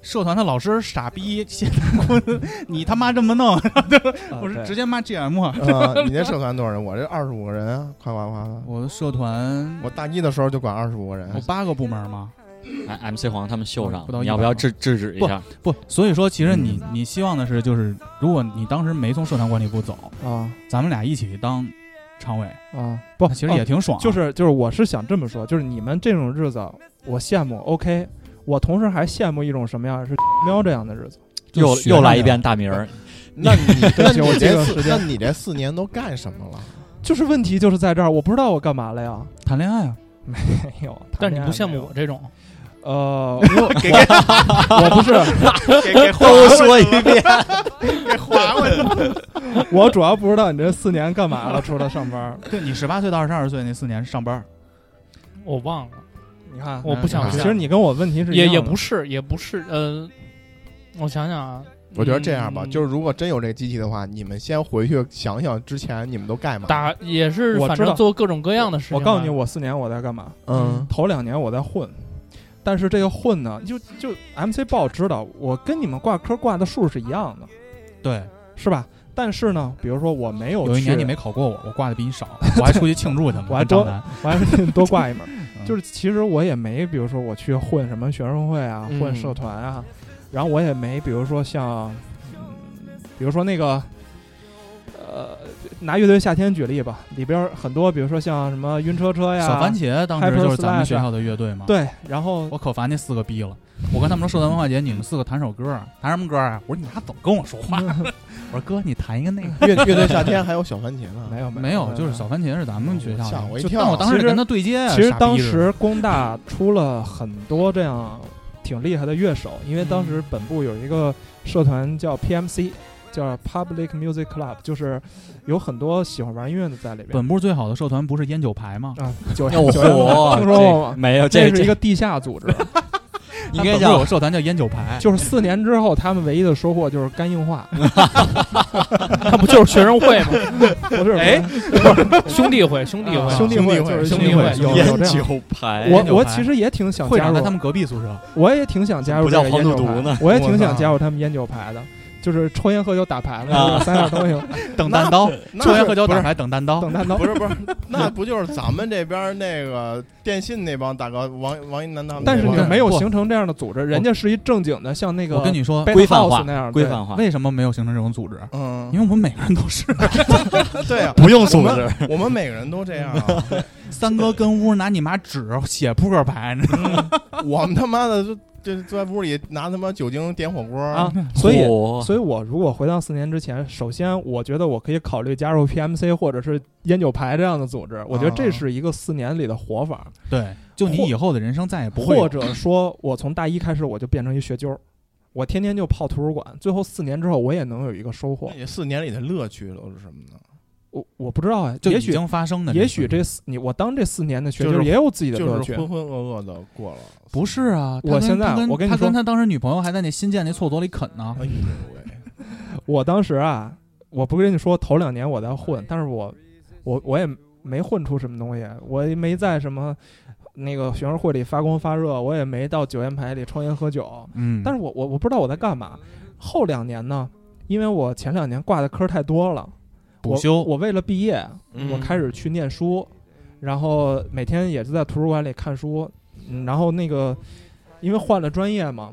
[SPEAKER 4] 社团的老师傻逼，现在我你他妈这么弄，我是直接骂 GM 啊。
[SPEAKER 6] 呃，你那社团多少人？我这二十五个人啊，快完完了。
[SPEAKER 4] 我的社团
[SPEAKER 6] 我大一的时候就管二十五个人
[SPEAKER 4] 有，八个部门嘛，
[SPEAKER 8] 哎，MC 黄他们秀上
[SPEAKER 4] 不到
[SPEAKER 8] 了，
[SPEAKER 4] 一
[SPEAKER 8] 你要不要
[SPEAKER 4] 百吧
[SPEAKER 8] 制制止一下？
[SPEAKER 4] 不，所以说其实你你希望的是就是，如果你当时没从社团管理部走，
[SPEAKER 5] 啊
[SPEAKER 4] 咱们俩一起当常委，
[SPEAKER 5] 啊，不，
[SPEAKER 4] 其实也挺爽啊、
[SPEAKER 5] 就是就是，我是想这么说，就是你们这种日子，我羡慕。OK，我同时还羡慕一种什么样是 喵这样的日子。
[SPEAKER 4] 就
[SPEAKER 8] 又
[SPEAKER 4] 学
[SPEAKER 8] 又
[SPEAKER 4] 上
[SPEAKER 8] 来一
[SPEAKER 4] 点
[SPEAKER 8] 遍大名儿，
[SPEAKER 6] 那你
[SPEAKER 5] 对
[SPEAKER 6] 那
[SPEAKER 5] 不起我
[SPEAKER 6] 你
[SPEAKER 5] 这
[SPEAKER 6] 这
[SPEAKER 5] 个
[SPEAKER 6] 四
[SPEAKER 5] 时
[SPEAKER 6] 那
[SPEAKER 5] 间
[SPEAKER 6] 你这四年都干什么了？
[SPEAKER 5] 就是问题就是在这儿，我不知道我干嘛了呀。
[SPEAKER 4] 谈恋爱啊。
[SPEAKER 5] 没有，
[SPEAKER 7] 但
[SPEAKER 5] 谈
[SPEAKER 7] 是
[SPEAKER 5] 恋
[SPEAKER 7] 你
[SPEAKER 5] 爱
[SPEAKER 7] 不羡
[SPEAKER 5] 没
[SPEAKER 7] 慕
[SPEAKER 5] 有
[SPEAKER 7] 我？这种，
[SPEAKER 5] 呃，我
[SPEAKER 6] 给给
[SPEAKER 5] 我不是，
[SPEAKER 6] 给给
[SPEAKER 8] 都说一遍，
[SPEAKER 6] 给划过去。
[SPEAKER 5] 我主要不知道你这四年干嘛了，除了上班儿。
[SPEAKER 4] 对你十八岁到二十二岁那四年上班，
[SPEAKER 7] 我忘了，
[SPEAKER 5] 你看，
[SPEAKER 7] 我不想
[SPEAKER 5] 其
[SPEAKER 7] 这
[SPEAKER 5] 实
[SPEAKER 7] 样。
[SPEAKER 5] 你跟我问题是一
[SPEAKER 7] 嗯也
[SPEAKER 5] 样
[SPEAKER 7] 也
[SPEAKER 5] 的
[SPEAKER 7] 不是，也不是，呃，我想想啊，
[SPEAKER 6] 我觉得这样吧，
[SPEAKER 7] 嗯
[SPEAKER 6] 就是如果真有这个机器的话，你们先回去想想之前你们都干嘛。
[SPEAKER 7] 打也是，
[SPEAKER 5] 我
[SPEAKER 7] 反
[SPEAKER 5] 知道
[SPEAKER 7] 正做各种各样的事情
[SPEAKER 5] 我
[SPEAKER 7] 吧。
[SPEAKER 5] 告诉你，我四年我在干嘛？
[SPEAKER 6] 嗯，
[SPEAKER 5] 头两年我在混，但是这个混呢，就就 MC 报知道，我跟你们挂科挂的数是一样的，
[SPEAKER 4] 对，
[SPEAKER 5] 是吧？但是呢，比如说我没有
[SPEAKER 4] 有一年
[SPEAKER 5] 哦去，
[SPEAKER 4] 你没考过我，我挂的比你少，我还出去庆祝去 了
[SPEAKER 5] 我还
[SPEAKER 4] 张
[SPEAKER 5] 多
[SPEAKER 4] 楠，
[SPEAKER 5] 我还是多挂一门儿。
[SPEAKER 4] 嗯
[SPEAKER 5] 就是其实我也没，比如说我去混什么学生会啊，
[SPEAKER 7] 嗯
[SPEAKER 5] 混社团啊，然后我也没，比如说像，嗯，比如说那个，呃，拿乐队夏天举例吧，里边儿很多，比如说像什么晕车车哎呀，
[SPEAKER 4] 小番茄当时就是咱
[SPEAKER 5] Hyper Slash 啊
[SPEAKER 4] 们学校的乐队嘛。，
[SPEAKER 5] 对，然后
[SPEAKER 4] 我可烦那四个逼了。我跟他们说社团文化节，你们四个弹首歌啊，弹什么歌啊？我说你俩总跟我说 话。我说哥，你弹一个那个。
[SPEAKER 6] 乐乐队夏天还有小番茄呢。
[SPEAKER 5] 没有没
[SPEAKER 4] 没有，就是小番茄是咱们学校
[SPEAKER 6] 吓我
[SPEAKER 4] 的。
[SPEAKER 6] 一
[SPEAKER 5] 就
[SPEAKER 6] 跳！
[SPEAKER 4] 但我当时
[SPEAKER 5] 其实
[SPEAKER 4] 跟他对接啊，
[SPEAKER 5] 其实
[SPEAKER 4] 傻逼
[SPEAKER 5] 当
[SPEAKER 4] 似的
[SPEAKER 5] 时工大出了很多这样挺厉害的乐手，因为当时
[SPEAKER 4] 嗯
[SPEAKER 5] 本部有一个社团叫 PMC，叫 Public Music Club，就是有很多喜欢玩音乐的在里边。
[SPEAKER 4] 本部最好的社团不是烟酒牌吗？
[SPEAKER 5] 啊，九
[SPEAKER 8] 要
[SPEAKER 5] 九
[SPEAKER 8] 哎火，
[SPEAKER 5] 听说过
[SPEAKER 8] 这
[SPEAKER 5] 吗？
[SPEAKER 8] 没有，
[SPEAKER 5] 这
[SPEAKER 8] 这
[SPEAKER 5] 是一 个地下 组织，
[SPEAKER 8] 这应
[SPEAKER 4] 本部
[SPEAKER 8] 该
[SPEAKER 4] 有
[SPEAKER 8] 叫
[SPEAKER 4] 个社团叫烟酒牌，
[SPEAKER 5] 就是四年之后，他们唯一的收获就是肝硬 化，
[SPEAKER 7] 那不就是学生会吗？
[SPEAKER 5] 不是？
[SPEAKER 7] 哎，兄弟会，兄弟会，
[SPEAKER 5] 嗯
[SPEAKER 7] 啊
[SPEAKER 5] 兄弟会
[SPEAKER 6] 兄弟会
[SPEAKER 5] 就是
[SPEAKER 7] 兄
[SPEAKER 5] 弟
[SPEAKER 7] 弟会
[SPEAKER 5] 有
[SPEAKER 8] 烟
[SPEAKER 5] 有哦这样。
[SPEAKER 8] 酒牌，
[SPEAKER 4] 烟
[SPEAKER 5] 我
[SPEAKER 4] 酒
[SPEAKER 5] 我
[SPEAKER 4] 牌
[SPEAKER 5] 其实也挺想
[SPEAKER 4] 哎会
[SPEAKER 5] 加
[SPEAKER 4] 长
[SPEAKER 5] 入
[SPEAKER 4] 在他们隔壁宿舍。
[SPEAKER 5] 我也挺想加入
[SPEAKER 8] 不
[SPEAKER 5] 这
[SPEAKER 8] 叫
[SPEAKER 5] 个
[SPEAKER 8] 黄
[SPEAKER 5] 烟
[SPEAKER 8] 赌
[SPEAKER 5] 酒
[SPEAKER 8] 毒
[SPEAKER 5] 牌
[SPEAKER 8] 呢
[SPEAKER 5] 我也
[SPEAKER 6] 我
[SPEAKER 5] 挺想
[SPEAKER 6] 操
[SPEAKER 5] 加入他们烟酒牌的，就是抽烟喝酒打牌
[SPEAKER 8] 啊
[SPEAKER 5] 嘛，三样东西，
[SPEAKER 4] 等单刀，
[SPEAKER 6] 那
[SPEAKER 4] 抽烟喝酒
[SPEAKER 6] 不
[SPEAKER 4] 打
[SPEAKER 6] 是
[SPEAKER 4] 牌等单刀
[SPEAKER 5] 等。蛋刀
[SPEAKER 6] 不。是不是，那不就是咱们这边儿那个电信那帮大哥王王一楠他们那帮？
[SPEAKER 5] 但是你
[SPEAKER 4] 对
[SPEAKER 5] 没有
[SPEAKER 4] 不
[SPEAKER 5] 形成这样的组织，人家是一正经的，像那个
[SPEAKER 4] 我跟你说，
[SPEAKER 5] Bad
[SPEAKER 8] 规范化
[SPEAKER 5] House 那样的
[SPEAKER 8] 规范化，
[SPEAKER 4] 为什么没有形成这种组织？
[SPEAKER 6] 嗯，
[SPEAKER 4] 因为我们每个人都是
[SPEAKER 6] 对啊，
[SPEAKER 8] 不用
[SPEAKER 6] 我
[SPEAKER 8] 组织
[SPEAKER 6] 们，我们每个人都这样啊。
[SPEAKER 4] 三哥跟屋拿你妈纸写扑克 牌，你知道吗
[SPEAKER 6] 我们他妈的就就坐在屋里拿他妈酒精点火锅
[SPEAKER 5] 啊，所以。
[SPEAKER 8] 火
[SPEAKER 5] 所以，我如果回到四年之前，首先我觉得我可以考虑加入 PMC 或者是烟酒牌这样的组织，
[SPEAKER 8] 啊
[SPEAKER 5] 我觉得这是一个四年里的活法，
[SPEAKER 4] 对，就你
[SPEAKER 5] 或
[SPEAKER 4] 以后的人生再也不会有
[SPEAKER 5] 或者说我从大一开始我就变成一学究，我天天就泡图书馆，最后四年之后我也能有一个收获
[SPEAKER 6] 那。你四年里的乐趣都是什么呢？
[SPEAKER 5] 我我不知道哎，
[SPEAKER 4] 就
[SPEAKER 5] 也
[SPEAKER 4] 已
[SPEAKER 5] 许
[SPEAKER 4] 经发生的事情，
[SPEAKER 5] 也许这四你我当这四年的学
[SPEAKER 6] 就
[SPEAKER 5] 究
[SPEAKER 6] 是
[SPEAKER 5] 也有自己的乐
[SPEAKER 6] 就是
[SPEAKER 5] 趣，
[SPEAKER 6] 浑浑噩噩的过了。
[SPEAKER 4] 不是啊。他
[SPEAKER 5] 我
[SPEAKER 4] 跟
[SPEAKER 5] 现在
[SPEAKER 4] 他跟
[SPEAKER 5] 我跟你
[SPEAKER 4] 他
[SPEAKER 5] 说
[SPEAKER 4] 跟他当时女朋友还在那新建那厕所里啃呢
[SPEAKER 5] 啊
[SPEAKER 6] 哎。呦喂，
[SPEAKER 5] 我当时啊，我不跟你说，头两年我在混，但是我我我也没混出什么东西，我也没在什么那个学生会里发光发热，我也没到酒宴牌里抽烟喝酒，
[SPEAKER 4] 嗯，
[SPEAKER 5] 但
[SPEAKER 4] 是
[SPEAKER 5] 是我我我不知道我在干嘛。后两年呢，因为我前两年挂的科太多了，
[SPEAKER 4] 补修
[SPEAKER 5] 我，我为了毕业，
[SPEAKER 6] 嗯
[SPEAKER 5] 我开始去念书，然后每天也是在图书馆里看书，嗯然后那个因为换了专业嘛，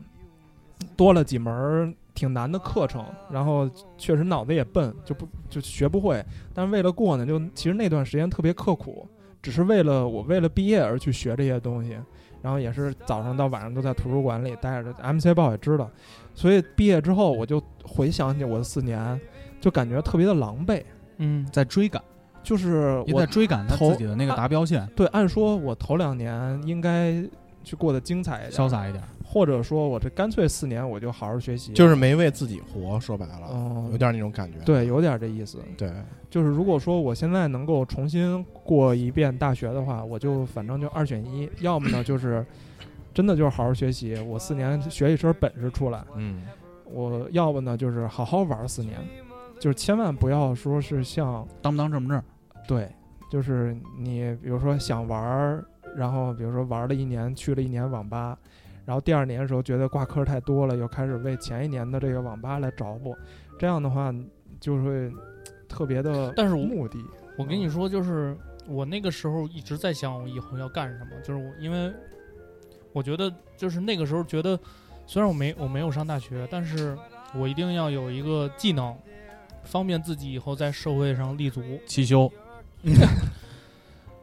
[SPEAKER 5] 多了几门儿挺难的课程，然后确实脑子也笨，就不就学不会。但为了过呢，就其实那段时间特别刻苦，只是为了我为了毕业而去学这些东西。然后也是早上到晚上都在图书馆里待着，MC 报也知道，所以毕业之后我就回想起我的四年，就感觉特别的狼狈，
[SPEAKER 7] 嗯，
[SPEAKER 4] 在追赶，
[SPEAKER 5] 就是
[SPEAKER 4] 也
[SPEAKER 5] 我
[SPEAKER 4] 在追赶他
[SPEAKER 5] 头
[SPEAKER 4] 自己的那个达标线，
[SPEAKER 5] 对，按说我头两年应该去过得精彩一点，
[SPEAKER 4] 潇洒一点。
[SPEAKER 5] 或者说我这干脆四年我就好好学习，
[SPEAKER 6] 就是是没为自己活，说白了，有
[SPEAKER 5] 嗯，
[SPEAKER 6] 点那种感觉。
[SPEAKER 5] 对，有点这意思。
[SPEAKER 6] 对，
[SPEAKER 5] 就是如果说我现在能够重新过一遍大学的话，我就反正就二选一，要 么呢就是真的就是好好学习，我四年学一身本事出来，
[SPEAKER 6] 嗯，
[SPEAKER 5] 我要不呢就是好好玩四年，就是千万不要说是像
[SPEAKER 4] 当不当政治证？
[SPEAKER 5] 对，就是你比如说想玩儿，然后比如说玩了一年，去了一年网吧，然后第二年的时候觉得挂科太多了，又开始为前一年的这个网吧来找补，这样的话你就会特别的
[SPEAKER 7] 但是我
[SPEAKER 5] 目的。
[SPEAKER 7] 我跟你说，就是我那个时候一直在想，我以后要干什么。就是我，因为我觉得，就是那个时候觉得，虽然我没我没有上大学，但是我一定要有一个技能，方便自己以后在社会上立足。
[SPEAKER 4] 汽修，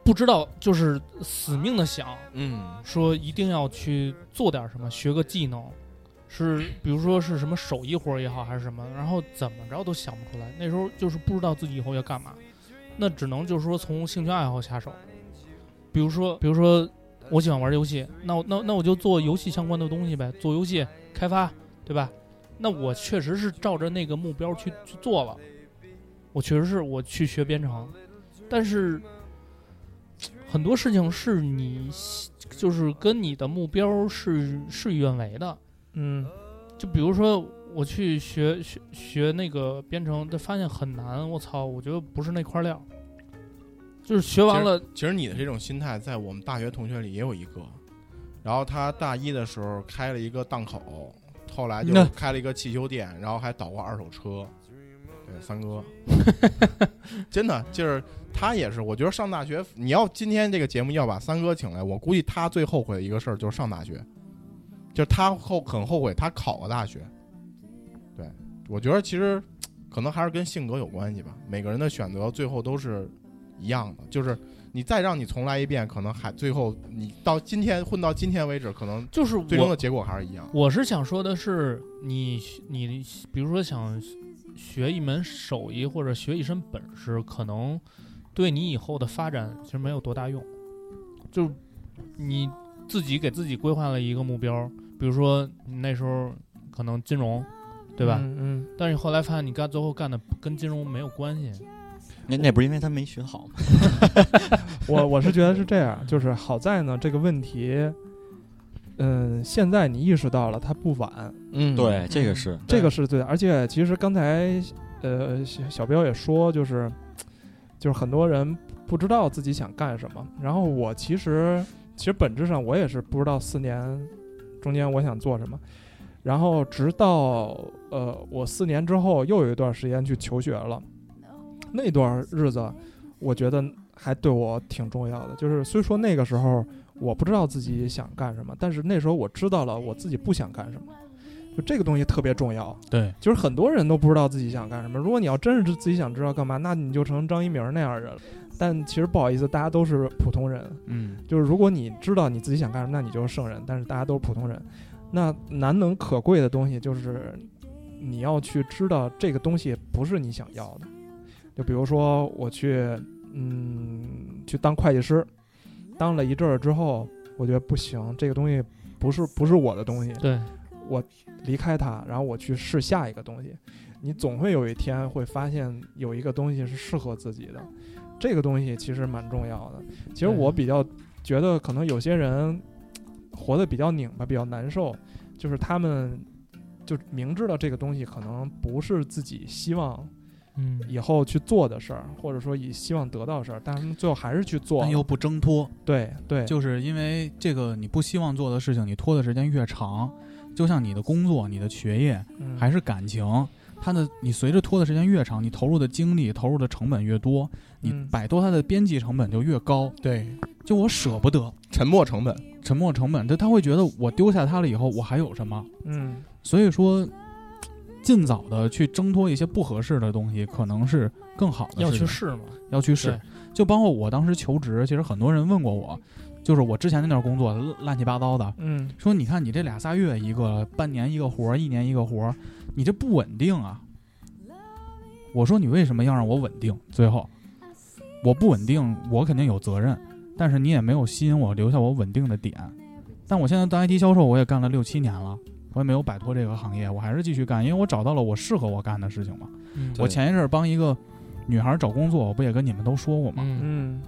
[SPEAKER 7] 不知道就是死命的想，
[SPEAKER 6] 嗯
[SPEAKER 7] 说一定要去做点什么，学个技能，是比如说是什么手艺活儿也好，还是什么，然后怎么着都想不出来。那时候就是不知道自己以后要干嘛，那只能就是说从兴趣爱好下手。比如说，比如说我喜欢玩游戏，那我那那我就做游戏相关的东西呗，做游戏开发，对吧？那我确实是照着那个目标去去做了，我确实是我去学编程，但是很多事情是你就是跟你的目标是事与愿违的。
[SPEAKER 5] 嗯
[SPEAKER 7] 就比如说我去学学学那个编程，但发现很难，我操，我觉得不是那块料。就是学完了，
[SPEAKER 6] 其实你的这种心态，在我们大学同学里也有一个，然后他大一的时候开了一个档口，后来就
[SPEAKER 4] 那
[SPEAKER 6] 开了一个汽修店，然后还倒过二手车。对，三哥， 真的就是他也是，我觉得上大学，你要今天这个节目要把三哥请来，我估计他最后悔的一个事儿就是上大学，就是他后很后悔他考个大学。对，我觉得其实可能还是跟性格有关系吧，每个人的选择最后都是一样的，就是你再让你重来一遍，可能还最后你到今天混到今天为止，可能
[SPEAKER 7] 就是
[SPEAKER 6] 最终
[SPEAKER 7] 我
[SPEAKER 6] 的结果还是一样。
[SPEAKER 7] 我是想说的是，你你比如说想学一门手艺或者学一身本事，可能对你以后的发展其实没有多大用。就是你自己给自己规划了一个目标，比如说你那时候可能金融，对吧？
[SPEAKER 5] 嗯
[SPEAKER 7] 但是你后来发现你干最后干的跟金融没有关系，
[SPEAKER 8] 那那不是因为他没学好吗？
[SPEAKER 5] 我我是觉得是这样，就是好在呢这个问题，嗯，现在你意识到了，它不晚，
[SPEAKER 6] 嗯，
[SPEAKER 8] 对，这个是
[SPEAKER 5] 这个是对的。而且其实刚才呃小小彪也说，就是就是很多人不知道自己想干什么。然后我其实其实本质上我也是不知道四年中间我想做什么。然后直到呃我四年之后又有一段时间去求学了，那段日子我觉得还对我挺重要的。就是虽说那个时候我不知道自己想干什么，但是那时候我知道了我自己不想干什么。就这个东西特别重要，
[SPEAKER 4] 对，
[SPEAKER 5] 就是很多人都不知道自己想干什么。如果你要真是自己想知道干嘛，那你就成张一鸣那样的人了。但其实不好意思，大家都是普通人。
[SPEAKER 4] 嗯，
[SPEAKER 5] 就是如果你知道你自己想干什么，那你就是圣人。但是大家都是普通人，那难能可贵的东西就是你要去知道这个东西不是你想要的。就比如说我去，嗯，去当会计师，当了一阵儿之后，我觉得不行，这个东西不是不是我的东西，
[SPEAKER 7] 对，
[SPEAKER 5] 离开它，然后我去试下一个东西，你总会有一天会发现有一个东西是适合自己的，这个东西其实蛮重要的。其实
[SPEAKER 7] 对
[SPEAKER 5] 我比较觉得，可能有些人活得比较拧巴，比较难受，就是他们就明知道这个东西可能不是自己希望
[SPEAKER 7] 嗯，
[SPEAKER 5] 以后去做的事儿，或者说以希望得到的事儿，但他们最后还是去做
[SPEAKER 4] 但又
[SPEAKER 5] 了。
[SPEAKER 4] 不挣脱，
[SPEAKER 5] 对对，
[SPEAKER 4] 哎就是因为这个你不希望做的事情，你拖的时间越长，就像你的工作、你的学业
[SPEAKER 5] 嗯
[SPEAKER 4] 还是感情，它的你随着拖的时间越长，你投入的精力、投入的成本越多，你
[SPEAKER 5] 嗯
[SPEAKER 4] 摆脱它的边际成本就越高。
[SPEAKER 6] 对，
[SPEAKER 4] 就我舍不得
[SPEAKER 6] 沉没成本。
[SPEAKER 4] 沉没成本，他他会觉得我丢下它了以后，我还有什么？
[SPEAKER 5] 嗯
[SPEAKER 4] 所以说，尽早的去挣脱一些不合适的东西，可能是更好的
[SPEAKER 7] 要
[SPEAKER 4] 事
[SPEAKER 7] 去
[SPEAKER 4] 情。
[SPEAKER 7] 试嘛，
[SPEAKER 4] 要去试
[SPEAKER 7] 对。
[SPEAKER 4] 就包括我当时求职，其实很多人问过我，就是我之前那段工作乱乱七八糟的，
[SPEAKER 5] 嗯
[SPEAKER 4] 说你看你这俩仨月一个，半年一个活儿，一年一个活儿，你这不稳定啊。我说你为什么要让我稳定？最后我不稳定，我肯定有责任，但是你也没有吸引我留下我稳定的点。但我现在当 IT 销售，我也干了六七年了，我也没有摆脱这个行业，我还是继续干，因为我找到了我适合我干的事情嘛。
[SPEAKER 7] 嗯
[SPEAKER 4] 我
[SPEAKER 8] 对
[SPEAKER 4] 前一阵儿帮一个女孩儿找工作，我不也跟你们都说过吗？
[SPEAKER 7] 嗯，
[SPEAKER 5] 嗯，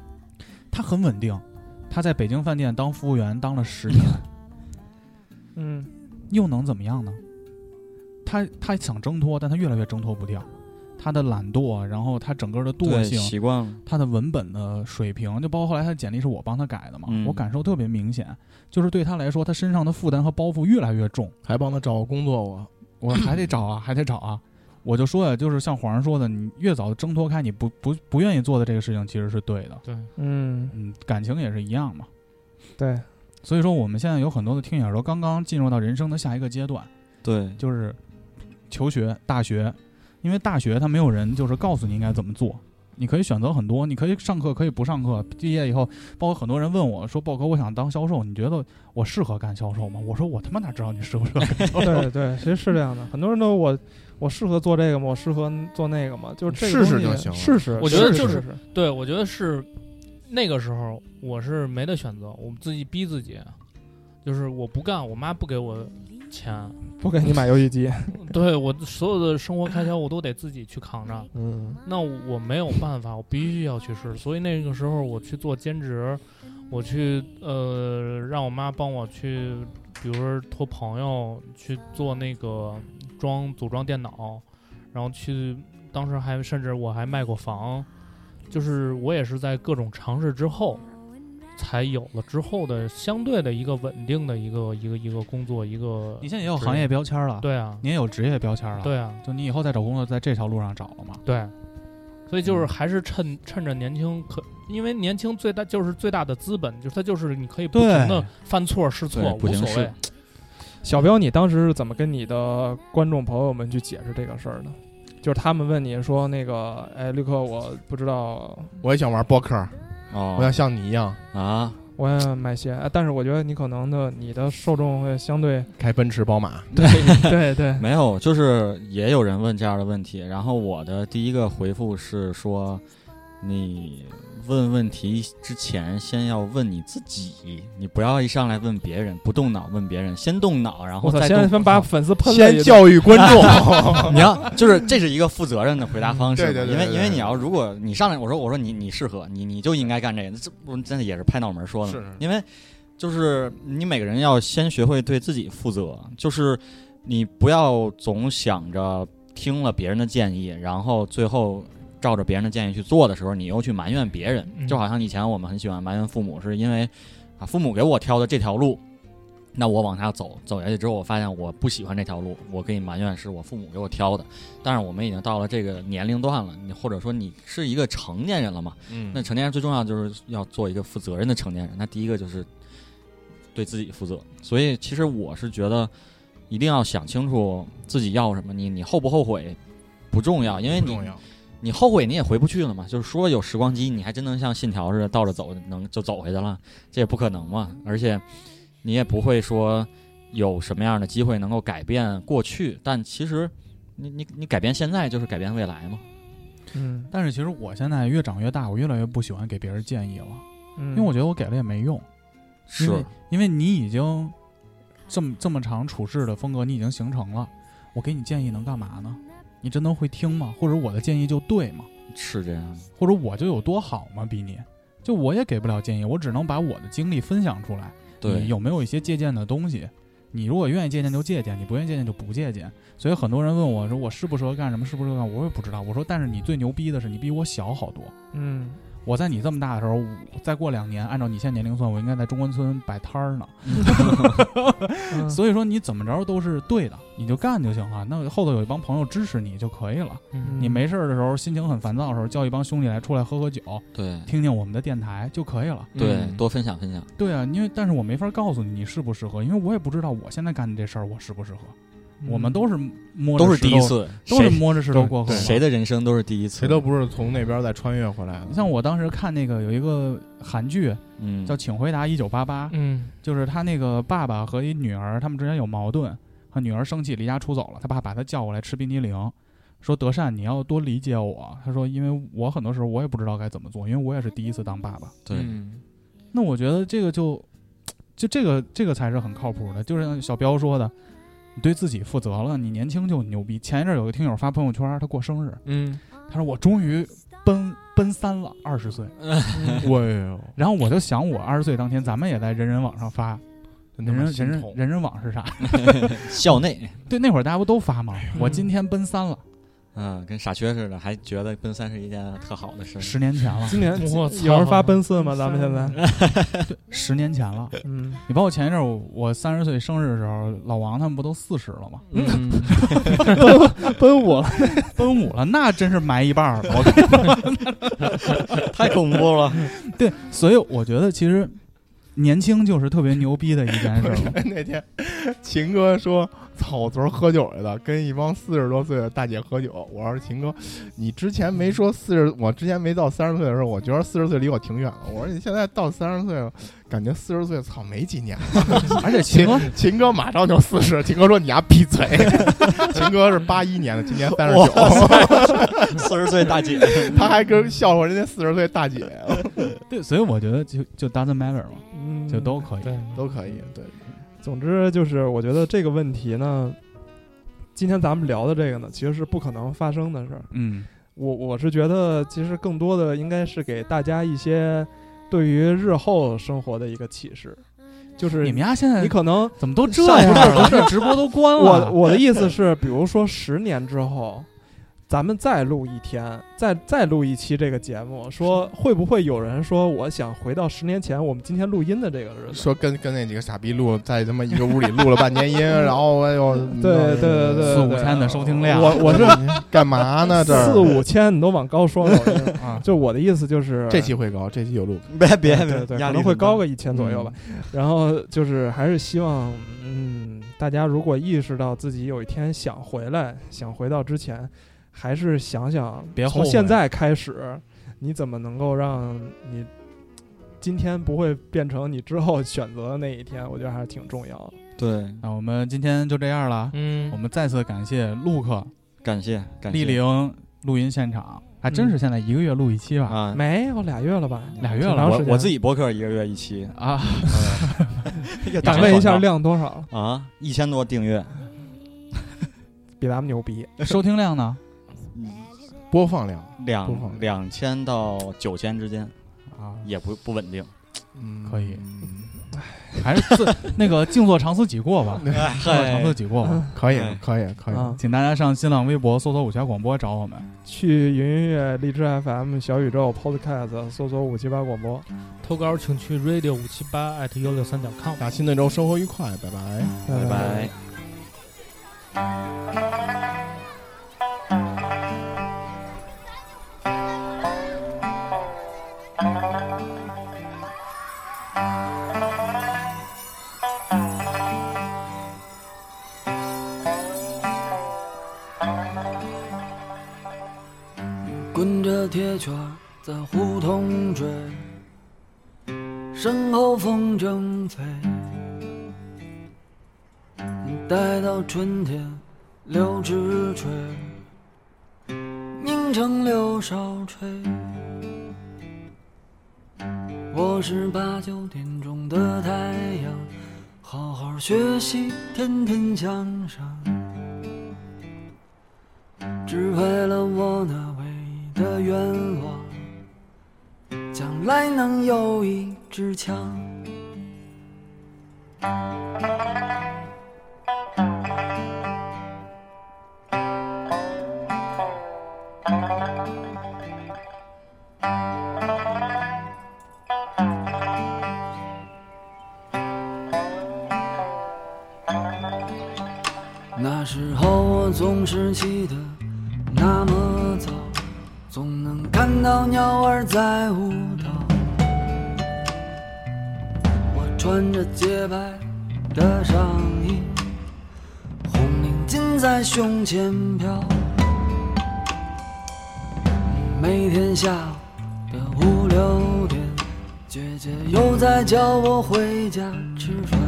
[SPEAKER 4] 她很稳定，她在北京饭店当服务员当了十年，
[SPEAKER 5] 嗯
[SPEAKER 4] 又能怎么样呢？他他想挣脱，但他越来越挣脱不掉。他的懒惰，然后他整个的惰
[SPEAKER 8] 对
[SPEAKER 4] 性，
[SPEAKER 8] 习惯了，
[SPEAKER 4] 他的文本的水平，就包括后来他的简历是我帮他改的嘛，
[SPEAKER 8] 嗯
[SPEAKER 4] 我感受特别明显，就是对他来说，他身上的负担和包袱越来越重，
[SPEAKER 6] 还帮他找个工作，我
[SPEAKER 4] 我还得找啊，还得找啊。我就说呀，就是像皇上说的，你越早挣脱开，你不不不愿意做的这个事情，其实是对的。
[SPEAKER 7] 对，
[SPEAKER 5] 嗯，
[SPEAKER 4] 嗯，感情也是一样嘛。
[SPEAKER 5] 对，
[SPEAKER 4] 所以说，我们现在有很多的听友都刚刚进入到人生的下一个阶段，
[SPEAKER 8] 对，
[SPEAKER 4] 就是求学、大学，因为大学它没有人就是告诉你应该怎么做，你可以选择很多，你可以上课，可以不上课。毕业以后，包括很多人问我说：“豹哥，我想当销售，你觉得我适合干销售吗？”我说：“我他妈哪知道你适不适合干 销售？
[SPEAKER 5] 对 对，其实是这样的，很多人都我我适合做这个吗？我适合做那个吗？就是这个
[SPEAKER 6] 试试
[SPEAKER 5] 东西
[SPEAKER 6] 就行了
[SPEAKER 5] 试试。
[SPEAKER 7] 我觉得
[SPEAKER 5] 试
[SPEAKER 7] 就
[SPEAKER 5] 试
[SPEAKER 7] 是对，我觉得是那个时候我是没得选择，我自己逼自己，就是我不干，我妈不给我钱，
[SPEAKER 5] 不给你买游戏机，
[SPEAKER 7] 对我所有的生活开销我都得自己去扛着，
[SPEAKER 5] 嗯，
[SPEAKER 7] 那我没有办法，我必须要去试。所以那个时候我去做兼职，我去呃让我妈帮我去，比如说托朋友去做那个装组装电脑，然后去当时还甚至我还卖过房，就是我也是在各种尝试之后。才有了之后的相对的一个稳定的一个一个一个工作一个
[SPEAKER 4] 你现在也有行业标签了，，
[SPEAKER 7] 对啊
[SPEAKER 4] 你也有职业标签了，，
[SPEAKER 7] 对啊
[SPEAKER 4] 就你以后再找工作，在这条路上找了嘛。
[SPEAKER 7] 对，所以就是
[SPEAKER 4] 嗯
[SPEAKER 7] 还是趁趁着年轻可，因为年轻最大就是最大的资本，就是它就是你可以不停
[SPEAKER 4] 对
[SPEAKER 7] 的犯错试
[SPEAKER 8] 对
[SPEAKER 7] 错，
[SPEAKER 8] 不
[SPEAKER 7] 无
[SPEAKER 8] 停
[SPEAKER 7] 所
[SPEAKER 8] 试
[SPEAKER 7] 谓。
[SPEAKER 5] 小彪，你当时是怎么跟你的观众朋友们去解释这个事儿的？就是他们问你说那个，哎，绿客，我不知道，
[SPEAKER 6] 我也想玩播客，我
[SPEAKER 8] 哦
[SPEAKER 6] 想像你一样
[SPEAKER 8] 啊，
[SPEAKER 5] 我也买鞋，哎但是我觉得你可能的你的受众会相对，
[SPEAKER 6] 开奔驰、宝马，
[SPEAKER 5] 对 对，
[SPEAKER 8] 没有，就是也有人问这样的问题，然后我的第一个回复是说，你问问题之前先要问你自己，你不要一上来问别人，不动脑问别人，先动脑，然后
[SPEAKER 5] 我操，
[SPEAKER 8] 再
[SPEAKER 5] 先
[SPEAKER 8] 动
[SPEAKER 5] 先把粉丝喷了
[SPEAKER 6] 先
[SPEAKER 5] 一顿，
[SPEAKER 6] 教育观 众。
[SPEAKER 8] 你要就是这是一个负责任的回答方式嘛，
[SPEAKER 6] 对对对对
[SPEAKER 8] 因为
[SPEAKER 6] 对
[SPEAKER 8] 因为你要如果你上来我说我说你你适合你你就应该干这个，这不真的也是拍脑门说的嘛
[SPEAKER 6] 是，
[SPEAKER 8] 因为就是你每个人要先学会对自己负责，就是你不要总想着听了别人的建议，然后最后。照着别人的建议去做的时候，你又去埋怨别人，
[SPEAKER 7] 嗯
[SPEAKER 8] 就好像以前我们很喜欢埋怨父母，是因为啊，父母给我挑的这条路，那我往下走，走下去之后，我发现我不喜欢这条路，我可以埋怨是我父母给我挑的。但是我们已经到了这个年龄段了，你或者说你是一个成年人了嘛？
[SPEAKER 6] 嗯
[SPEAKER 8] 那成年人最重要就是要做一个负责任的成年人。那第一个就是对自己负责。所以其实我是觉得，一定要想清楚自己要什么。你你后不后悔不重要，因为
[SPEAKER 6] 不
[SPEAKER 8] 你
[SPEAKER 6] 重要，
[SPEAKER 8] 你后悔你也回不去了嘛。就是说有时光机，你还真能像信条似的倒着走，能就走回去了，这也不可能嘛。而且你也不会说有什么样的机会能够改变过去，但其实你你你改变现在就是改变未来嘛。
[SPEAKER 5] 嗯，
[SPEAKER 4] 但是其实我现在越长越大，我越来越不喜欢给别人建议了，
[SPEAKER 5] 因
[SPEAKER 4] 因为我觉得我给了也没用。因为因为你已经这么这么长处事的风格，你已经形成了。我给你建议能干嘛呢？你真能会听吗？或者我的建议就对吗？
[SPEAKER 8] 是这样，
[SPEAKER 4] 或者我就有多好吗？比你，就我也给不了建议，我只能把我的经历分享出来。你
[SPEAKER 8] 对，
[SPEAKER 4] 有没有一些借鉴的东西？你如果愿意借鉴就借鉴，你不愿意借鉴就不借鉴。所以很多人问我说我适不适合干什么，适不适合干，我也不知道。我说，但是你最牛逼的是你比我小好多。
[SPEAKER 5] 嗯，
[SPEAKER 4] 我在你这么大的时候，我再过两年，按照你现在年龄算，我应该在中关村摆摊儿呢。
[SPEAKER 5] 嗯
[SPEAKER 4] 所以说你怎么着都是对的，你就干就行了。那后头有一帮朋友支持你就可以了。
[SPEAKER 7] 嗯
[SPEAKER 4] 你没事儿的时候，心情很烦躁的时候，叫一帮兄弟来出来喝喝酒，
[SPEAKER 8] 对
[SPEAKER 4] 听听我们的电台就可以了。
[SPEAKER 8] 对，
[SPEAKER 5] 嗯
[SPEAKER 8] 多分享分享。
[SPEAKER 4] 对啊，因为但是我没法告诉你你适不适合，因为我也不知道我现在干的这事儿我适不适合。
[SPEAKER 5] 嗯
[SPEAKER 4] 我们都是摸着
[SPEAKER 8] 嗯都是第
[SPEAKER 4] 石
[SPEAKER 8] 一
[SPEAKER 4] 头，
[SPEAKER 8] 次，
[SPEAKER 4] 都是
[SPEAKER 8] 谁
[SPEAKER 4] 摸着石头过河嘛。
[SPEAKER 8] 谁的人生都是第一次，
[SPEAKER 6] 谁都不是从那边再穿越回来的。
[SPEAKER 4] 像我当时看那个有一个韩剧
[SPEAKER 8] 嗯
[SPEAKER 4] 叫《请回答一九八八》，
[SPEAKER 7] 嗯
[SPEAKER 4] 就是他那个爸爸和一女儿，他们之间有矛盾，他女儿生气离家出走了，他爸把她叫过来吃冰激凌，说德善你要多理解我。他说因为我很多时候我也不知道该怎么做，因为我也是第一次当爸爸。
[SPEAKER 8] 对，
[SPEAKER 6] 嗯
[SPEAKER 4] 那我觉得这个就就这个这个才是很靠谱的，就是像小彪说的，你对自己负责了，你年轻就牛逼。前一阵有个听友发朋友圈，他过生日，
[SPEAKER 5] 嗯，
[SPEAKER 4] 他说我终于奔奔三了，二十岁。
[SPEAKER 8] 嗯
[SPEAKER 6] 我
[SPEAKER 4] 然后我就想我二十岁当天，咱们也在人人网上发，
[SPEAKER 6] 真他
[SPEAKER 4] 人
[SPEAKER 6] 妈
[SPEAKER 4] 人
[SPEAKER 6] 心
[SPEAKER 4] 人人
[SPEAKER 6] 痛。
[SPEAKER 4] 人人网是啥？
[SPEAKER 8] 校内，
[SPEAKER 4] 对，那会儿大家不都发吗？我今天奔三了，
[SPEAKER 8] 嗯，跟傻缺似的，还觉得奔三是一件特好的事。
[SPEAKER 4] 十年前了，
[SPEAKER 5] 今年
[SPEAKER 7] 我
[SPEAKER 5] 有
[SPEAKER 7] 操
[SPEAKER 5] 人哦发奔四吗？咱们现在，
[SPEAKER 4] 十年前了。
[SPEAKER 5] 嗯，
[SPEAKER 4] 你包括前一阵儿我我三十岁生日的时候，老王他们不都四十了吗？
[SPEAKER 7] 嗯，
[SPEAKER 4] 奔五了， 奔五了，那真是埋一半儿了。我跟你
[SPEAKER 8] 太恐怖 了，
[SPEAKER 4] 说对，所以我觉得其实年轻就是特别牛逼的一件事儿 了。
[SPEAKER 6] 那天秦哥说：“操，我昨儿喝酒来的，跟一帮四十多岁的大姐喝酒。”我说：“秦哥，你之前没说四十，我之前没到三十岁的时候，我觉得四十岁离我挺远了。我说你现在到三十岁了，感觉四十岁操没几年了。
[SPEAKER 4] 而且
[SPEAKER 6] 秦
[SPEAKER 4] 秦哥，
[SPEAKER 6] 秦哥马上就四十，秦哥说你丫闭嘴。 秦哥是八一年的，今年三十九，
[SPEAKER 8] 四十 岁大姐，
[SPEAKER 6] 他还跟笑话人家四十岁大姐，
[SPEAKER 4] 对，所以我觉得就就 doesn't matter 嘛，
[SPEAKER 5] 嗯
[SPEAKER 4] 就都可以。
[SPEAKER 7] 对，
[SPEAKER 6] 都可以。对，
[SPEAKER 5] 总之就是，我觉得这个问题呢，今天咱们聊的这个呢，其实是不可能发生的事儿。
[SPEAKER 4] 嗯，
[SPEAKER 5] 我我是觉得，其实更多的应该是给大家一些对于日后生活的一个启示，就是
[SPEAKER 4] 你们嗯家现在
[SPEAKER 5] 你可能
[SPEAKER 4] 怎么都这
[SPEAKER 5] 上
[SPEAKER 4] 样
[SPEAKER 5] 不
[SPEAKER 4] 了？这直播都关
[SPEAKER 5] 我
[SPEAKER 4] 了。
[SPEAKER 5] 我的意思是，比如说十年之后，咱们再录一天，再再录一期这个节目，说会不会有人说我想回到十年前我们今天录音的这个日子？
[SPEAKER 6] 说跟跟那几个傻逼录，在他妈一个屋里录了半年音，然后哎呦，
[SPEAKER 8] 嗯
[SPEAKER 5] 对对对对，
[SPEAKER 4] 四五千的收听量，
[SPEAKER 5] 我我 是
[SPEAKER 6] 干嘛呢？这儿
[SPEAKER 5] 四五千，你都往高说了。我觉得
[SPEAKER 4] 啊，
[SPEAKER 5] 就我的意思就是，
[SPEAKER 6] 这期会高，这期有录。
[SPEAKER 8] 别别
[SPEAKER 5] 对
[SPEAKER 8] 别
[SPEAKER 5] 对，，
[SPEAKER 8] 压
[SPEAKER 5] 可
[SPEAKER 8] 力
[SPEAKER 5] 能会
[SPEAKER 8] 很大嗯
[SPEAKER 5] 高个一千左右吧。然后就是还是希望，嗯，大家如果意识到自己有一天想回来，想回到之前，还是想想，
[SPEAKER 4] 别后
[SPEAKER 5] 从
[SPEAKER 4] 悔
[SPEAKER 5] 现在开始，你怎么能够让你今天不会变成你之后 选择的那一天？我觉得还是挺重要的。
[SPEAKER 4] 嗯
[SPEAKER 8] 对，
[SPEAKER 4] 那我们今天就这样了。我
[SPEAKER 7] 嗯，
[SPEAKER 4] 们再次感谢陆克
[SPEAKER 8] 感谢感谢
[SPEAKER 4] 莅临录音现场，还真是现在一个月录一期吧，
[SPEAKER 8] 啊！
[SPEAKER 5] 没有俩月了吧？
[SPEAKER 4] 俩月
[SPEAKER 5] 挺
[SPEAKER 4] 了
[SPEAKER 5] 长
[SPEAKER 8] 我
[SPEAKER 5] 时间
[SPEAKER 8] 我自己博客一个月一期，呃
[SPEAKER 4] 啊。
[SPEAKER 5] 敢问一下量多少？
[SPEAKER 8] 啊，一千多订阅，
[SPEAKER 5] 比咱们牛逼。
[SPEAKER 4] 收听量呢？
[SPEAKER 6] 播放量，不好
[SPEAKER 8] 两两千到九千之间，
[SPEAKER 4] 啊，
[SPEAKER 8] 也不不稳定。
[SPEAKER 6] 嗯
[SPEAKER 4] 可以，还是自那个静坐常思己过吧，静坐常思己过吧。
[SPEAKER 6] 可以
[SPEAKER 8] 哎，
[SPEAKER 6] 可以，可以。
[SPEAKER 5] 啊，
[SPEAKER 4] 请大家上新浪微博搜索“武侠广播”找我们。
[SPEAKER 5] 去云音乐、荔枝 FM、小宇宙、Podcast 搜索五七八广播。
[SPEAKER 7] 投稿请去 radio 五七八 at 幺六三点 com。
[SPEAKER 6] 大家新的一周生活愉快，拜拜。
[SPEAKER 8] 拜拜。
[SPEAKER 9] 滚着铁圈在胡同追，身后风筝飞。待到春天，柳枝垂，凝成柳梢吹。我是八九点钟的太阳，好好学习，天天向上。只为了我那唯一的愿望，将来能有一支枪。那时候我总是起得那么早，总能看到鸟儿在舞蹈。我穿着洁白的上衣，红领巾在胸前飘。每天下午的五六点，姐姐又在叫我回家吃饭。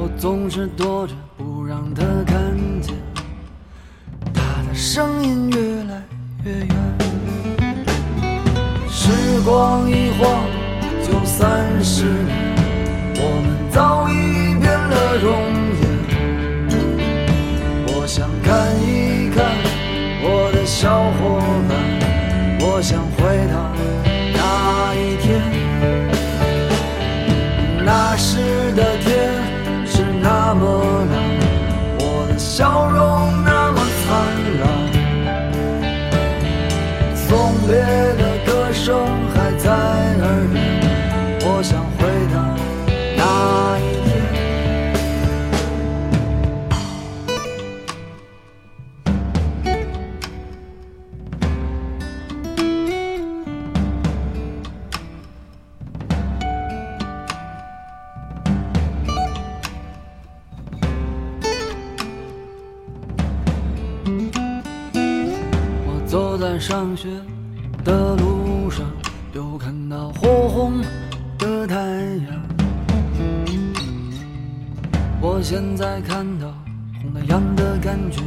[SPEAKER 9] 我总是躲着不让他看见，他的声音越来越远。时光一晃就三十年，我们早已变了容颜。我想看一看我的小伙伴，我想回到那一天。在上学的路上，又看到火红的太阳。我现在看到红太阳的感觉，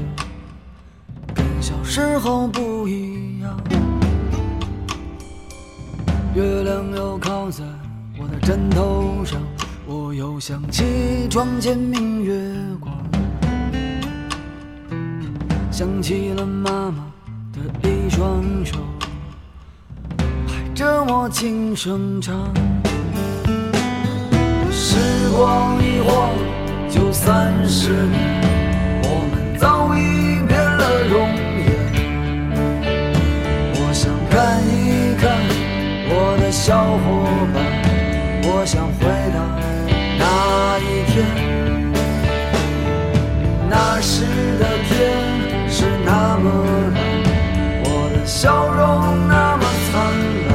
[SPEAKER 9] 跟小时候不一样。月亮又靠在我的枕头上，我又想起床前明月光，想起了妈妈的一双手，拍着我轻声唱。
[SPEAKER 10] 时光一晃就三十年，我们早已变了容颜。我想看一看我的小伙伴，我想回到那一天，那时的天是那么蓝，我的笑容那么灿烂。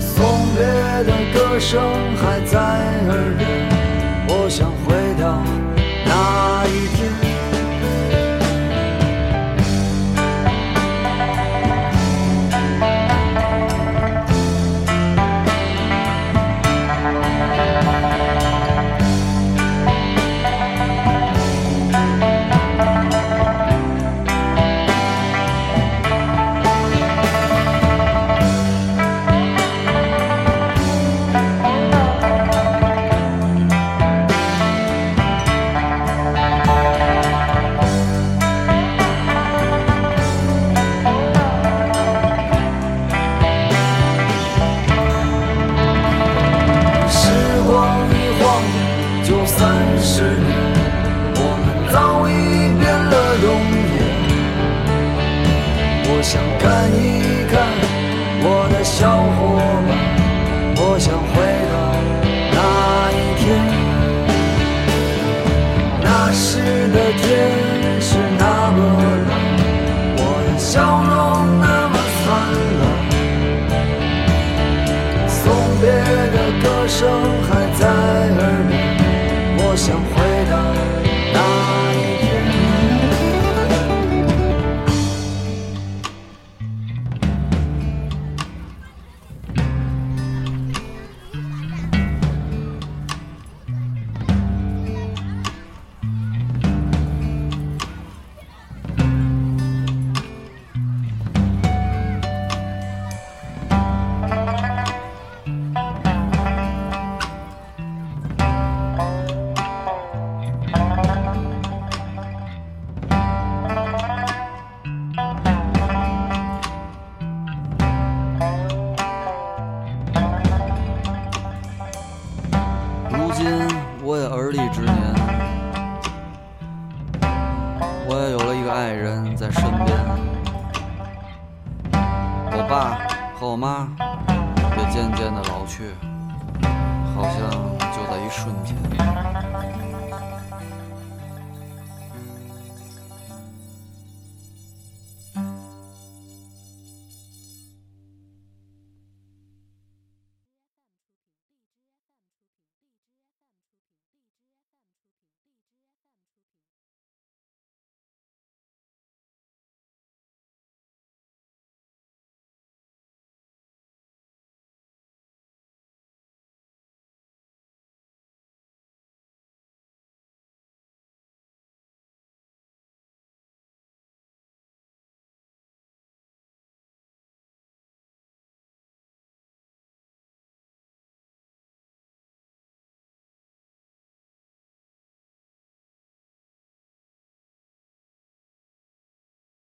[SPEAKER 10] 送别的歌声还在耳边，我想回到那一天。时光一晃就三十年，我们早已变了容颜。我想看一看我的小伙伴，我想回到那一天，那时的天是那么蓝，我的笑容那么灿烂。送别的歌声还在耳边，我想回到那一天。
[SPEAKER 9] 如今我也而立之年，我也有了一个爱人在身边。我爸和我妈也渐渐的老去，好像就在一瞬间。